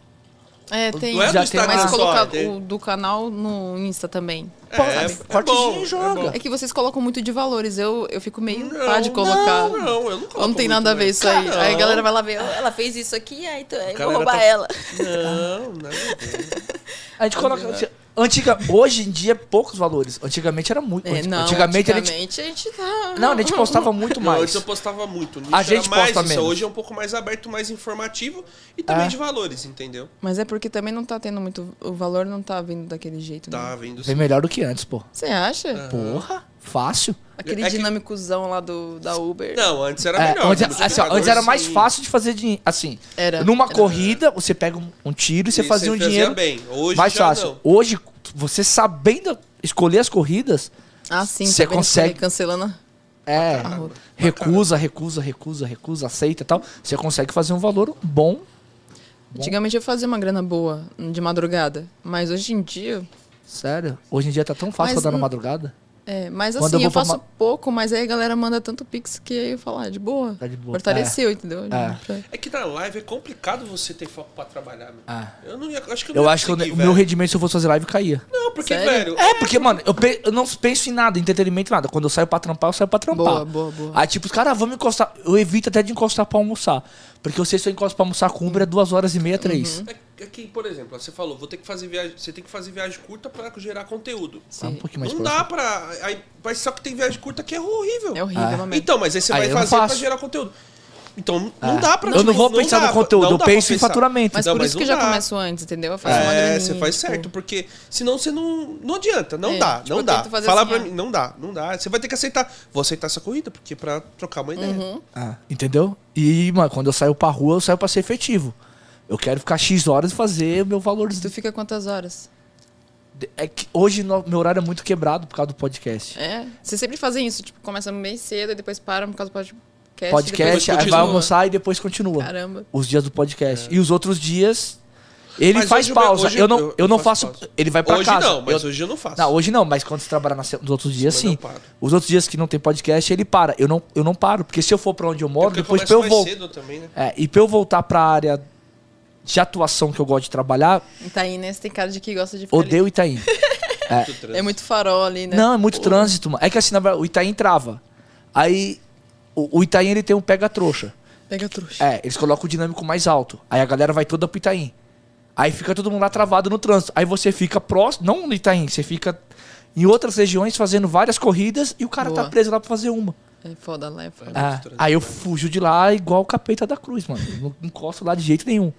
C: É, tem.
A: Não é do
B: Já tem
A: Instagram
C: mas
B: mais.
A: só,
C: colocar
A: tem-
C: o do canal no Insta também.
A: É,
B: Pô,
A: é
B: sabe? Cortezinho
A: bom,
B: e
A: é
B: joga.
A: bom.
C: É que vocês colocam muito de valores. Eu, eu fico meio
A: Não,
C: pá de colocar.
A: Não, não, eu não coloco
C: Ou não tem
A: muito,
C: nada a ver
A: né?
C: isso aí.
A: Cara,
C: Aí a
A: não.
C: galera vai lá ver, "Ah, ela fez isso aqui, aí então, eu vou
A: galera
C: roubar
A: tá-
C: ela.
A: Não, nada a ver.
B: A gente
A: É
B: coloca. Antiga, hoje em dia, é poucos valores. Antigamente era muito.
C: É, não,
B: antigamente, a gente.
C: antigamente a gente tá.
B: Não, a gente postava muito
A: Não, antes
B: mais.
A: eu postava muito. Nicho
B: A
A: era
B: gente
A: mais
B: posta
A: isso.
B: menos.
A: Hoje é um pouco mais aberto, mais informativo e também
B: É.
A: de valores, entendeu?
C: Mas é porque também não tá tendo muito. O valor não tá vindo daquele jeito. né?
A: Tá vendo.
B: Vem melhor do que antes, pô.
C: Você acha?
B: Porra, fácil.
C: Aquele
A: É que-
C: dinâmicozão lá do, da Uber.
A: Não, antes era
B: É,
A: melhor. né?
B: antes,
A: no
B: assim, ó,
A: computador,
B: antes era mais
A: sim.
B: fácil de fazer dinheiro. Assim,
C: Era,
B: numa
C: era.
B: corrida, você pega um, um tiro e você
A: E
B: fazia um dinheiro
A: bem. Hoje
B: mais
A: já
B: fácil.
A: não.
B: Hoje, você sabendo escolher as corridas,
C: Ah, sim.
B: Você
C: tá vendo?
B: consegue-
C: Falei, Cancelando.
B: é,
C: caramba.
B: recusa, recusa, recusa, recusa, aceita e tal. Você consegue fazer um valor bom.
C: Antigamente eu fazia uma grana boa de madrugada. Mas hoje em dia.
B: Sério, hoje em dia tá tão fácil
C: Mas
B: dar na
C: n-
B: madrugada.
C: É, mas
B: Quando
C: assim,
B: eu vou
C: eu, faço
B: formar-
C: pouco, mas aí a galera manda tanto pix que aí eu falo, ah, de boa.
B: Tá de boa.
C: Fortaleceu, entendeu?
B: É.
A: É que na live é complicado você ter foco pra trabalhar, meu.
B: Ah.
A: Eu não ia, acho que eu, não
B: Eu
A: ia
B: acho que o ne-
A: conseguir,
B: o meu
A: velho.
B: rendimento, se eu fosse fazer live, caía.
A: Não, porque,
C: Sério?
A: velho.
B: É, porque, mano, eu, pe- eu não penso em nada, entretenimento, nada. Quando eu saio pra trampar, eu saio pra trampar.
C: Boa, boa, boa.
B: Aí, tipo, os caras, vamos encostar. Eu evito até de encostar pra almoçar. Porque eu sei se eu encosto pra almoçar com Uber é duas horas e meia, três.
A: É, é que, por exemplo, você falou, vou ter que fazer viagem. Você tem que fazer viagem curta pra gerar conteúdo.
B: Tá um pouquinho mais
A: não
B: próximo.
A: dá pra. Aí, mas só que tem viagem curta que é horrível.
C: É
B: Ah.
C: horrível, é uma merda.
A: Então, mas aí você
B: Aí
A: vai
B: eu não
A: fazer pra
B: faço. Ah.
A: gerar conteúdo. Então, não dá pra
B: Eu não vou pensar no
A: dá
B: conteúdo,
A: pra- não
B: eu
A: dá pra
B: penso em
A: pensar.
B: faturamento.
C: Mas
A: Não,
C: por
A: então, mas
C: isso que
A: não
C: eu já
A: dá.
C: começo antes, entendeu? Eu faço uma
A: É,
C: graninha,
A: você faz
C: tipo,
A: certo, porque senão você não. Não adianta, não
C: É,
A: dá,
C: tipo,
A: não
C: eu
A: dá.
C: tento fazer
A: Fala
C: assim,
A: pra
C: ó.
A: mim, não dá, não dá. Você vai ter que aceitar. Vou aceitar essa corrida, porque é pra trocar uma ideia.
C: Uhum.
B: Ah, entendeu? E, mano, quando eu saio pra rua, eu saio pra ser efetivo. Eu quero ficar X horas e fazer o meu valor.
C: Tu fica quantas horas?
B: É que hoje no- meu horário é muito quebrado por causa do podcast.
C: É. Vocês sempre fazem isso, tipo, começa bem cedo e depois param por causa do podcast.
B: podcast,
A: depois
B: aí vai
A: continua.
B: almoçar e depois continua.
C: Caramba.
B: Os dias do podcast. E os outros dias, ele
A: É. Mas
B: faz
A: hoje eu-
B: pausa.
A: hoje
B: eu não,
A: eu-
B: eu, não
A: eu faço
B: faço.
A: pausa.
B: Ele vai É pra
A: hoje
B: casa.
A: não, mas
B: Eu-
A: hoje eu não faço.
B: Não, hoje assim, não, mas quando você trabalhar na se- nos outros dias,
A: Semana
B: sim.
A: eu paro. É
B: Os outros dias que não tem podcast, ele para. Eu não, eu não paro, porque se eu for pra onde eu moro,
A: É porque
B: depois
A: começa
B: pra eu
A: mais
B: voltar.
A: cedo também, né?
B: É, e pra eu voltar pra área de atuação que eu gosto de trabalhar,
C: Itaí, né? Você tem cara de que gosta de ficar ali.
B: odeio Itaim.
A: Né? Muito trânsito.
C: É muito farol ali, né?
B: Não, é muito trânsito, mano. É que assim, na verdade, o Itaim trava. Aí, o, o Itaim ele tem um pega-trouxa.
C: Pega trouxa.
B: É, eles colocam o dinâmico mais alto. Aí a galera vai toda pro Itaim. Aí fica todo mundo lá travado no trânsito. Aí você fica próximo, não no Itaim, você fica em outras regiões fazendo várias corridas e o cara tá
C: Boa.
B: preso lá pra fazer uma.
C: É, foda lá, é foda.
A: muito
B: Ah,
A: trânsito,
B: aí eu fujo de lá igual o capeta da cruz, mano. Eu Não encosto lá de jeito nenhum.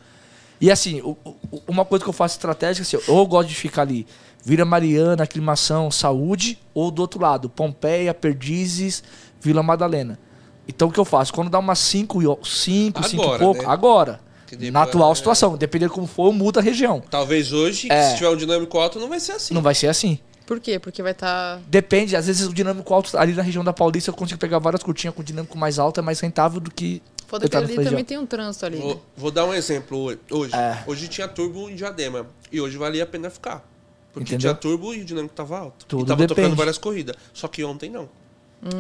B: E assim, o- o- uma coisa que eu faço estratégica, assim, ou eu gosto de ficar ali, Vila Mariana, Aclimação, Saúde, ou do outro lado, Pompeia, Perdizes, Vila Madalena. Então o que eu faço? Quando dá umas 5, 5, 5 e
A: Agora,
B: pouco,
A: né?
B: agora.
A: Que né? depois-
B: Na atual situação, dependendo de como for, eu mudo a região.
A: Talvez hoje,
B: É.
A: se tiver um dinâmico alto, não vai ser assim.
B: Não vai ser assim.
C: Por quê? Porque vai tá estar.
B: Depende, às vezes o dinâmico alto ali na região da Paulista eu consigo pegar várias curtinhas com dinâmico mais alto, é mais rentável do que.
C: Foda
B: eu
C: que
B: tava
C: ali
B: na região.
C: também tem um trânsito ali. né?
A: Vou, vou dar um exemplo ho- hoje.
B: É.
A: Hoje tinha turbo em Diadema. E hoje valia a pena ficar. Porque
B: Entendeu?
A: tinha turbo e o dinâmico tava alto.
B: Tudo
A: e tava tocando
B: depende.
A: várias corridas. Só que ontem não.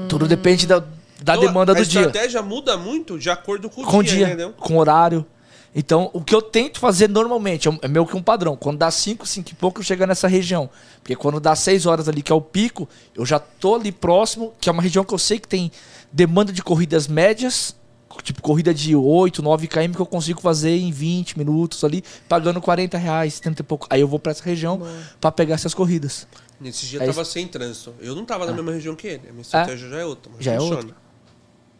B: Tudo depende da, da
A: Então,
B: demanda
A: a
B: do dia.
A: estratégia muda muito de acordo com o
B: Com o
A: dia,
B: dia,
A: entendeu?
B: com horário. Então, o que eu tento fazer normalmente é um- é meio que um padrão. Quando dá 5, 5 e pouco, eu chego nessa região. Porque quando dá 6 horas ali, que é o pico, eu já tô ali próximo, que é uma região que eu sei que tem demanda de corridas médias, tipo corrida de 8, 9 km, que eu consigo fazer em 20 minutos ali, pagando 40 reais, 70 e pouco. Aí eu vou pra essa região pra pegar essas corridas.
A: Nesse dia
B: É Ah.
A: tava sem trânsito. Eu não tava na mesma região que ele. A minha estratégia já é outra, mas
B: Já é
A: funciona.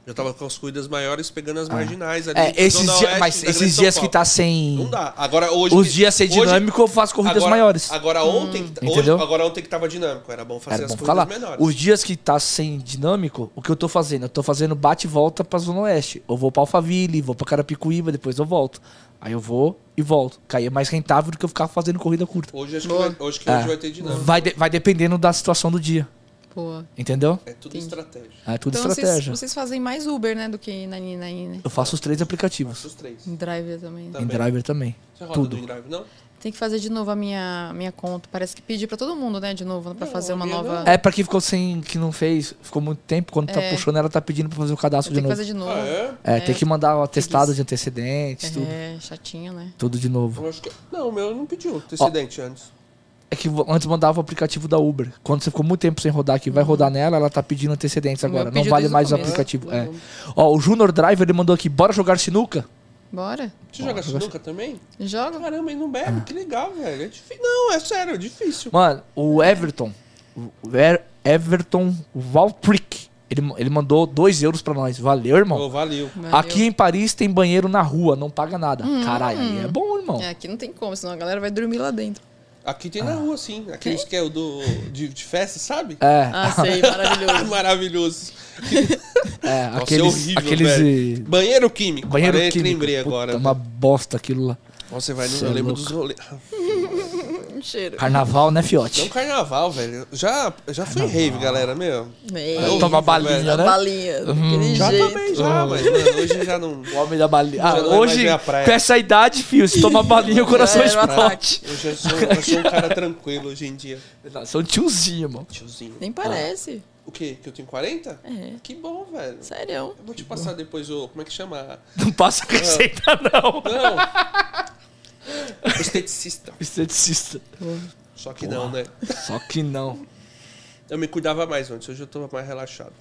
A: Eu tava com as corridas maiores pegando as marginais ali.
B: É,
A: da
B: esses
A: Zona
B: dias,
A: Oeste
B: mas
A: da Grande
B: esses
A: São
B: dias que
A: Paulo.
B: tá sem.
A: Não dá. Agora hoje.
B: Os
A: que-
B: dias sem
A: hoje-
B: dinâmico, eu faço corridas
A: agora-
B: maiores. Hum,
A: Agora ontem. tá- hoje,
B: Entendeu?
A: agora ontem que tava dinâmico. Era bom fazer
B: Era
A: as
B: bom
A: corridas
B: ficar lá.
A: menores.
B: Os dias que tá sem dinâmico, o que eu tô fazendo? Eu tô fazendo bate e volta pra Zona Oeste. Eu vou pra Alphaville, vou pra Carapicuíba, depois eu volto. Aí eu vou, e volto. Caía mais rentável do que eu ficar fazendo corrida curta.
A: Hoje acho que, vai, hoje que
B: É.
A: hoje vai ter dinâmica.
B: Vai, de- vai dependendo da situação do dia,
C: Pô.
B: entendeu?
A: É tudo estratégia.
B: É tudo
C: Então vocês,
B: estratégia.
C: vocês fazem mais Uber, né, do que na Nina aí, né?
B: Eu faço os três aplicativos.
A: Os três.
C: Em Driver também.
A: Tá.
B: Em
A: Também.
B: driver também.
A: Você roda
B: Tudo.
A: do drive, não?
C: Tem que fazer de novo a minha, minha conta. Parece que pedir pra todo mundo, né, de novo, pra
A: Não,
C: fazer uma
A: a minha
C: nova.
A: não.
B: É, pra quem ficou sem, que não fez, ficou muito tempo, quando tá
C: É.
B: puxando, ela tá pedindo pra fazer o cadastro
C: Tem
B: de
C: que
B: novo.
C: fazer de novo.
A: Ah, é?
B: É, tem
C: É.
B: que mandar o atestado
C: Preguiça.
B: de antecedentes, tudo.
C: É, chatinho, né?
B: Tudo de novo.
A: Eu acho que... Não, o meu não pediu antecedente antes.
B: É que vo- antes mandava o aplicativo da Uber. Quando você ficou muito tempo sem rodar aqui, vai rodar nela, ela tá pedindo antecedentes
C: O meu
B: agora. Não
C: pediu
B: vale
C: desde o
B: mais o
C: começo.
B: aplicativo. É.
A: Uhum.
B: Ó, o Junior Driver ele mandou aqui, bora jogar sinuca?
C: Bora?
A: Você joga sinuca também?
C: Joga.
A: Caramba, e não bebe?
B: Ah.
A: Que legal, velho. É difícil. Não, é sério, é difícil.
B: Mano, o Everton, o Ver- Everton Valtrick, ele, ma- ele mandou 2 euros pra nós. Valeu, irmão.
A: Ô, valeu.
C: Valeu. Hum.
B: Aqui em Paris tem banheiro na rua, não paga nada. Caralho, aí é bom, irmão.
C: É, aqui não tem como, senão a galera vai dormir lá dentro.
A: Aqui tem na rua, sim. Aqueles que é o do, de, de festa, sabe?
B: Ah. É,
C: Ah, sei, maravilhoso.
A: Maravilhoso.
B: é,
A: Nossa,
B: aqueles,
A: é horrível,
B: aqueles
A: velho.
B: eh,
A: Banheiro químico.
B: banheiro
A: Parei-
B: químico.
A: Lembrei
B: Puta,
A: agora. né?
B: uma bosta aquilo lá.
A: Nossa, você vai no...
B: Cê é
A: Eu lembro
B: louco.
A: dos rolês.
C: Um cheiro.
B: Carnaval, né, fiote?
A: Não É um carnaval, velho. Já, já fui em rave, galera, meu.
C: Ei,
A: Eu
B: Toma
A: é horrível,
B: balinha,
A: velho.
C: a
B: né? Hum,
C: balinha, daquele
A: Hum, Já
C: jeito.
A: também,
B: Ah.
A: já, mas mano, hoje já não...
B: O homem da balinha. Ah,
A: Já não é mais
B: hoje,
A: minha praia.
B: com essa idade, filho, se tomar balinha, o coração
C: É, era um
B: explode.
A: Eu já sou, eu sou um cara tranquilo hoje em dia.
B: São um tiozinho, mano.
A: Tiozinho.
C: Nem parece.
B: Ah.
A: O quê? Que eu tenho 40?
C: É.
A: Que bom, velho.
C: Sério.
A: Eu vou te passar depois o... Como é que chama?
B: Não passa receita, não.
A: Não. Esteticista.
B: Esteticista.
A: Só que não, né?
B: Só que não.
A: Eu me cuidava mais antes, hoje eu tô mais relaxado.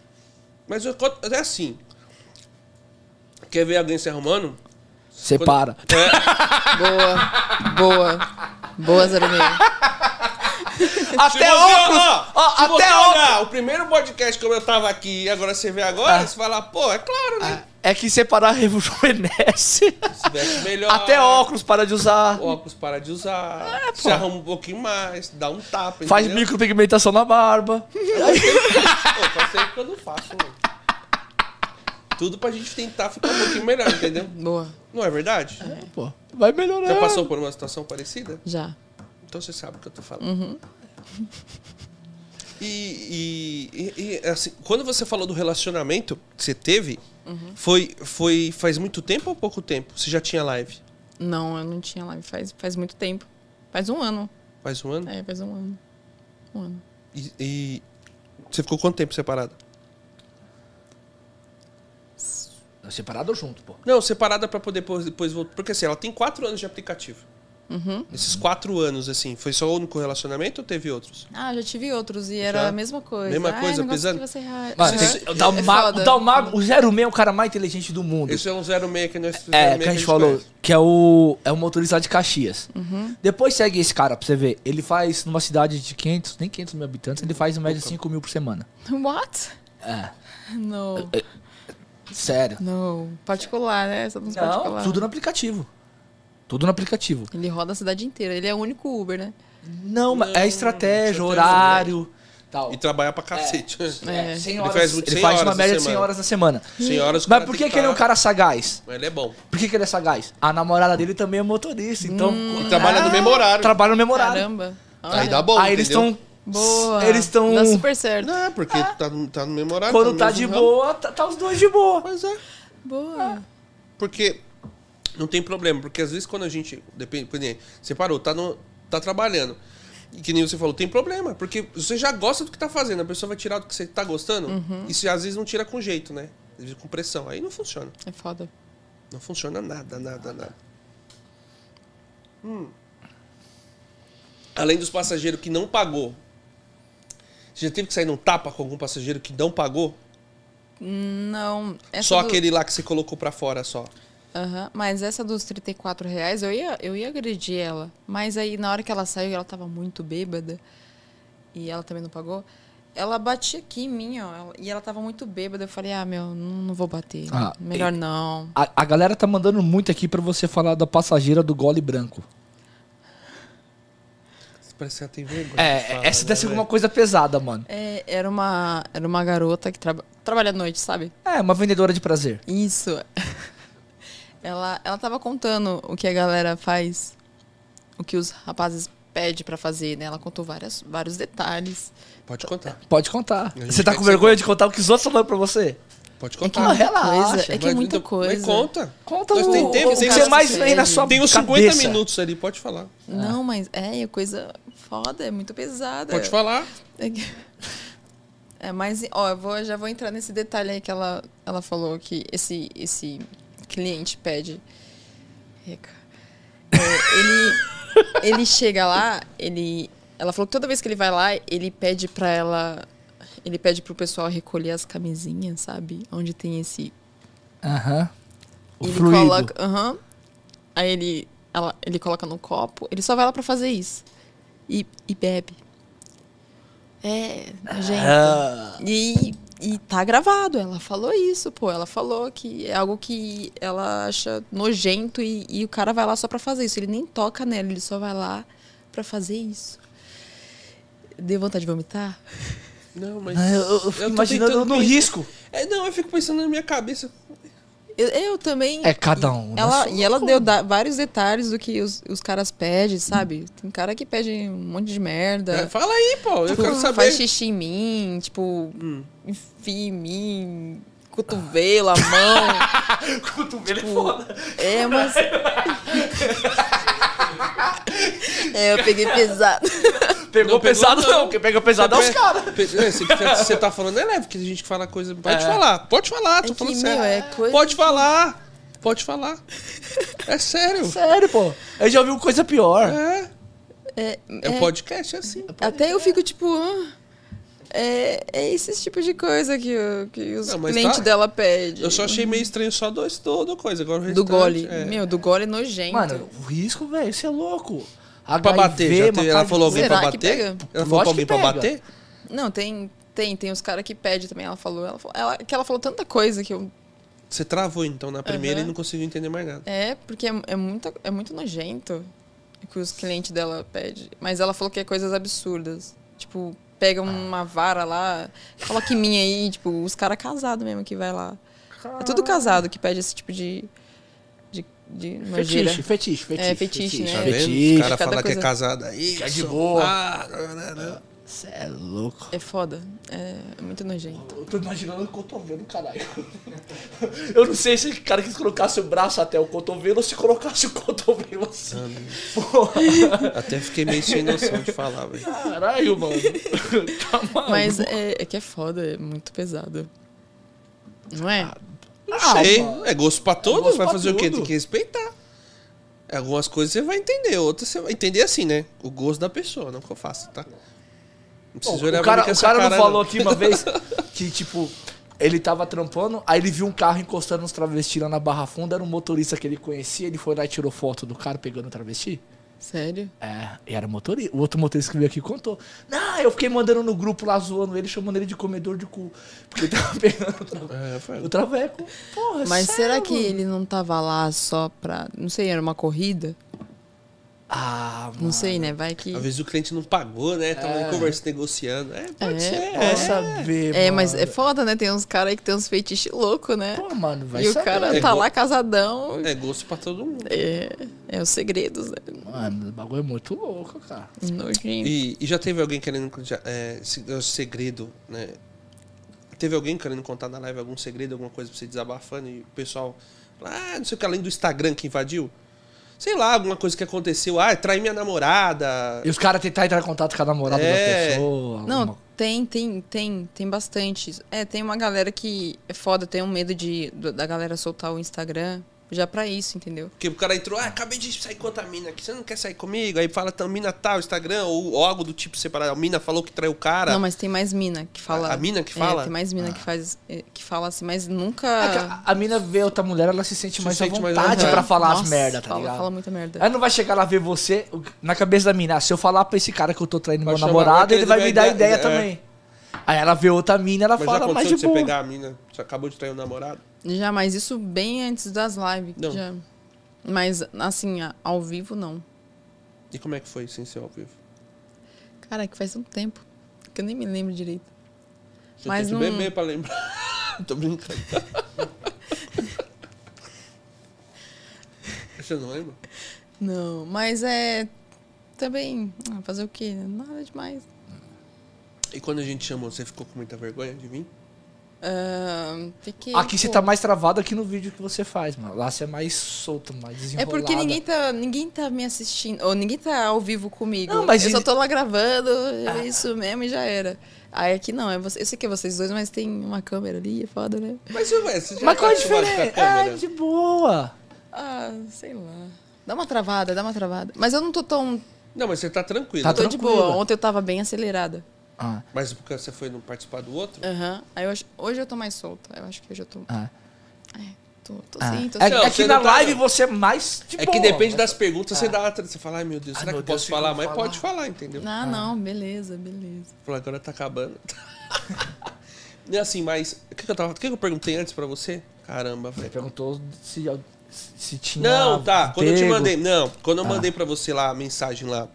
A: Mas eu, co- é assim. Quer ver alguém se arrumando?
B: Você
A: Quando-
B: para.
C: Boa. Boa. Boa, 06.
A: Se
B: Até
A: você-
B: óculos!
A: assim, ó,
B: Ó,
A: se você
B: até óculos!
A: olhar O primeiro podcast como eu tava aqui e agora você vê agora, você fala, pô, é claro, né?
B: É que separar rejuvenesce.
A: Se veste melhor.
B: Até óculos para de usar.
A: Óculos para de usar. se arruma um pouquinho mais, dá um tapa.
B: Faz
A: entendeu?
B: micropigmentação na barba.
A: Pô, faz tempo que eu não faço, mano. Tudo pra gente tentar ficar um pouquinho melhor, entendeu?
C: Boa.
A: Não é verdade?
B: Pô, vai melhorar.
A: Já passou por uma situação parecida?
C: Já.
A: Então você sabe o que eu tô falando. E, e- e- e, assim, quando você falou do relacionamento que você teve, foi, foi faz muito tempo ou pouco tempo? Você já tinha live?
C: Não, eu não tinha live faz, faz muito tempo. Faz um ano.
A: Faz um ano?
C: É, faz um ano. Um ano.
A: E, e você ficou quanto tempo separada?
B: Separado ou junto, pô?
A: Não, separada pra poder depois, depois voltar. Porque assim, ela tem quatro anos de aplicativo. Esses quatro anos, assim, foi só o único relacionamento ou teve outros?
C: Ah, já tive outros e era
A: Já?
C: a mesma coisa. Ah,
A: Mesma
C: Ai,
A: coisa,
C: não gosto
A: pesando?
C: que você ra-
B: Mano,
C: Aham. É
B: tem- o
A: um
B: Dalmago,
C: foda.
B: o Dalmago, o 06 é o cara mais inteligente do mundo.
A: É Esse é um 06 que nós
B: É,
A: 06
B: que a gente falou,
A: conhece.
B: que é o, é o motorista lá de Caxias. Depois segue esse cara pra você ver. Ele faz numa cidade de 500, nem 500 mil habitantes, ele faz em média 5 mil por semana.
A: um-
C: What?
B: É,
C: Não.
B: sério.
C: Não. Particular, né? Só nos particular.
B: tudo no aplicativo. Tudo no aplicativo.
C: Ele roda a cidade inteira. Ele é o único Uber, né?
B: Não, mas é
A: estratégia,
B: estratégia, horário, tal.
A: E trabalhar pra cacete.
C: É.
B: É, 100
A: Ele
B: horas-
A: faz
B: ele
A: muito-
B: faz,
A: 100
B: uma
A: horas na
B: média de 100
A: semana.
B: horas na semana.
A: Senhoras, o
B: Mas
A: cara
B: por
A: tem
B: que, que ele é um
A: estar-
B: cara sagaz?
A: Ele é bom.
B: Por que, que ele é sagaz? A namorada dele também é motorista, então...
A: E trabalha no mesmo horário.
B: Trabalha no mesmo horário.
C: Caramba.
A: Aí
C: Olha.
A: dá bom.
B: Aí eles
A: entendeu?
B: estão...
C: Boa.
B: Eles estão...
C: Dá super certo.
A: Não, é porque tá, no- tá no mesmo horário.
B: Quando
A: no
B: tá
A: mesmo então?
B: de
A: ramo.
B: boa, tá, tá os dois de boa.
A: Pois é.
C: Boa.
A: Porque não tem problema. Porque às vezes quando a gente. Depende, por exemplo, você parou, tá, no, tá trabalhando. E que nem você falou, tem problema. Porque você já gosta do que tá fazendo. A pessoa vai tirar do que você tá gostando.
B: Uhum.
A: E se, às vezes não tira com jeito, né? Às vezes com pressão. Aí não funciona.
C: É foda.
A: Não funciona nada, nada, nada. Hum. Além dos passageiros que não pagou. Você já teve que sair num tapa com algum passageiro que não pagou?
C: Não. essa
A: só
C: do-
A: aquele lá que você colocou pra fora só.
C: Aham, Mas essa dos 34 reais, eu ia, eu ia agredir ela. Mas aí, na hora que ela saiu, ela tava muito bêbada. E ela também não pagou. Ela batia aqui em mim, ó. ela- E ela tava muito bêbada. Eu falei, ah, meu, não, não vou bater.
B: Ah,
C: Melhor não.
B: A, a galera tá mandando muito aqui pra você falar da passageira do gole branco.
A: Parece que ela tem vergonha. de
B: É,
A: falar,
B: essa
A: né,
B: deve ser
A: velho?
B: alguma coisa pesada, mano.
C: É, era, uma, era uma garota que traba- trabalha à noite, sabe?
B: É, uma vendedora de prazer.
C: Isso. Ela, ela tava contando o que a galera faz, o que os rapazes pedem pra fazer, né? Ela contou várias, vários detalhes.
A: Pode contar.
B: Pode contar.
A: gente
B: Você tá
A: quer
B: com
A: que
B: vergonha de contar o que os outros falaram pra você?
A: Pode
C: É que
A: contar.
B: Ah,
C: muita
B: relaxa,
C: coisa. É que é
A: Mas-
C: muita
A: mas
C: coisa.
A: conta.
B: Conta
A: Nós
B: o,
A: tem tempo,
B: o que
A: tem
B: você
A: caso
B: mais
C: que
B: vem na
C: seja.
B: sua
A: Tem uns 50
B: cabeça.
A: minutos ali, pode falar.
C: Não, mas é, é coisa foda, é muito pesada.
A: Pode falar.
C: É que- É, mas, ó, eu vou, já vou entrar nesse detalhe aí que ela, ela falou que esse, esse cliente pede. Eca. É, ele, ele chega lá, ele. Ela falou que toda vez que ele vai lá, ele pede pra ela. Ele pede pro pessoal recolher as camisinhas, sabe? Onde tem esse.
B: Aham. O
C: ele
B: fluido.
C: coloca. Aham. Aí ele, ela, ele coloca no copo. Ele só vai lá pra fazer isso. E, e bebe. É, gente.
B: Ah,
C: E, e tá gravado, ela falou isso, pô. Ela falou que é algo que ela acha nojento e, e o cara vai lá só pra fazer isso. Ele nem toca nela, ele só vai lá pra fazer isso. Deu vontade de vomitar?
A: Não, mas.
B: Ah, eu, eu fico
A: tô
B: imaginando
A: tentando
B: no
A: pensar-
B: risco.
A: É, não, eu fico pensando na minha cabeça.
C: Eu, eu também.
B: É cada um. né?
C: Ela, e ela deu da- vários detalhes do que os, os caras pedem, sabe? Tem cara que pede um monte de merda.
A: É, fala aí, pô. Eu
C: Tipo,
A: quero saber. Hum.
C: Faz xixi em mim, tipo, enfia em mim, cotovelo, a mão.
B: Cotovelo
C: tipo, é, mas. é, eu peguei pesado.
B: Pegou
A: Não, pegou
B: pesado
A: não.
B: não, porque pega
A: Tá
B: pesado é os caras.
A: Você tá falando é leve, que a gente que fala coisa. Pode
B: É.
A: falar, pode falar, tô
C: É
A: falando
C: que,
A: sério.
C: meu, é coisa.
A: Pode falar, pode falar. É sério.
B: Sério, pô. Eu já ouvi coisa pior.
A: É.
C: É,
A: É um
C: é,
A: podcast é assim.
C: até eu fico tipo. "Ah, é, é esse tipo de coisa que, o- que os
A: Não, mas
C: clientes
A: tá-
C: dela pedem.
A: Eu só achei meio estranho só dois toda coisa. Agora o
C: Do
A: restante,
C: gole.
A: é.
C: Meu, do gole nojento.
B: Mano, o risco, velho, você é louco. HIV,
A: Pra bater, já teve- ela
B: matar-
A: falou alguém pra
C: tá Será que
A: bater?
C: pega?
A: Ela falou pra alguém
B: Lógico que
A: pra
B: pega.
A: bater?
C: Não, tem. Tem, tem os caras que pedem também. Ela falou, ela falou. ela- que ela falou tanta coisa que eu
A: Você travou então na primeira
C: Aham.
A: e não conseguiu entender mais nada.
C: É, porque é, é, muita, é muito nojento o que os clientes dela pedem. Mas ela falou que é coisas absurdas. Tipo, pega
B: Ah.
C: uma vara lá, coloca em mim aí, tipo, os caras casados mesmo que vai lá. É tudo casado que pede esse tipo de. de, de nojeira.
B: Fetiche, fetiche, fetiche.
C: É, fetiche, né?
A: Tá vendo?
B: Fetiche.
A: Os caras
C: Cada
A: falam que é
C: coisa-
A: casada aí.
B: Que é de
A: só-
B: boa.
A: Ah, não, não, não.
B: Você é louco.
C: É foda. É, é muito nojento.
B: Eu tô imaginando o cotovelo, caralho. Eu não sei se o cara quis colocar seu braço até o cotovelo ou se colocasse o cotovelo assim. Porra,
A: Até fiquei meio sem noção de falar, velho.
B: caralho, mano. Tá Calma.
C: Mas é, é que é foda, é muito pesado. Não é?
B: Ah,
A: Sei,
B: mano.
A: é gosto pra todos,
B: gosto
A: vai
B: pra
A: fazer o quê?
B: tudo.
A: Tem que respeitar. É, Algumas coisas você vai entender, outras você vai entender assim, né? O gosto da pessoa, não que eu faço, tá? Não precisa
B: o
A: olhar pra
B: cara,
A: mim com
B: o
A: essa
B: cara não falou
A: não.
B: aqui uma vez que, tipo, ele tava trampando, aí ele viu um carro encostando uns travestis lá na Barra Funda, era um motorista que ele conhecia, ele foi lá e tirou foto do cara pegando o travesti.
C: Sério?
B: É, e era motorista. O outro motorista que veio aqui contou. Não, eu fiquei mandando no grupo lá, zoando ele, chamando ele de comedor de cu. Porque ele tava pegando o traveco.
A: É, foi.
B: né? O traveco. Porra,
C: Mas
B: sério,
C: será que
B: mano?
C: ele não tava lá só pra. Não sei, era uma corrida?
B: Ah, mano.
C: Não sei, né? Vai que.
A: Às vezes o cliente não pagou, né? Tava
B: É.
A: conversando, negociando. É, pode
C: É,
A: ser.
B: Vai saber,
C: É, mas
B: mano.
C: é foda, né? Tem uns caras aí que tem uns feitiços loucos, né?
B: Pô, mano, vai
C: e o
B: saber.
C: cara
A: É
C: tá
A: igual-
C: lá casadão.
A: É gosto pra todo mundo.
C: É, é os segredos, né?
B: Mano, o bagulho é muito louco, cara.
C: Nojento.
A: E, e já teve alguém querendo já, é, se- é, segredo, né? Teve alguém querendo contar na live algum segredo, alguma coisa pra você desabafando e o pessoal. Ah, não sei o que, além do Instagram que invadiu. Sei lá, alguma coisa que aconteceu. Ah, trai minha namorada.
B: E os caras tentar entrar em contato com a namorada
A: É.
B: da pessoa.
C: Não,
B: alguma-
C: tem, tem, tem, tem bastante. isso. É, tem uma galera que é foda, tem um medo de, do- da galera soltar o Instagram já pra isso, entendeu?
A: Porque o cara entrou, ah, acabei de sair com outra mina aqui, você não quer sair comigo? Aí fala, tá, mina tal, Instagram, ou, ou algo do tipo separado. A mina falou que traiu o cara.
C: Não, mas tem mais mina que fala.
A: A- a mina que
C: É,
A: fala?
C: tem mais mina que faz, é, que fala assim, mas nunca.
B: É que a- a mina vê outra mulher, ela se sente
A: Se
B: mais
A: sente
B: à
A: mais à
B: vontade
A: vontade.
B: Ah, pra falar as
C: Nossa,
B: merda, tá
C: fala,
B: ligado?
C: Fala muita merda.
B: Ela não vai chegar lá ver você, o- na cabeça da mina, ah, se eu falar pra esse cara que eu tô traindo
A: Vai
B: meu
A: chamar,
B: namorado,
A: vai
B: ele vai
A: querer
B: me dar
A: ideia,
B: ideia
A: é.
B: também. Aí ela vê outra mina, ela
A: mas já
B: fala mais de
A: aconteceu de você
B: boa.
A: pegar a mina, você acabou de trair o namorado.
C: Já, mas isso bem antes das lives.
A: Não.
C: Já. Mas, assim, a- ao vivo, não.
A: E como é que foi sem ser ao vivo?
C: Cara, é que faz tanto tempo que eu nem me lembro direito.
A: Eu
C: Mas
A: tenho que
C: não-
A: beber pra lembrar. Tô brincando. Você não lembra?
C: Não, mas é. Também. ah, Fazer o quê? Nada demais.
A: E quando a gente chamou, você ficou com muita vergonha de mim?
C: Ahn, fiquei.
B: Aqui você
C: pô,
B: tá mais travado aqui no vídeo que você faz, mano. Lá você é mais solto, mais
C: É
B: desenrolado.
C: porque ninguém tá, ninguém tá me assistindo, ou ninguém tá ao vivo comigo.
B: Não, mas
C: eu só
B: ele- Ah.
C: tô lá gravando, é isso mesmo e já era. Aí aqui não, é você, eu sei que é vocês dois, mas tem uma câmera ali, é foda, né?
A: Mas, ué, você já tá
B: Mas qual é a
A: acostumado com
B: diferença?
A: câmera?
B: É, de boa.
C: Ah, sei lá. Dá uma travada, dá uma travada. Mas eu não tô tão.
A: Não, mas você tá tranquilo.
B: Tá
C: tô
B: tranquilo.
C: de boa. Ontem eu tava bem acelerada.
B: Ah,
A: Mas porque você foi não participar do outro?
C: Aham. Aí eu acho- hoje eu tô mais solta. Eu acho que hoje eu tô.
B: ah,
C: É, tô, tô
B: ah.
C: sim, tô
B: É,
C: sim.
A: Não,
B: é que
A: você
B: na
A: não tá-
B: live você é mais de
A: É
B: boa.
A: que
B: é.
A: depende das perguntas, você dá atrás. Você fala, ai meu Deus,
B: Ai,
A: será que
B: meu
A: eu
B: Deus,
A: posso
B: se eu
A: falar?
B: não
A: Mas
B: falar.
A: pode falar, entendeu?
C: Ah, não, beleza, beleza.
A: Falou, agora tá acabando. E assim, mas. O que, que eu tava. O que, que eu perguntei antes pra você? Caramba,
B: Você
A: velho.
B: perguntou se, se tinha.
A: Não, tá. Quando eu te
B: pego. Ah.
A: mandei. Não, quando eu mandei pra você lá a mensagem lá.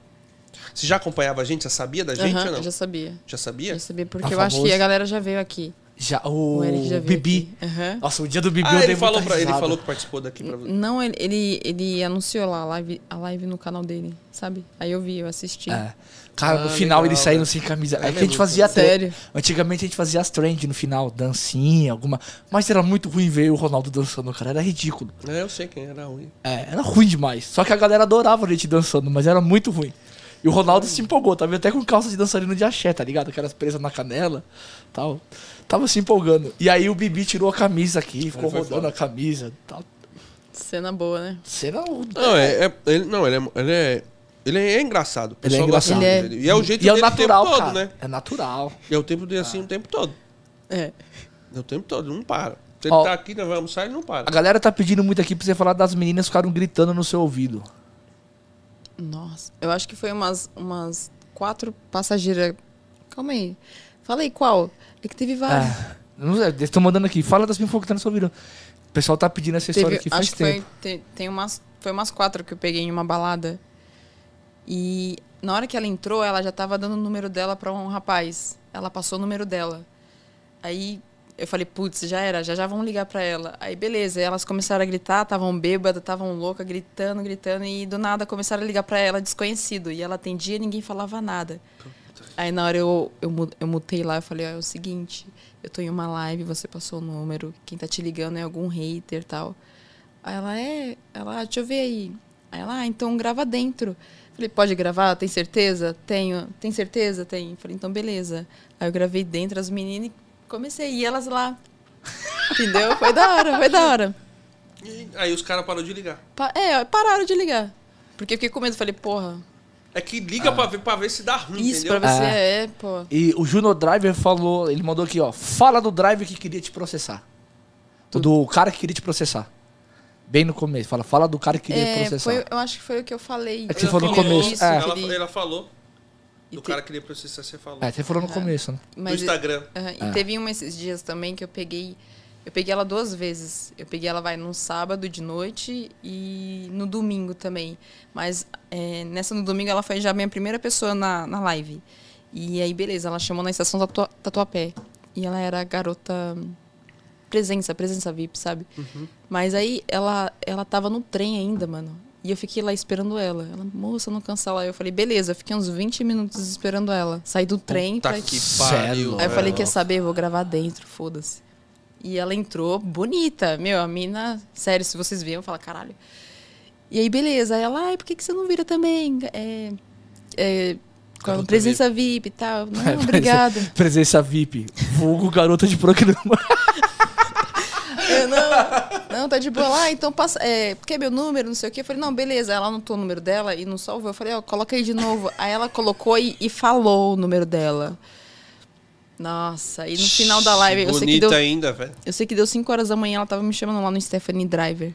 A: Você já acompanhava a gente? Já sabia da É gente
C: Aham,
A: ou não?
C: eu já sabia.
A: Já sabia?
C: Já sabia, porque
B: Tá
C: eu acho que
B: famoso.
C: a galera já veio aqui.
B: Já, o,
C: O Eric já veio.
B: Bibi.
C: aqui. É? Aham.
B: Nossa, o dia do Bibi eu
A: Ah,
B: dei
A: ele falou,
B: muita
A: pra, ele
B: risada.
A: falou que participou daqui pra você.
C: Não, ele, ele, ele anunciou lá a live, a live no canal dele, sabe? Aí eu vi, eu assisti.
B: É. Cara, no
A: Ah,
B: final
A: legal,
B: eles saíram
A: né?
B: sem camisa.
A: Eu
B: É, que a
A: lembro
B: gente fazia
C: disso. Sério?
B: tre- Antigamente a gente fazia as trends no final, dancinha, alguma. Mas era muito ruim ver o Ronaldo dançando, cara. Era ridículo.
A: É, eu sei quem era ruim.
B: É, era ruim demais. Só que a galera adorava a gente dançando, mas era muito ruim. E o Ronaldo se empolgou, tava até com calça de dançarino de axé, tá ligado? Aquelas presas na canela tal. Tava se empolgando. E aí o Bibi tirou a camisa aqui, ficou
A: foi
B: rodando
A: foda.
B: a camisa tal.
C: Cena boa, né?
B: Cena o-
A: Não, é, é- ele, não ele, é, ele é. Ele é engraçado. O
B: Ele é
A: pessoal gosta
B: engraçado.
A: muito dele. E é o jeito
B: e é o
A: dele
B: natural,
A: o tempo todo,
B: cara. Tá.
A: né?
B: É natural.
A: E é o tempo dele assim o tempo todo.
C: É.
A: É o tempo todo, não para. Se ele
B: Ó.
A: tá aqui, nós vamos almoçar, ele não para.
B: A galera tá pedindo muito aqui pra você falar das meninas que ficaram gritando no seu ouvido.
C: Nossa. Eu acho que foi umas, umas quatro passageiras. Calma aí. Fala aí qual? É que teve várias.
B: É. Não sei, eles estão mandando aqui. Fala das pessoas que tá no seu ouvido. O pessoal tá pedindo essa história
C: Teve-
B: aqui faz
C: acho que
B: tempo.
C: foi, te- tem umas, foi umas quatro que eu peguei em uma balada. E na hora que ela entrou, ela já tava dando o número dela pra um rapaz. Ela passou o número dela. Aí eu falei, putz, já era, já já vão ligar pra ela. Aí beleza, aí elas começaram a gritar, estavam bêbadas, estavam loucas, gritando, gritando. E do nada começaram a ligar pra ela, desconhecido. E ela atendia e ninguém falava nada. Aí na hora eu, eu, mu- eu mutei lá, eu falei, ó, é o seguinte, eu tô em uma live, você passou o número, quem tá te ligando é algum hater e tal. Aí ela, é, ela, "Ah, deixa eu ver aí. Aí ela, ah, então grava dentro. Falei, pode gravar? Tem certeza? Tenho. Tem certeza? Tem. Falei, então beleza. Aí eu gravei dentro as meninas e comecei, e elas lá. Entendeu? Foi da hora, foi da hora.
A: E aí os caras pararam de ligar.
C: Pa- é, pararam de ligar. Porque eu fiquei com medo, falei, porra,
A: É que liga pra, ver, pra ver se dá ruim,
C: isso
A: entendeu?
C: pra você
B: Ah.
C: é, pô.
B: E o Juno Driver falou, ele mandou aqui, ó. Fala do driver que queria te processar. O do cara que queria te processar. Bem no começo. Fala, fala do cara que queria te
C: É,
B: processar.
C: foi- eu acho que foi o que eu falei.
B: É que você falou no começo,
C: Isso,
B: é.
A: ela,
C: queria-
A: ela falou.
C: E
A: Do
C: te-
A: cara que queria processar, você falou.
B: É, você falou no começo, né?
A: do
C: mas-
A: Instagram.
C: Aham, E teve uma esses dias também que eu peguei. Eu peguei ela duas vezes. Eu peguei ela, vai, num sábado de noite e no domingo também. Mas é, nessa no domingo ela foi já a minha primeira pessoa na, na live. E aí, beleza, ela chamou na estação Tatua- Tatuapé. E ela era garota hum, presença, presença VIP, sabe? Mas aí ela, ela tava no trem ainda, mano. E eu fiquei lá esperando ela. Ela, moça, não cancela. Aí eu falei, beleza, fiquei uns 20 minutos esperando ela. Saí do trem
A: Tá
C: pra
A: que
B: Cê é
A: pariu.
B: louco.
C: Aí eu falei,
A: velho.
C: quer saber? Vou gravar dentro, foda-se. E ela entrou bonita, meu, a mina, sério, se vocês viram, fala, caralho. E aí, beleza. Aí ela, ai, por que, que você não vira também? É. é com a
A: Garota
C: presença VIP e tal.
B: tá É,
C: Não,
B: presen-
C: obrigada.
B: Presença VIP. Vulgo garota de programa.
C: Eu, não, não, tá de boa lá, então passa. É, porque é meu número, não sei o quê. Eu falei, não, beleza. Ela anotou o número dela e não salvou. Eu falei, ó, coloca aí de novo. Aí ela colocou e, e falou o número dela. Nossa, e assim, no final da live, eu sei que
A: Bonita
C: deu
A: ainda, velho.
C: Eu sei que deu 5 horas da manhã, ela tava me chamando lá no Stephanie Driver.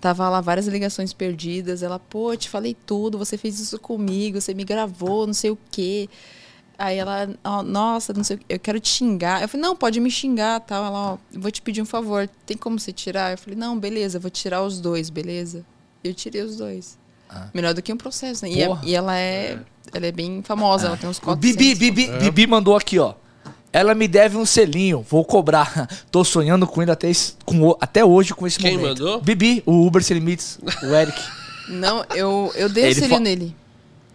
C: Tava lá várias ligações perdidas. Ela, pô, te falei tudo, você fez isso comigo, você me gravou, não sei o quê. Aí ela, ó, nossa, não sei o quê, eu quero te xingar. Eu falei, não, pode me xingar, tal. Ela, ó, eu vou te pedir um favor, tem como você tirar? Eu falei, não, beleza, eu vou tirar os dois, beleza? Eu tirei os dois. Melhor do que um processo, né? E, é-
B: Ah. Porra.
C: e ela é, ela é bem famosa, ela tem uns
B: O
C: 400.
B: Bibi, Bibi, Bibi mandou aqui, ó. Ela me deve um selinho, vou cobrar. Tô sonhando com ele até, esse- com o- até hoje com esse
A: Quem
B: momento.
A: mandou?
B: Bibi, o Uber Sem Limites, o Eric.
C: Não, eu, eu dei
B: Ele
C: o selinho
B: fa-
C: nele.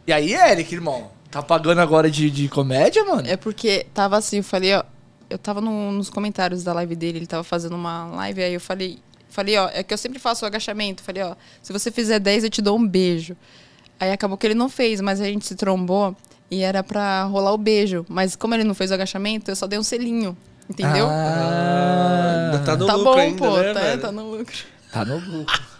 B: e aí, Eric, irmão? Tá pagando agora de, de comédia, mano?
C: É porque tava assim, eu falei, ó. Eu tava no- nos comentários da live dele, ele tava fazendo uma live, aí eu falei, falei, ó, é que eu sempre faço o agachamento. Falei, ó, se você fizer 10, eu te dou um beijo. Aí acabou que ele não fez, mas a gente se trombou e era pra rolar o beijo. Mas como ele não fez o agachamento, eu só dei um selinho. Entendeu?
B: Ah,
A: Ainda tá no
C: tá
A: lucro
C: bom,
A: ainda,
C: pô,
A: né,
C: tá,
A: velho?
C: tá no lucro.
B: tá no lucro.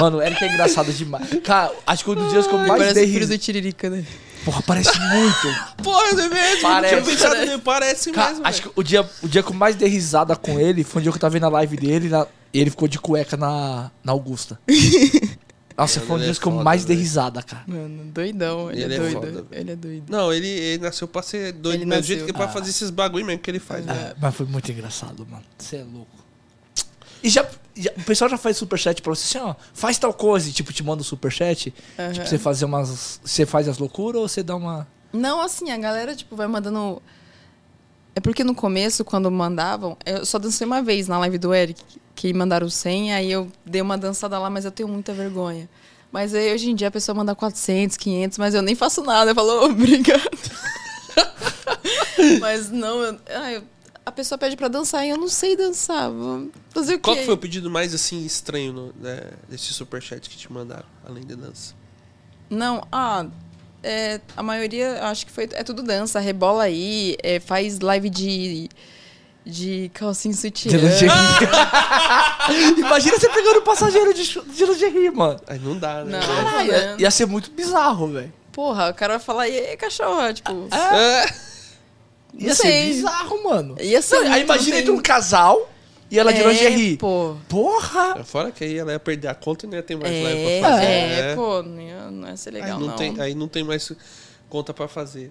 B: Mano, o Eric é engraçado demais. Cara, acho que um dos dias que eu mais
C: Parece
B: dei
C: o filho
B: ris-
C: do Tiririca, né?
B: Porra, parece muito.
A: Porra, é mesmo.
B: Parece.
A: Parece. Tinha pensado, nele, parece
B: Cara,
A: mesmo.
B: acho que o dia, o dia que eu mais dei risada com ele foi um dia que eu tava vendo a live dele na- e ele ficou de cueca na, na Augusta. Nossa,
A: Mano,
B: foi um
A: ele
B: dia
A: é
B: que eu
A: foda,
B: mais dei
A: velho.
B: risada, cara.
C: Mano, doidão, ele,
A: Ele é
C: é doido.
A: foda, velho.
C: ele é doido.
A: Não, ele, ele nasceu pra ser doido
C: Ele
A: do mesmo jeito que
C: nasceu. Ah.
A: pra fazer esses bagulho mesmo que ele faz. né?
B: É, mas foi muito engraçado, mano. Você é louco. E já, já- o pessoal já faz superchat pra você assim, ó, faz tal coisa, e, tipo, te manda um superchat.
C: Aham.
B: Tipo, você fazer umas. Você faz as loucuras ou você dá uma.
C: Não, assim, a galera, tipo, vai mandando. É porque no começo, quando mandavam, eu só dancei uma vez na live do Eric, que mandaram 100, aí eu dei uma dançada lá, mas eu tenho muita vergonha. Mas aí, hoje em dia a pessoa manda 400, 500, mas eu nem faço nada. Eu falo, obrigado. mas não, eu, ah, eu- a pessoa pede pra dançar e eu não sei dançar. Vou fazer o quê?
A: Qual que foi o pedido mais assim estranho no, né, desse superchat que te mandaram, além de dança?
C: Não, ah, é, a maioria, acho que foi, é tudo dança, rebola aí, é, faz live de, de calcinha e sutiã.
B: de lingerie. Ah! Imagina você pegando um passageiro de, chu- de lingerie, mano.
A: Aí não dá, né?
C: Não.
A: velho?
B: Caralho, ia, ia ser muito bizarro, velho.
C: Porra, o cara vai falar, e aí, cachorra, tipo,
A: É.
B: Ia
C: Não
B: ser
C: sei.
B: bizarro, mano.
C: ia ser
B: Ah, Aí
C: muito,
B: imagina
C: não
B: entre
C: tem-
B: um casal e ela de
C: É,
B: lingerie.
C: pô.
B: Porra!
A: É, Fora que aí ela ia perder a conta e não ia ter mais live
C: É,
A: pra fazer.
C: é,
A: né?
C: pô, não ia, não ia ser legal,
A: aí,
C: não.
A: não Tem, aí não tem mais conta pra fazer.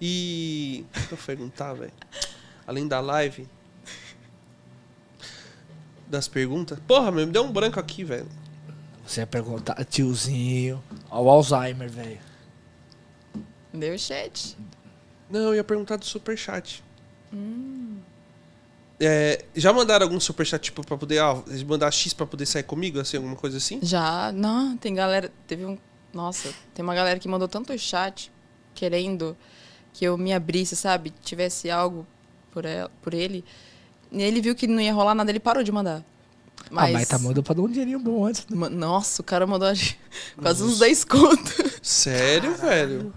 A: E. O que eu ia perguntar, velho? Além da live. Das perguntas. Porra, meu, me deu um branco aqui, velho.
B: Você ia perguntar, tiozinho, ó, o Alzheimer, velho.
C: Deu chat.
A: Não, eu ia perguntar do superchat.
C: Hum.
A: É, já mandaram algum superchat, tipo, pra poder. Ah, mandar X pra poder sair comigo, assim, alguma coisa assim?
C: Já, não, tem galera, teve um, nossa, tem uma galera que mandou tanto chat, querendo que eu me abrisse, sabe, tivesse algo por, ela, por ele, e ele viu que não ia rolar nada, ele parou de mandar.
B: Ah, mas tá mandando pra dar um dinheirinho bom antes.
C: Ma- Nossa, o cara mandou acho, quase uns 10 conto.
A: Sério, velho?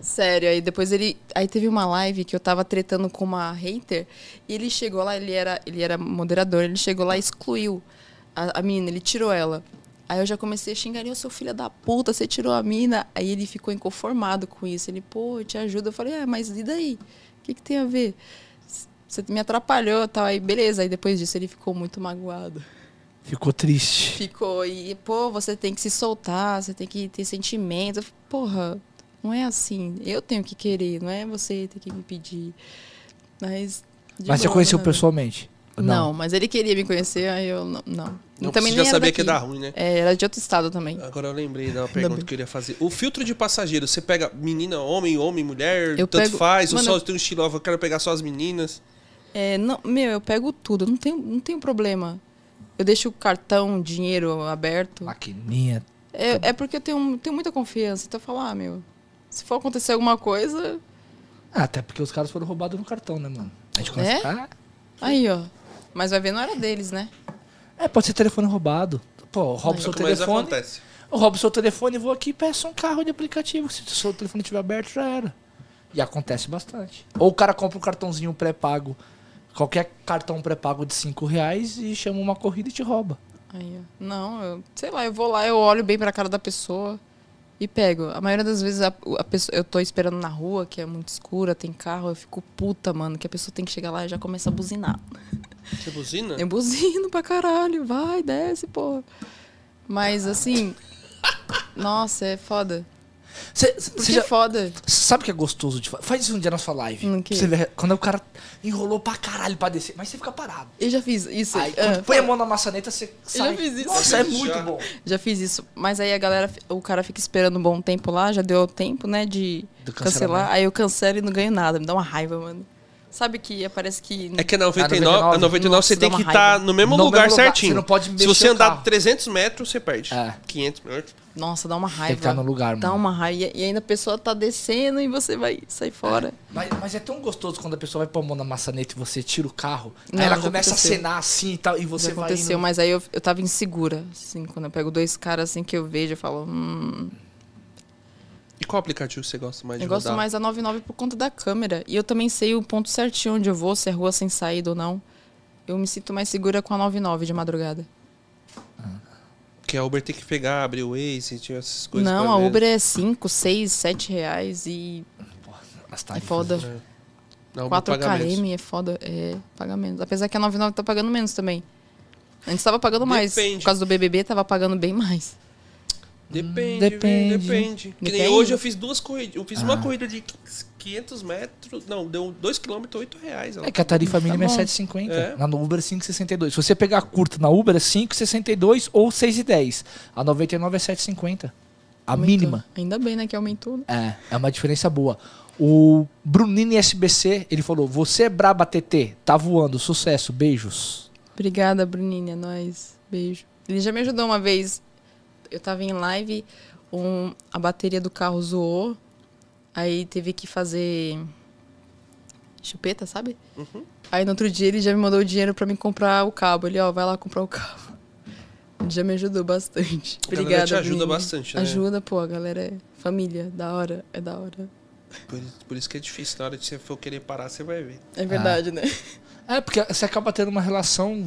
C: Sério, aí depois ele. Aí teve uma live que eu tava tretando com uma hater e ele chegou lá, ele era, ele era moderador, ele chegou lá e excluiu a, a menina, ele tirou ela. Aí eu já comecei a xingar ele, "Ô, seu filho da puta, você tirou a mina. Aí ele ficou inconformado com isso. Ele, pô, eu te ajudo. Eu falei, ah, mas e daí? O que, que tem a ver? S- Você me atrapalhou tal. Aí beleza. Aí depois disso ele ficou muito magoado.
B: Ficou triste.
C: Ficou e, pô, você tem que se soltar, você tem que ter sentimento. Eu falei, Porra, não é assim. Eu tenho que querer, não é você ter que me pedir. Mas. de
B: mas você
C: boa,
B: conheceu
C: né?
B: pessoalmente? Ou
C: Não. mas ele queria me conhecer, aí eu não. Não,
A: Não,
C: também
A: você
C: nem
A: já
C: era
A: sabia
C: daqui.
A: que ia dar ruim, né?
C: É, era de outro estado também.
A: Agora eu lembrei da
C: bem.
A: pergunta que eu iria fazer. O filtro de passageiro, você pega menina, homem, homem, mulher,
C: Eu
A: tanto
C: pego-
A: faz, ou
C: Mano,
A: só
C: eu-
A: tem um estilo, eu quero pegar só as meninas.
C: É, não, meu, eu pego tudo, não tenho, não tenho problema. Eu deixo o cartão, dinheiro aberto.
B: Maquininha.
C: É, é porque eu tenho, tenho muita confiança. Então eu falo, ah, meu, se for acontecer alguma coisa.
B: Ah, até porque os caras foram roubados no cartão, né, mano? A gente conhece.
C: É?
B: Ah,
C: Aí, ó. Mas vai ver, não era deles, né?
B: é, pode ser telefone roubado. Pô, roubo
A: É
B: seu
A: o que mais
B: telefone.
A: acontece.
B: Eu roubo seu telefone e vou aqui e peço um carro de aplicativo. Se o seu telefone estiver aberto, já era. E acontece bastante. Ou o cara compra um cartãozinho pré-pago, qualquer cartão pré-pago de 5 reais e chama uma corrida e te rouba.
C: Aí, ó. não, eu, sei lá, eu vou lá, eu olho bem pra cara da pessoa e pego. A maioria das vezes a, a pessoa, eu tô esperando na rua, que é muito escura, tem carro, eu fico puta, mano, que a pessoa tem que chegar lá e já começa a buzinar.
A: Você buzina?
C: Eu buzino pra caralho, vai, desce, pô. Mas assim, nossa, é foda.
B: Cê-
C: Porque
B: cê já-
C: é foda.
B: Sabe o que é gostoso de fazer? Faz isso um dia na sua live.
C: No quê?
B: Pra Você vê, quando o cara enrolou pra caralho pra descer, mas você fica parado.
C: Eu já fiz isso.
B: Aí,
C: Ah,
B: quando põe a mão na maçaneta, você sai.
C: fiz isso.
B: Nossa, é muito
A: Já.
B: bom.
C: Já fiz isso. Mas aí a galera, o cara fica esperando um bom tempo lá, já deu tempo, né, de
B: Do cancelamento.
C: cancelar. Aí eu cancelo e não ganho nada, me dá uma raiva, mano. Sabe que parece que.
A: É que a
C: Ah,
A: 99, a
B: 99,
A: 99 você
C: nossa,
A: tem
C: dá
A: que
C: uma
A: estar
C: raiva.
A: no mesmo
B: No
A: lugar
B: mesmo lugar,
A: certinho.
B: você não pode
A: Se
B: mexer
A: você
B: o
A: andar
B: carro.
A: 300 metros, você perde.
B: É.
A: 500 metros.
C: Nossa, dá uma raiva.
B: estar é tá no lugar,
C: Dá
B: mano.
C: uma raiva. E- E ainda a pessoa tá descendo e você vai sair fora.
B: Mas, mas é tão gostoso quando a pessoa vai pôr a mão na maçaneta e você tira o carro.
C: Não,
B: aí ela
C: já
B: começa
C: aconteceu.
B: a acenar assim e tal, e você
C: Isso
B: vai
C: aconteceu,
B: indo-
C: mas aí eu, eu tava insegura, assim, quando eu pego dois caras assim que eu vejo, eu falo, hum,
A: E qual aplicativo você gosta mais de
C: eu gosto
A: rodar?
C: mais da 99 por conta da câmera. E eu também sei o ponto certinho onde eu vou, se é rua sem saída ou não. Eu me sinto mais segura com a 99 de madrugada.
A: Porque a Uber tem que pegar, abrir o Waze, tinha essas coisas.
C: não,
A: pra
C: a
A: ver.
C: Uber é 5, 6, 7 reais e
B: As
C: é
B: tarifas.
C: foda.
A: Não, Uber paga menos.
C: 4KM é foda, é pagamento. Apesar que a 99 tá pagando menos também. Antes tava pagando mais.
A: Depende.
C: Por causa do BBB, tava pagando bem mais.
A: Depende, depende.
B: Depende.
A: depende. Que nem
C: Depende. Ah.
A: hoje eu fiz duas corridas. Eu fiz uma corrida de 500 metros. Não, deu 2km, 8 reais. ela
B: É que a tarifa mínima
C: Tá bom.
B: é 7,50.
A: É.
B: Na Uber é 5,62. Se você pegar a curta na Uber é 5,62 ou 6,10. A 99 é 7,50. A
C: Aumentou.
B: mínima.
C: Ainda bem, né, que aumentou. né?
B: É, é uma diferença boa. O Brunini SBC, ele falou: Você é braba, TT. Tá voando. Sucesso. Beijos.
C: Obrigada, Bruninha. Nós. Beijo. Ele já me ajudou uma vez. Eu tava em live, um- a bateria do carro zoou. Aí teve que fazer chupeta, sabe?
A: Uhum.
C: Aí no outro dia ele já me mandou o dinheiro pra me comprar o cabo. Ele, ó, vai lá comprar o cabo. Ele já me ajudou bastante.
A: galera
C: Obrigada.
A: te ajuda
C: Bruninha.
A: bastante, né?
C: Ajuda, pô, a galera é família, da hora, é da hora.
A: Por, por isso que é difícil. Na hora que você for querer parar, você vai ver.
C: É verdade, né?
B: É, porque você acaba tendo uma relação.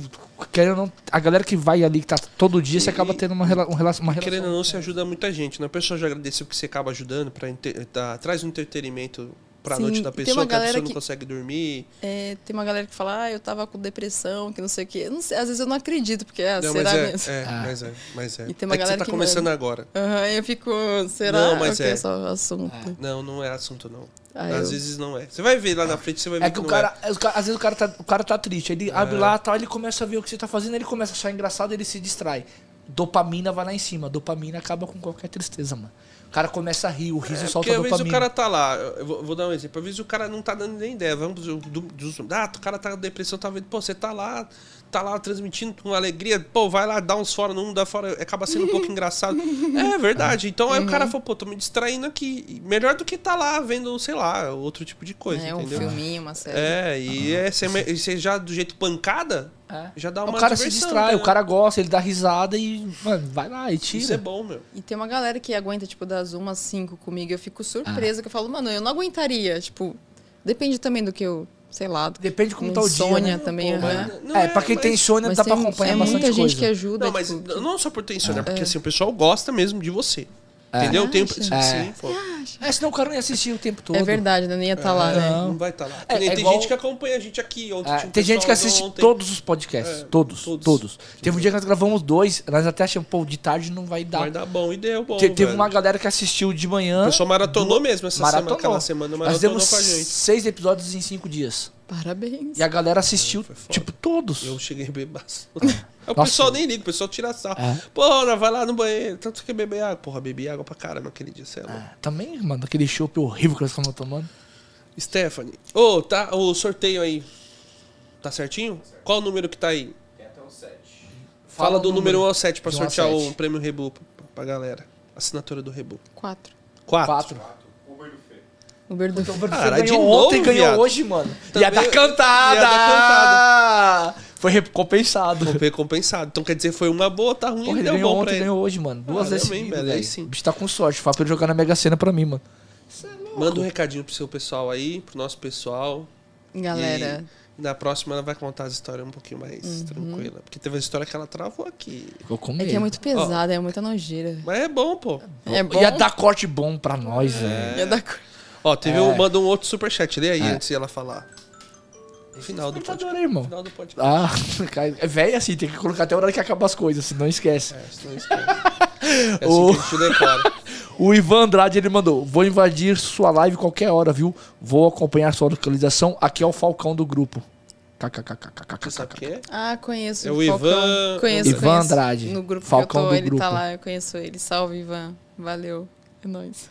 B: Querendo ou não, a galera que vai ali, que tá todo dia, você acaba tendo uma, rela- um relação- uma relação.
A: Querendo ou não,
C: é.
A: você ajuda muita gente. Né? A pessoa já agradeceu que você acaba ajudando. Pra inte- tá- traz um entretenimento pra
C: Sim,
A: noite da
C: e tem
A: pessoa,
C: uma
A: que a pessoa
C: galera
A: não
C: que-
A: consegue dormir.
C: É, tem uma galera que fala, ah, eu tava com depressão, que não sei o quê. Eu não sei, às vezes eu não acredito, porque, ah,
A: não,
C: será
A: mas é,
C: mesmo?
A: é,
B: Ah.
A: mas é, mas é.
C: E tem uma
A: é que você
C: galera
A: tá
C: que
A: começando
C: manda.
A: agora.
C: Aham, eu fico, será?
A: Não, mas
C: Ok,
A: é.
C: só assunto.
A: Não, não é assunto, não.
C: Ah,
A: Às
C: eu- Ah.
A: vezes não é. Você vai ver lá na frente, você vai ver
B: É que o
A: não
B: cara, é, o cara- às vezes o cara tá, o cara tá triste, ele
A: É.
B: abre lá tal, ele começa a ver o que você tá fazendo, ele começa a achar engraçado, ele se distrai. Dopamina vai lá em cima, dopamina acaba com qualquer tristeza, mano. O cara começa a rir, o riso
A: É,
B: solta
A: porque
B: a
A: às vezes o
B: dopamina.
A: cara tá lá, eu vou, vou dar um exemplo, às vezes o cara não tá dando nem ideia, vamos do, do, do- ah, o cara tá com depressão, tá vendo, pô, você tá lá, tá lá transmitindo com alegria, pô, vai lá, dá uns fora, não dá fora, acaba sendo um pouco engraçado. É verdade, então aí o
B: Uhum.
A: cara fala, pô, tô me distraindo aqui, E melhor do que tá lá vendo, sei lá, outro tipo de coisa,
C: É um
A: entendeu?
B: né?
C: filminho, uma série.
A: É, e é, você me- e você já do jeito pancada,
B: É.
A: já dá tá uma
B: O cara se
A: diversão, né?
B: distrai, o cara gosta, ele dá risada e, mano, vai lá e
A: Isso é
B: tira.
A: bom, meu.
C: E tem uma galera que aguenta, tipo, das umas cinco comigo. Eu fico surpresa, que eu falo, mano, eu não aguentaria. Tipo, depende também do que eu, sei lá. Do
B: Depende de como
C: um
B: tá o dia,
C: insônia
B: né?
C: também,
A: Pô,
C: né?
A: mas- não
B: é, pra quem tem
A: mas-
B: insônia,
C: Mas
B: dá pra
C: tem-
B: acompanhar
C: é
B: bastante
C: muita gente
B: coisa.
C: que ajuda.
A: Não, mas
C: tipo, que-
A: não só por ter
B: É.
A: insônia, porque assim, o pessoal gosta mesmo de você. Entendeu? Tem, um
C: Acha?
A: Sim, pô.
B: Ah, É, senão o cara não ia assistir o tempo todo.
C: É verdade, né? Nem ia tá lá, né?
B: Não.
A: Não vai estar lá.
B: É,
A: Tem-
B: é
A: tem
B: igual-
A: gente que acompanha a gente aqui. Ontem
B: É,
A: tinha um
B: tem gente que
A: pessoal
B: assiste
A: ontem.
B: todos os podcasts.
A: É,
B: todos,
A: todos.
B: todos, Teve um dia que nós gravamos dois, nós até achamos, pô, de tarde não vai dar.
A: Vai dar bom e deu bom.
B: Te- teve
A: velho.
B: uma galera que assistiu de manhã.
A: O pessoal maratonou mesmo essa semana.
B: maratonou.
A: Aquela semana
B: Nós
A: maratonou
B: demos
A: com a gente.
B: seis episódios em cinco dias.
C: Parabéns.
B: E a galera assistiu,
A: Foi foda.
B: tipo, todos.
A: Eu cheguei bebaço. É, o pessoal nem liga, o pessoal tira sal.
B: É.
A: Porra, vai lá no banheiro. Tanto que quer beber água. Porra, bebi água pra caramba aquele dia, é sei lá.
B: Ah, também, mano, aquele chopp horrível que nós estamos tomando. É.
A: Stephanie. Ô, tá. O sorteio aí. Tá certinho? Qual o número que tá aí? Fala, do número 1 ao 7 pra
B: De um a
A: sortear
B: sete.
A: o prêmio Rebu pra, pra galera. Assinatura do Rebu.
C: Quatro.
A: 4.
B: Quatro.
C: Uber do
A: Cara,
B: Você
A: de
B: ganhou
A: novo,
B: ontem, ganhou
A: viado.
B: hoje, mano.
A: Também-
B: Ia dar cantada!
A: Ia dar
B: Foi recompensado.
A: Recompensado. Então quer dizer, foi uma boa, tá ruim
B: Porra,
A: e
B: ele
A: deu
B: ganhou
A: bom pra
B: ontem,
A: ele.
B: ganhou hoje, mano. Duas
A: Caramba,
B: vezes
A: hein,
B: seguidas,
A: velho, aí
B: velho.
A: sim.
B: O bicho tá com sorte. Fala pra ele jogar na Mega Sena pra mim, mano.
A: Manda um recadinho pro seu pessoal aí, pro nosso pessoal.
C: Galera,
A: E na próxima ela vai contar as histórias um pouquinho mais
B: Uhum.
A: tranquila. Porque teve uma história que ela travou aqui.
B: Ficou com
C: é
B: medo.
C: que é muito pesada, é muita nojeira.
A: Mas é bom, pô.
C: É bom. é
B: Ia dar corte bom pra nós,
A: É.
B: velho.
C: Ia dar cor-
A: Ó, teve
B: É.
A: um, manda um outro superchat. Lê aí antes de ela falar. Final do podcast.
B: Despertador, hein, irmão.
A: Final do podcast.
B: Ah, cara, é velho assim, tem que colocar até a hora que acaba as coisas, senão esquece.
A: É, senão esquece. É assim
B: O-
A: que a gente decora.
B: O Ivan Andrade ele mandou: Vou invadir sua live qualquer hora, viu? Vou acompanhar sua localização. Aqui é o Falcão do grupo.
A: Você sabe o
B: KKKKKK.
A: que é?
C: Ah, conheço.
A: É o
C: Falcão.
A: Ivan-
C: Conheço,
B: Ivan
C: conheço.
B: Andrade,
C: No grupo
B: Falcão
C: que eu tô,
B: do
C: ele
B: grupo.
C: tá lá, eu conheço ele. Salve, Ivan. Valeu. É nóis.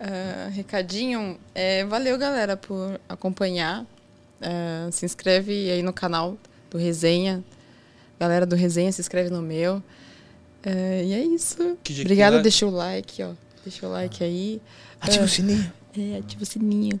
C: Ah, recadinho. É, valeu, galera, por acompanhar. Ah, se inscreve aí no canal do Resenha. Galera do Resenha, se inscreve no meu. Ah, e é isso.
A: Que dia que
C: Obrigada,
A: é?
C: deixa o like, ó. Deixa o like aí.
B: Ativa o sininho.
C: É, ativa o sininho.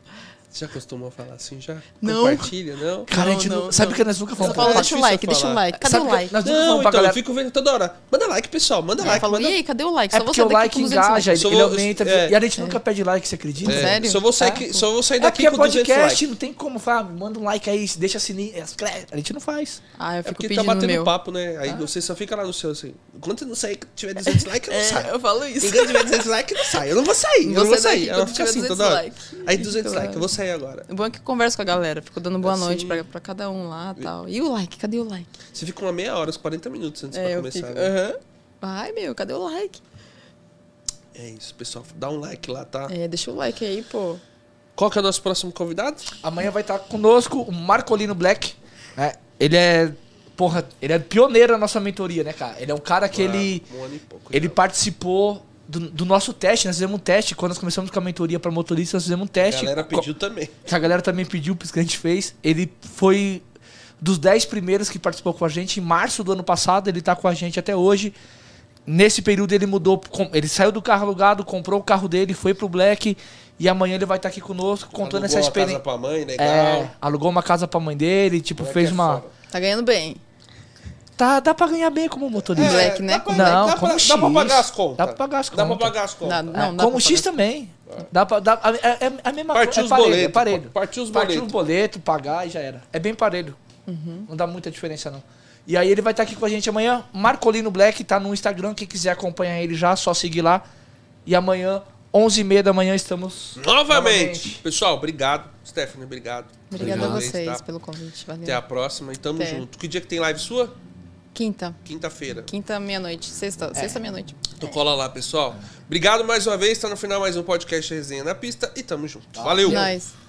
A: Você já costumou falar assim já?
C: Não.
A: Compartilha, não?
B: Cara, a
C: Não,
B: gente não,
C: não,
B: sabe
C: não.
B: que nós nunca
C: Eu só
B: falamos pra
C: falo,
A: tá
B: galera?
C: deixa o
A: difícil
C: like, deixa o
A: falar.
C: like. Cadê
B: Sabe
C: o
B: que
C: like?
B: Nós
A: Não,
B: nunca falamos
A: então,
B: pra
A: eu
B: galera.
A: fico vendo toda hora. Manda like, pessoal, manda
C: É,
A: like.
C: falou,
A: manda...
C: e aí, cadê o like?
B: É
C: só vou
B: porque
C: sair
B: o
C: daqui
B: like
C: com 200 likes.
B: engaja, ele,
A: Só
B: ele
A: vou-
B: aumenta.
A: é.
B: E a gente nunca pede like, você acredita?
A: É,
C: Sério?
A: Só vou sair,
C: Tá.
A: aqui- só vou sair
B: É
A: daqui
B: porque é
A: com 200 likes.
B: podcast, não tem como falar, manda um like aí, deixa sininho, é, escreve. A gente não faz.
C: Ah, eu
A: É
C: fico
A: porque tá
C: pedindo
A: batendo
C: meu.
A: papo, né?
C: Ah.
A: Aí você só fica lá no seu assim. Enquanto eu não sair, que tiver 200 likes, eu não saio.
C: É, eu falo isso.
A: Enquanto tiver 200 likes, eu não saio. Eu não vou sair, eu não vou sair. Ela fica assim toda hora. Aí 200 likes, eu vou sair agora.
C: O bom Então, é que eu converso com a galera, fico dando boa
A: Assim.
C: noite pra, pra cada um lá e tal. E o like? Cadê o like?
A: Você fica uma meia hora, uns 40 minutos
C: É,
A: antes pra começar. né?
C: Aham. Ai, meu, cadê o like?
A: É isso, pessoal. Dá um like lá, tá?
C: É, deixa o like aí, pô.
A: Qual que é o nosso próximo convidado?
B: Amanhã vai estar conosco o Marcolino Black. né? ele é. Porra, ele é pioneiro na nossa mentoria, né, cara? Ele é um cara que ele.
A: Ah, Um ano e pouco.
B: Ele
A: já.
B: participou do, do nosso teste, nós fizemos um teste. Quando nós começamos com a mentoria pra motorista, nós fizemos um
A: A
B: teste.
A: galera
B: co-
A: pediu também.
B: que a galera também pediu, por isso que a gente fez. Ele foi dos 10 primeiros que participou com a gente em março do ano passado, ele tá com a gente até hoje. Nesse período ele mudou, com- ele saiu do carro alugado, comprou o carro dele, foi pro Black e amanhã ele vai estar aqui conosco
A: Alugou
B: contando essa
A: uma
B: experiência.
A: Tá Casa pra mãe, né, legal.
B: É, alugou uma casa pra mãe dele, tipo,
A: Moleque
B: fez
A: é
B: uma.
A: foda.
C: Tá ganhando bem.
B: Tá, dá pra ganhar bem como motorista.
C: É, Black, né?
A: Dá pra,
B: Não,
A: dá,
B: como
A: pra, dá pra
B: X.
A: pagar as contas.
B: Dá pra pagar as
A: Dá
B: contas.
A: pra pagar as contas.
C: Dá- não, dá
B: Ah, como
C: pra
B: o X
C: pagar.
B: também. Dá pra, dá, é, é, é mesma
A: Partiu os
B: coisa, é parelho,
A: boletos,
B: é parelho.
A: pô. Partiu os boletos.
B: boleto, pagar e já era. É bem parelho.
C: Uhum.
B: Não dá muita diferença, não. E aí ele vai estar aqui com a gente amanhã. Marcolino Black tá no Instagram. Quem quiser acompanhar ele já, só seguir lá. E amanhã, 11h30 da manhã, estamos...
A: Novamente.
B: Novamente.
A: Pessoal, obrigado. Stephanie, obrigado.
C: Obrigada a
A: Obrigado.
C: vocês
A: Tá?
C: pelo convite.
A: Até a
C: Valeu.
A: próxima e tamo
C: Até.
A: junto. Que dia que tem live sua?
C: Quinta.
A: Quinta-feira.
C: Quinta, meia-noite.
A: É.
C: Sexta, sexta, meia-noite.
A: Então cola lá, pessoal. Obrigado mais uma vez. Tá no final mais um podcast Resenha na Pista e tamo junto. Valeu.
C: Nós.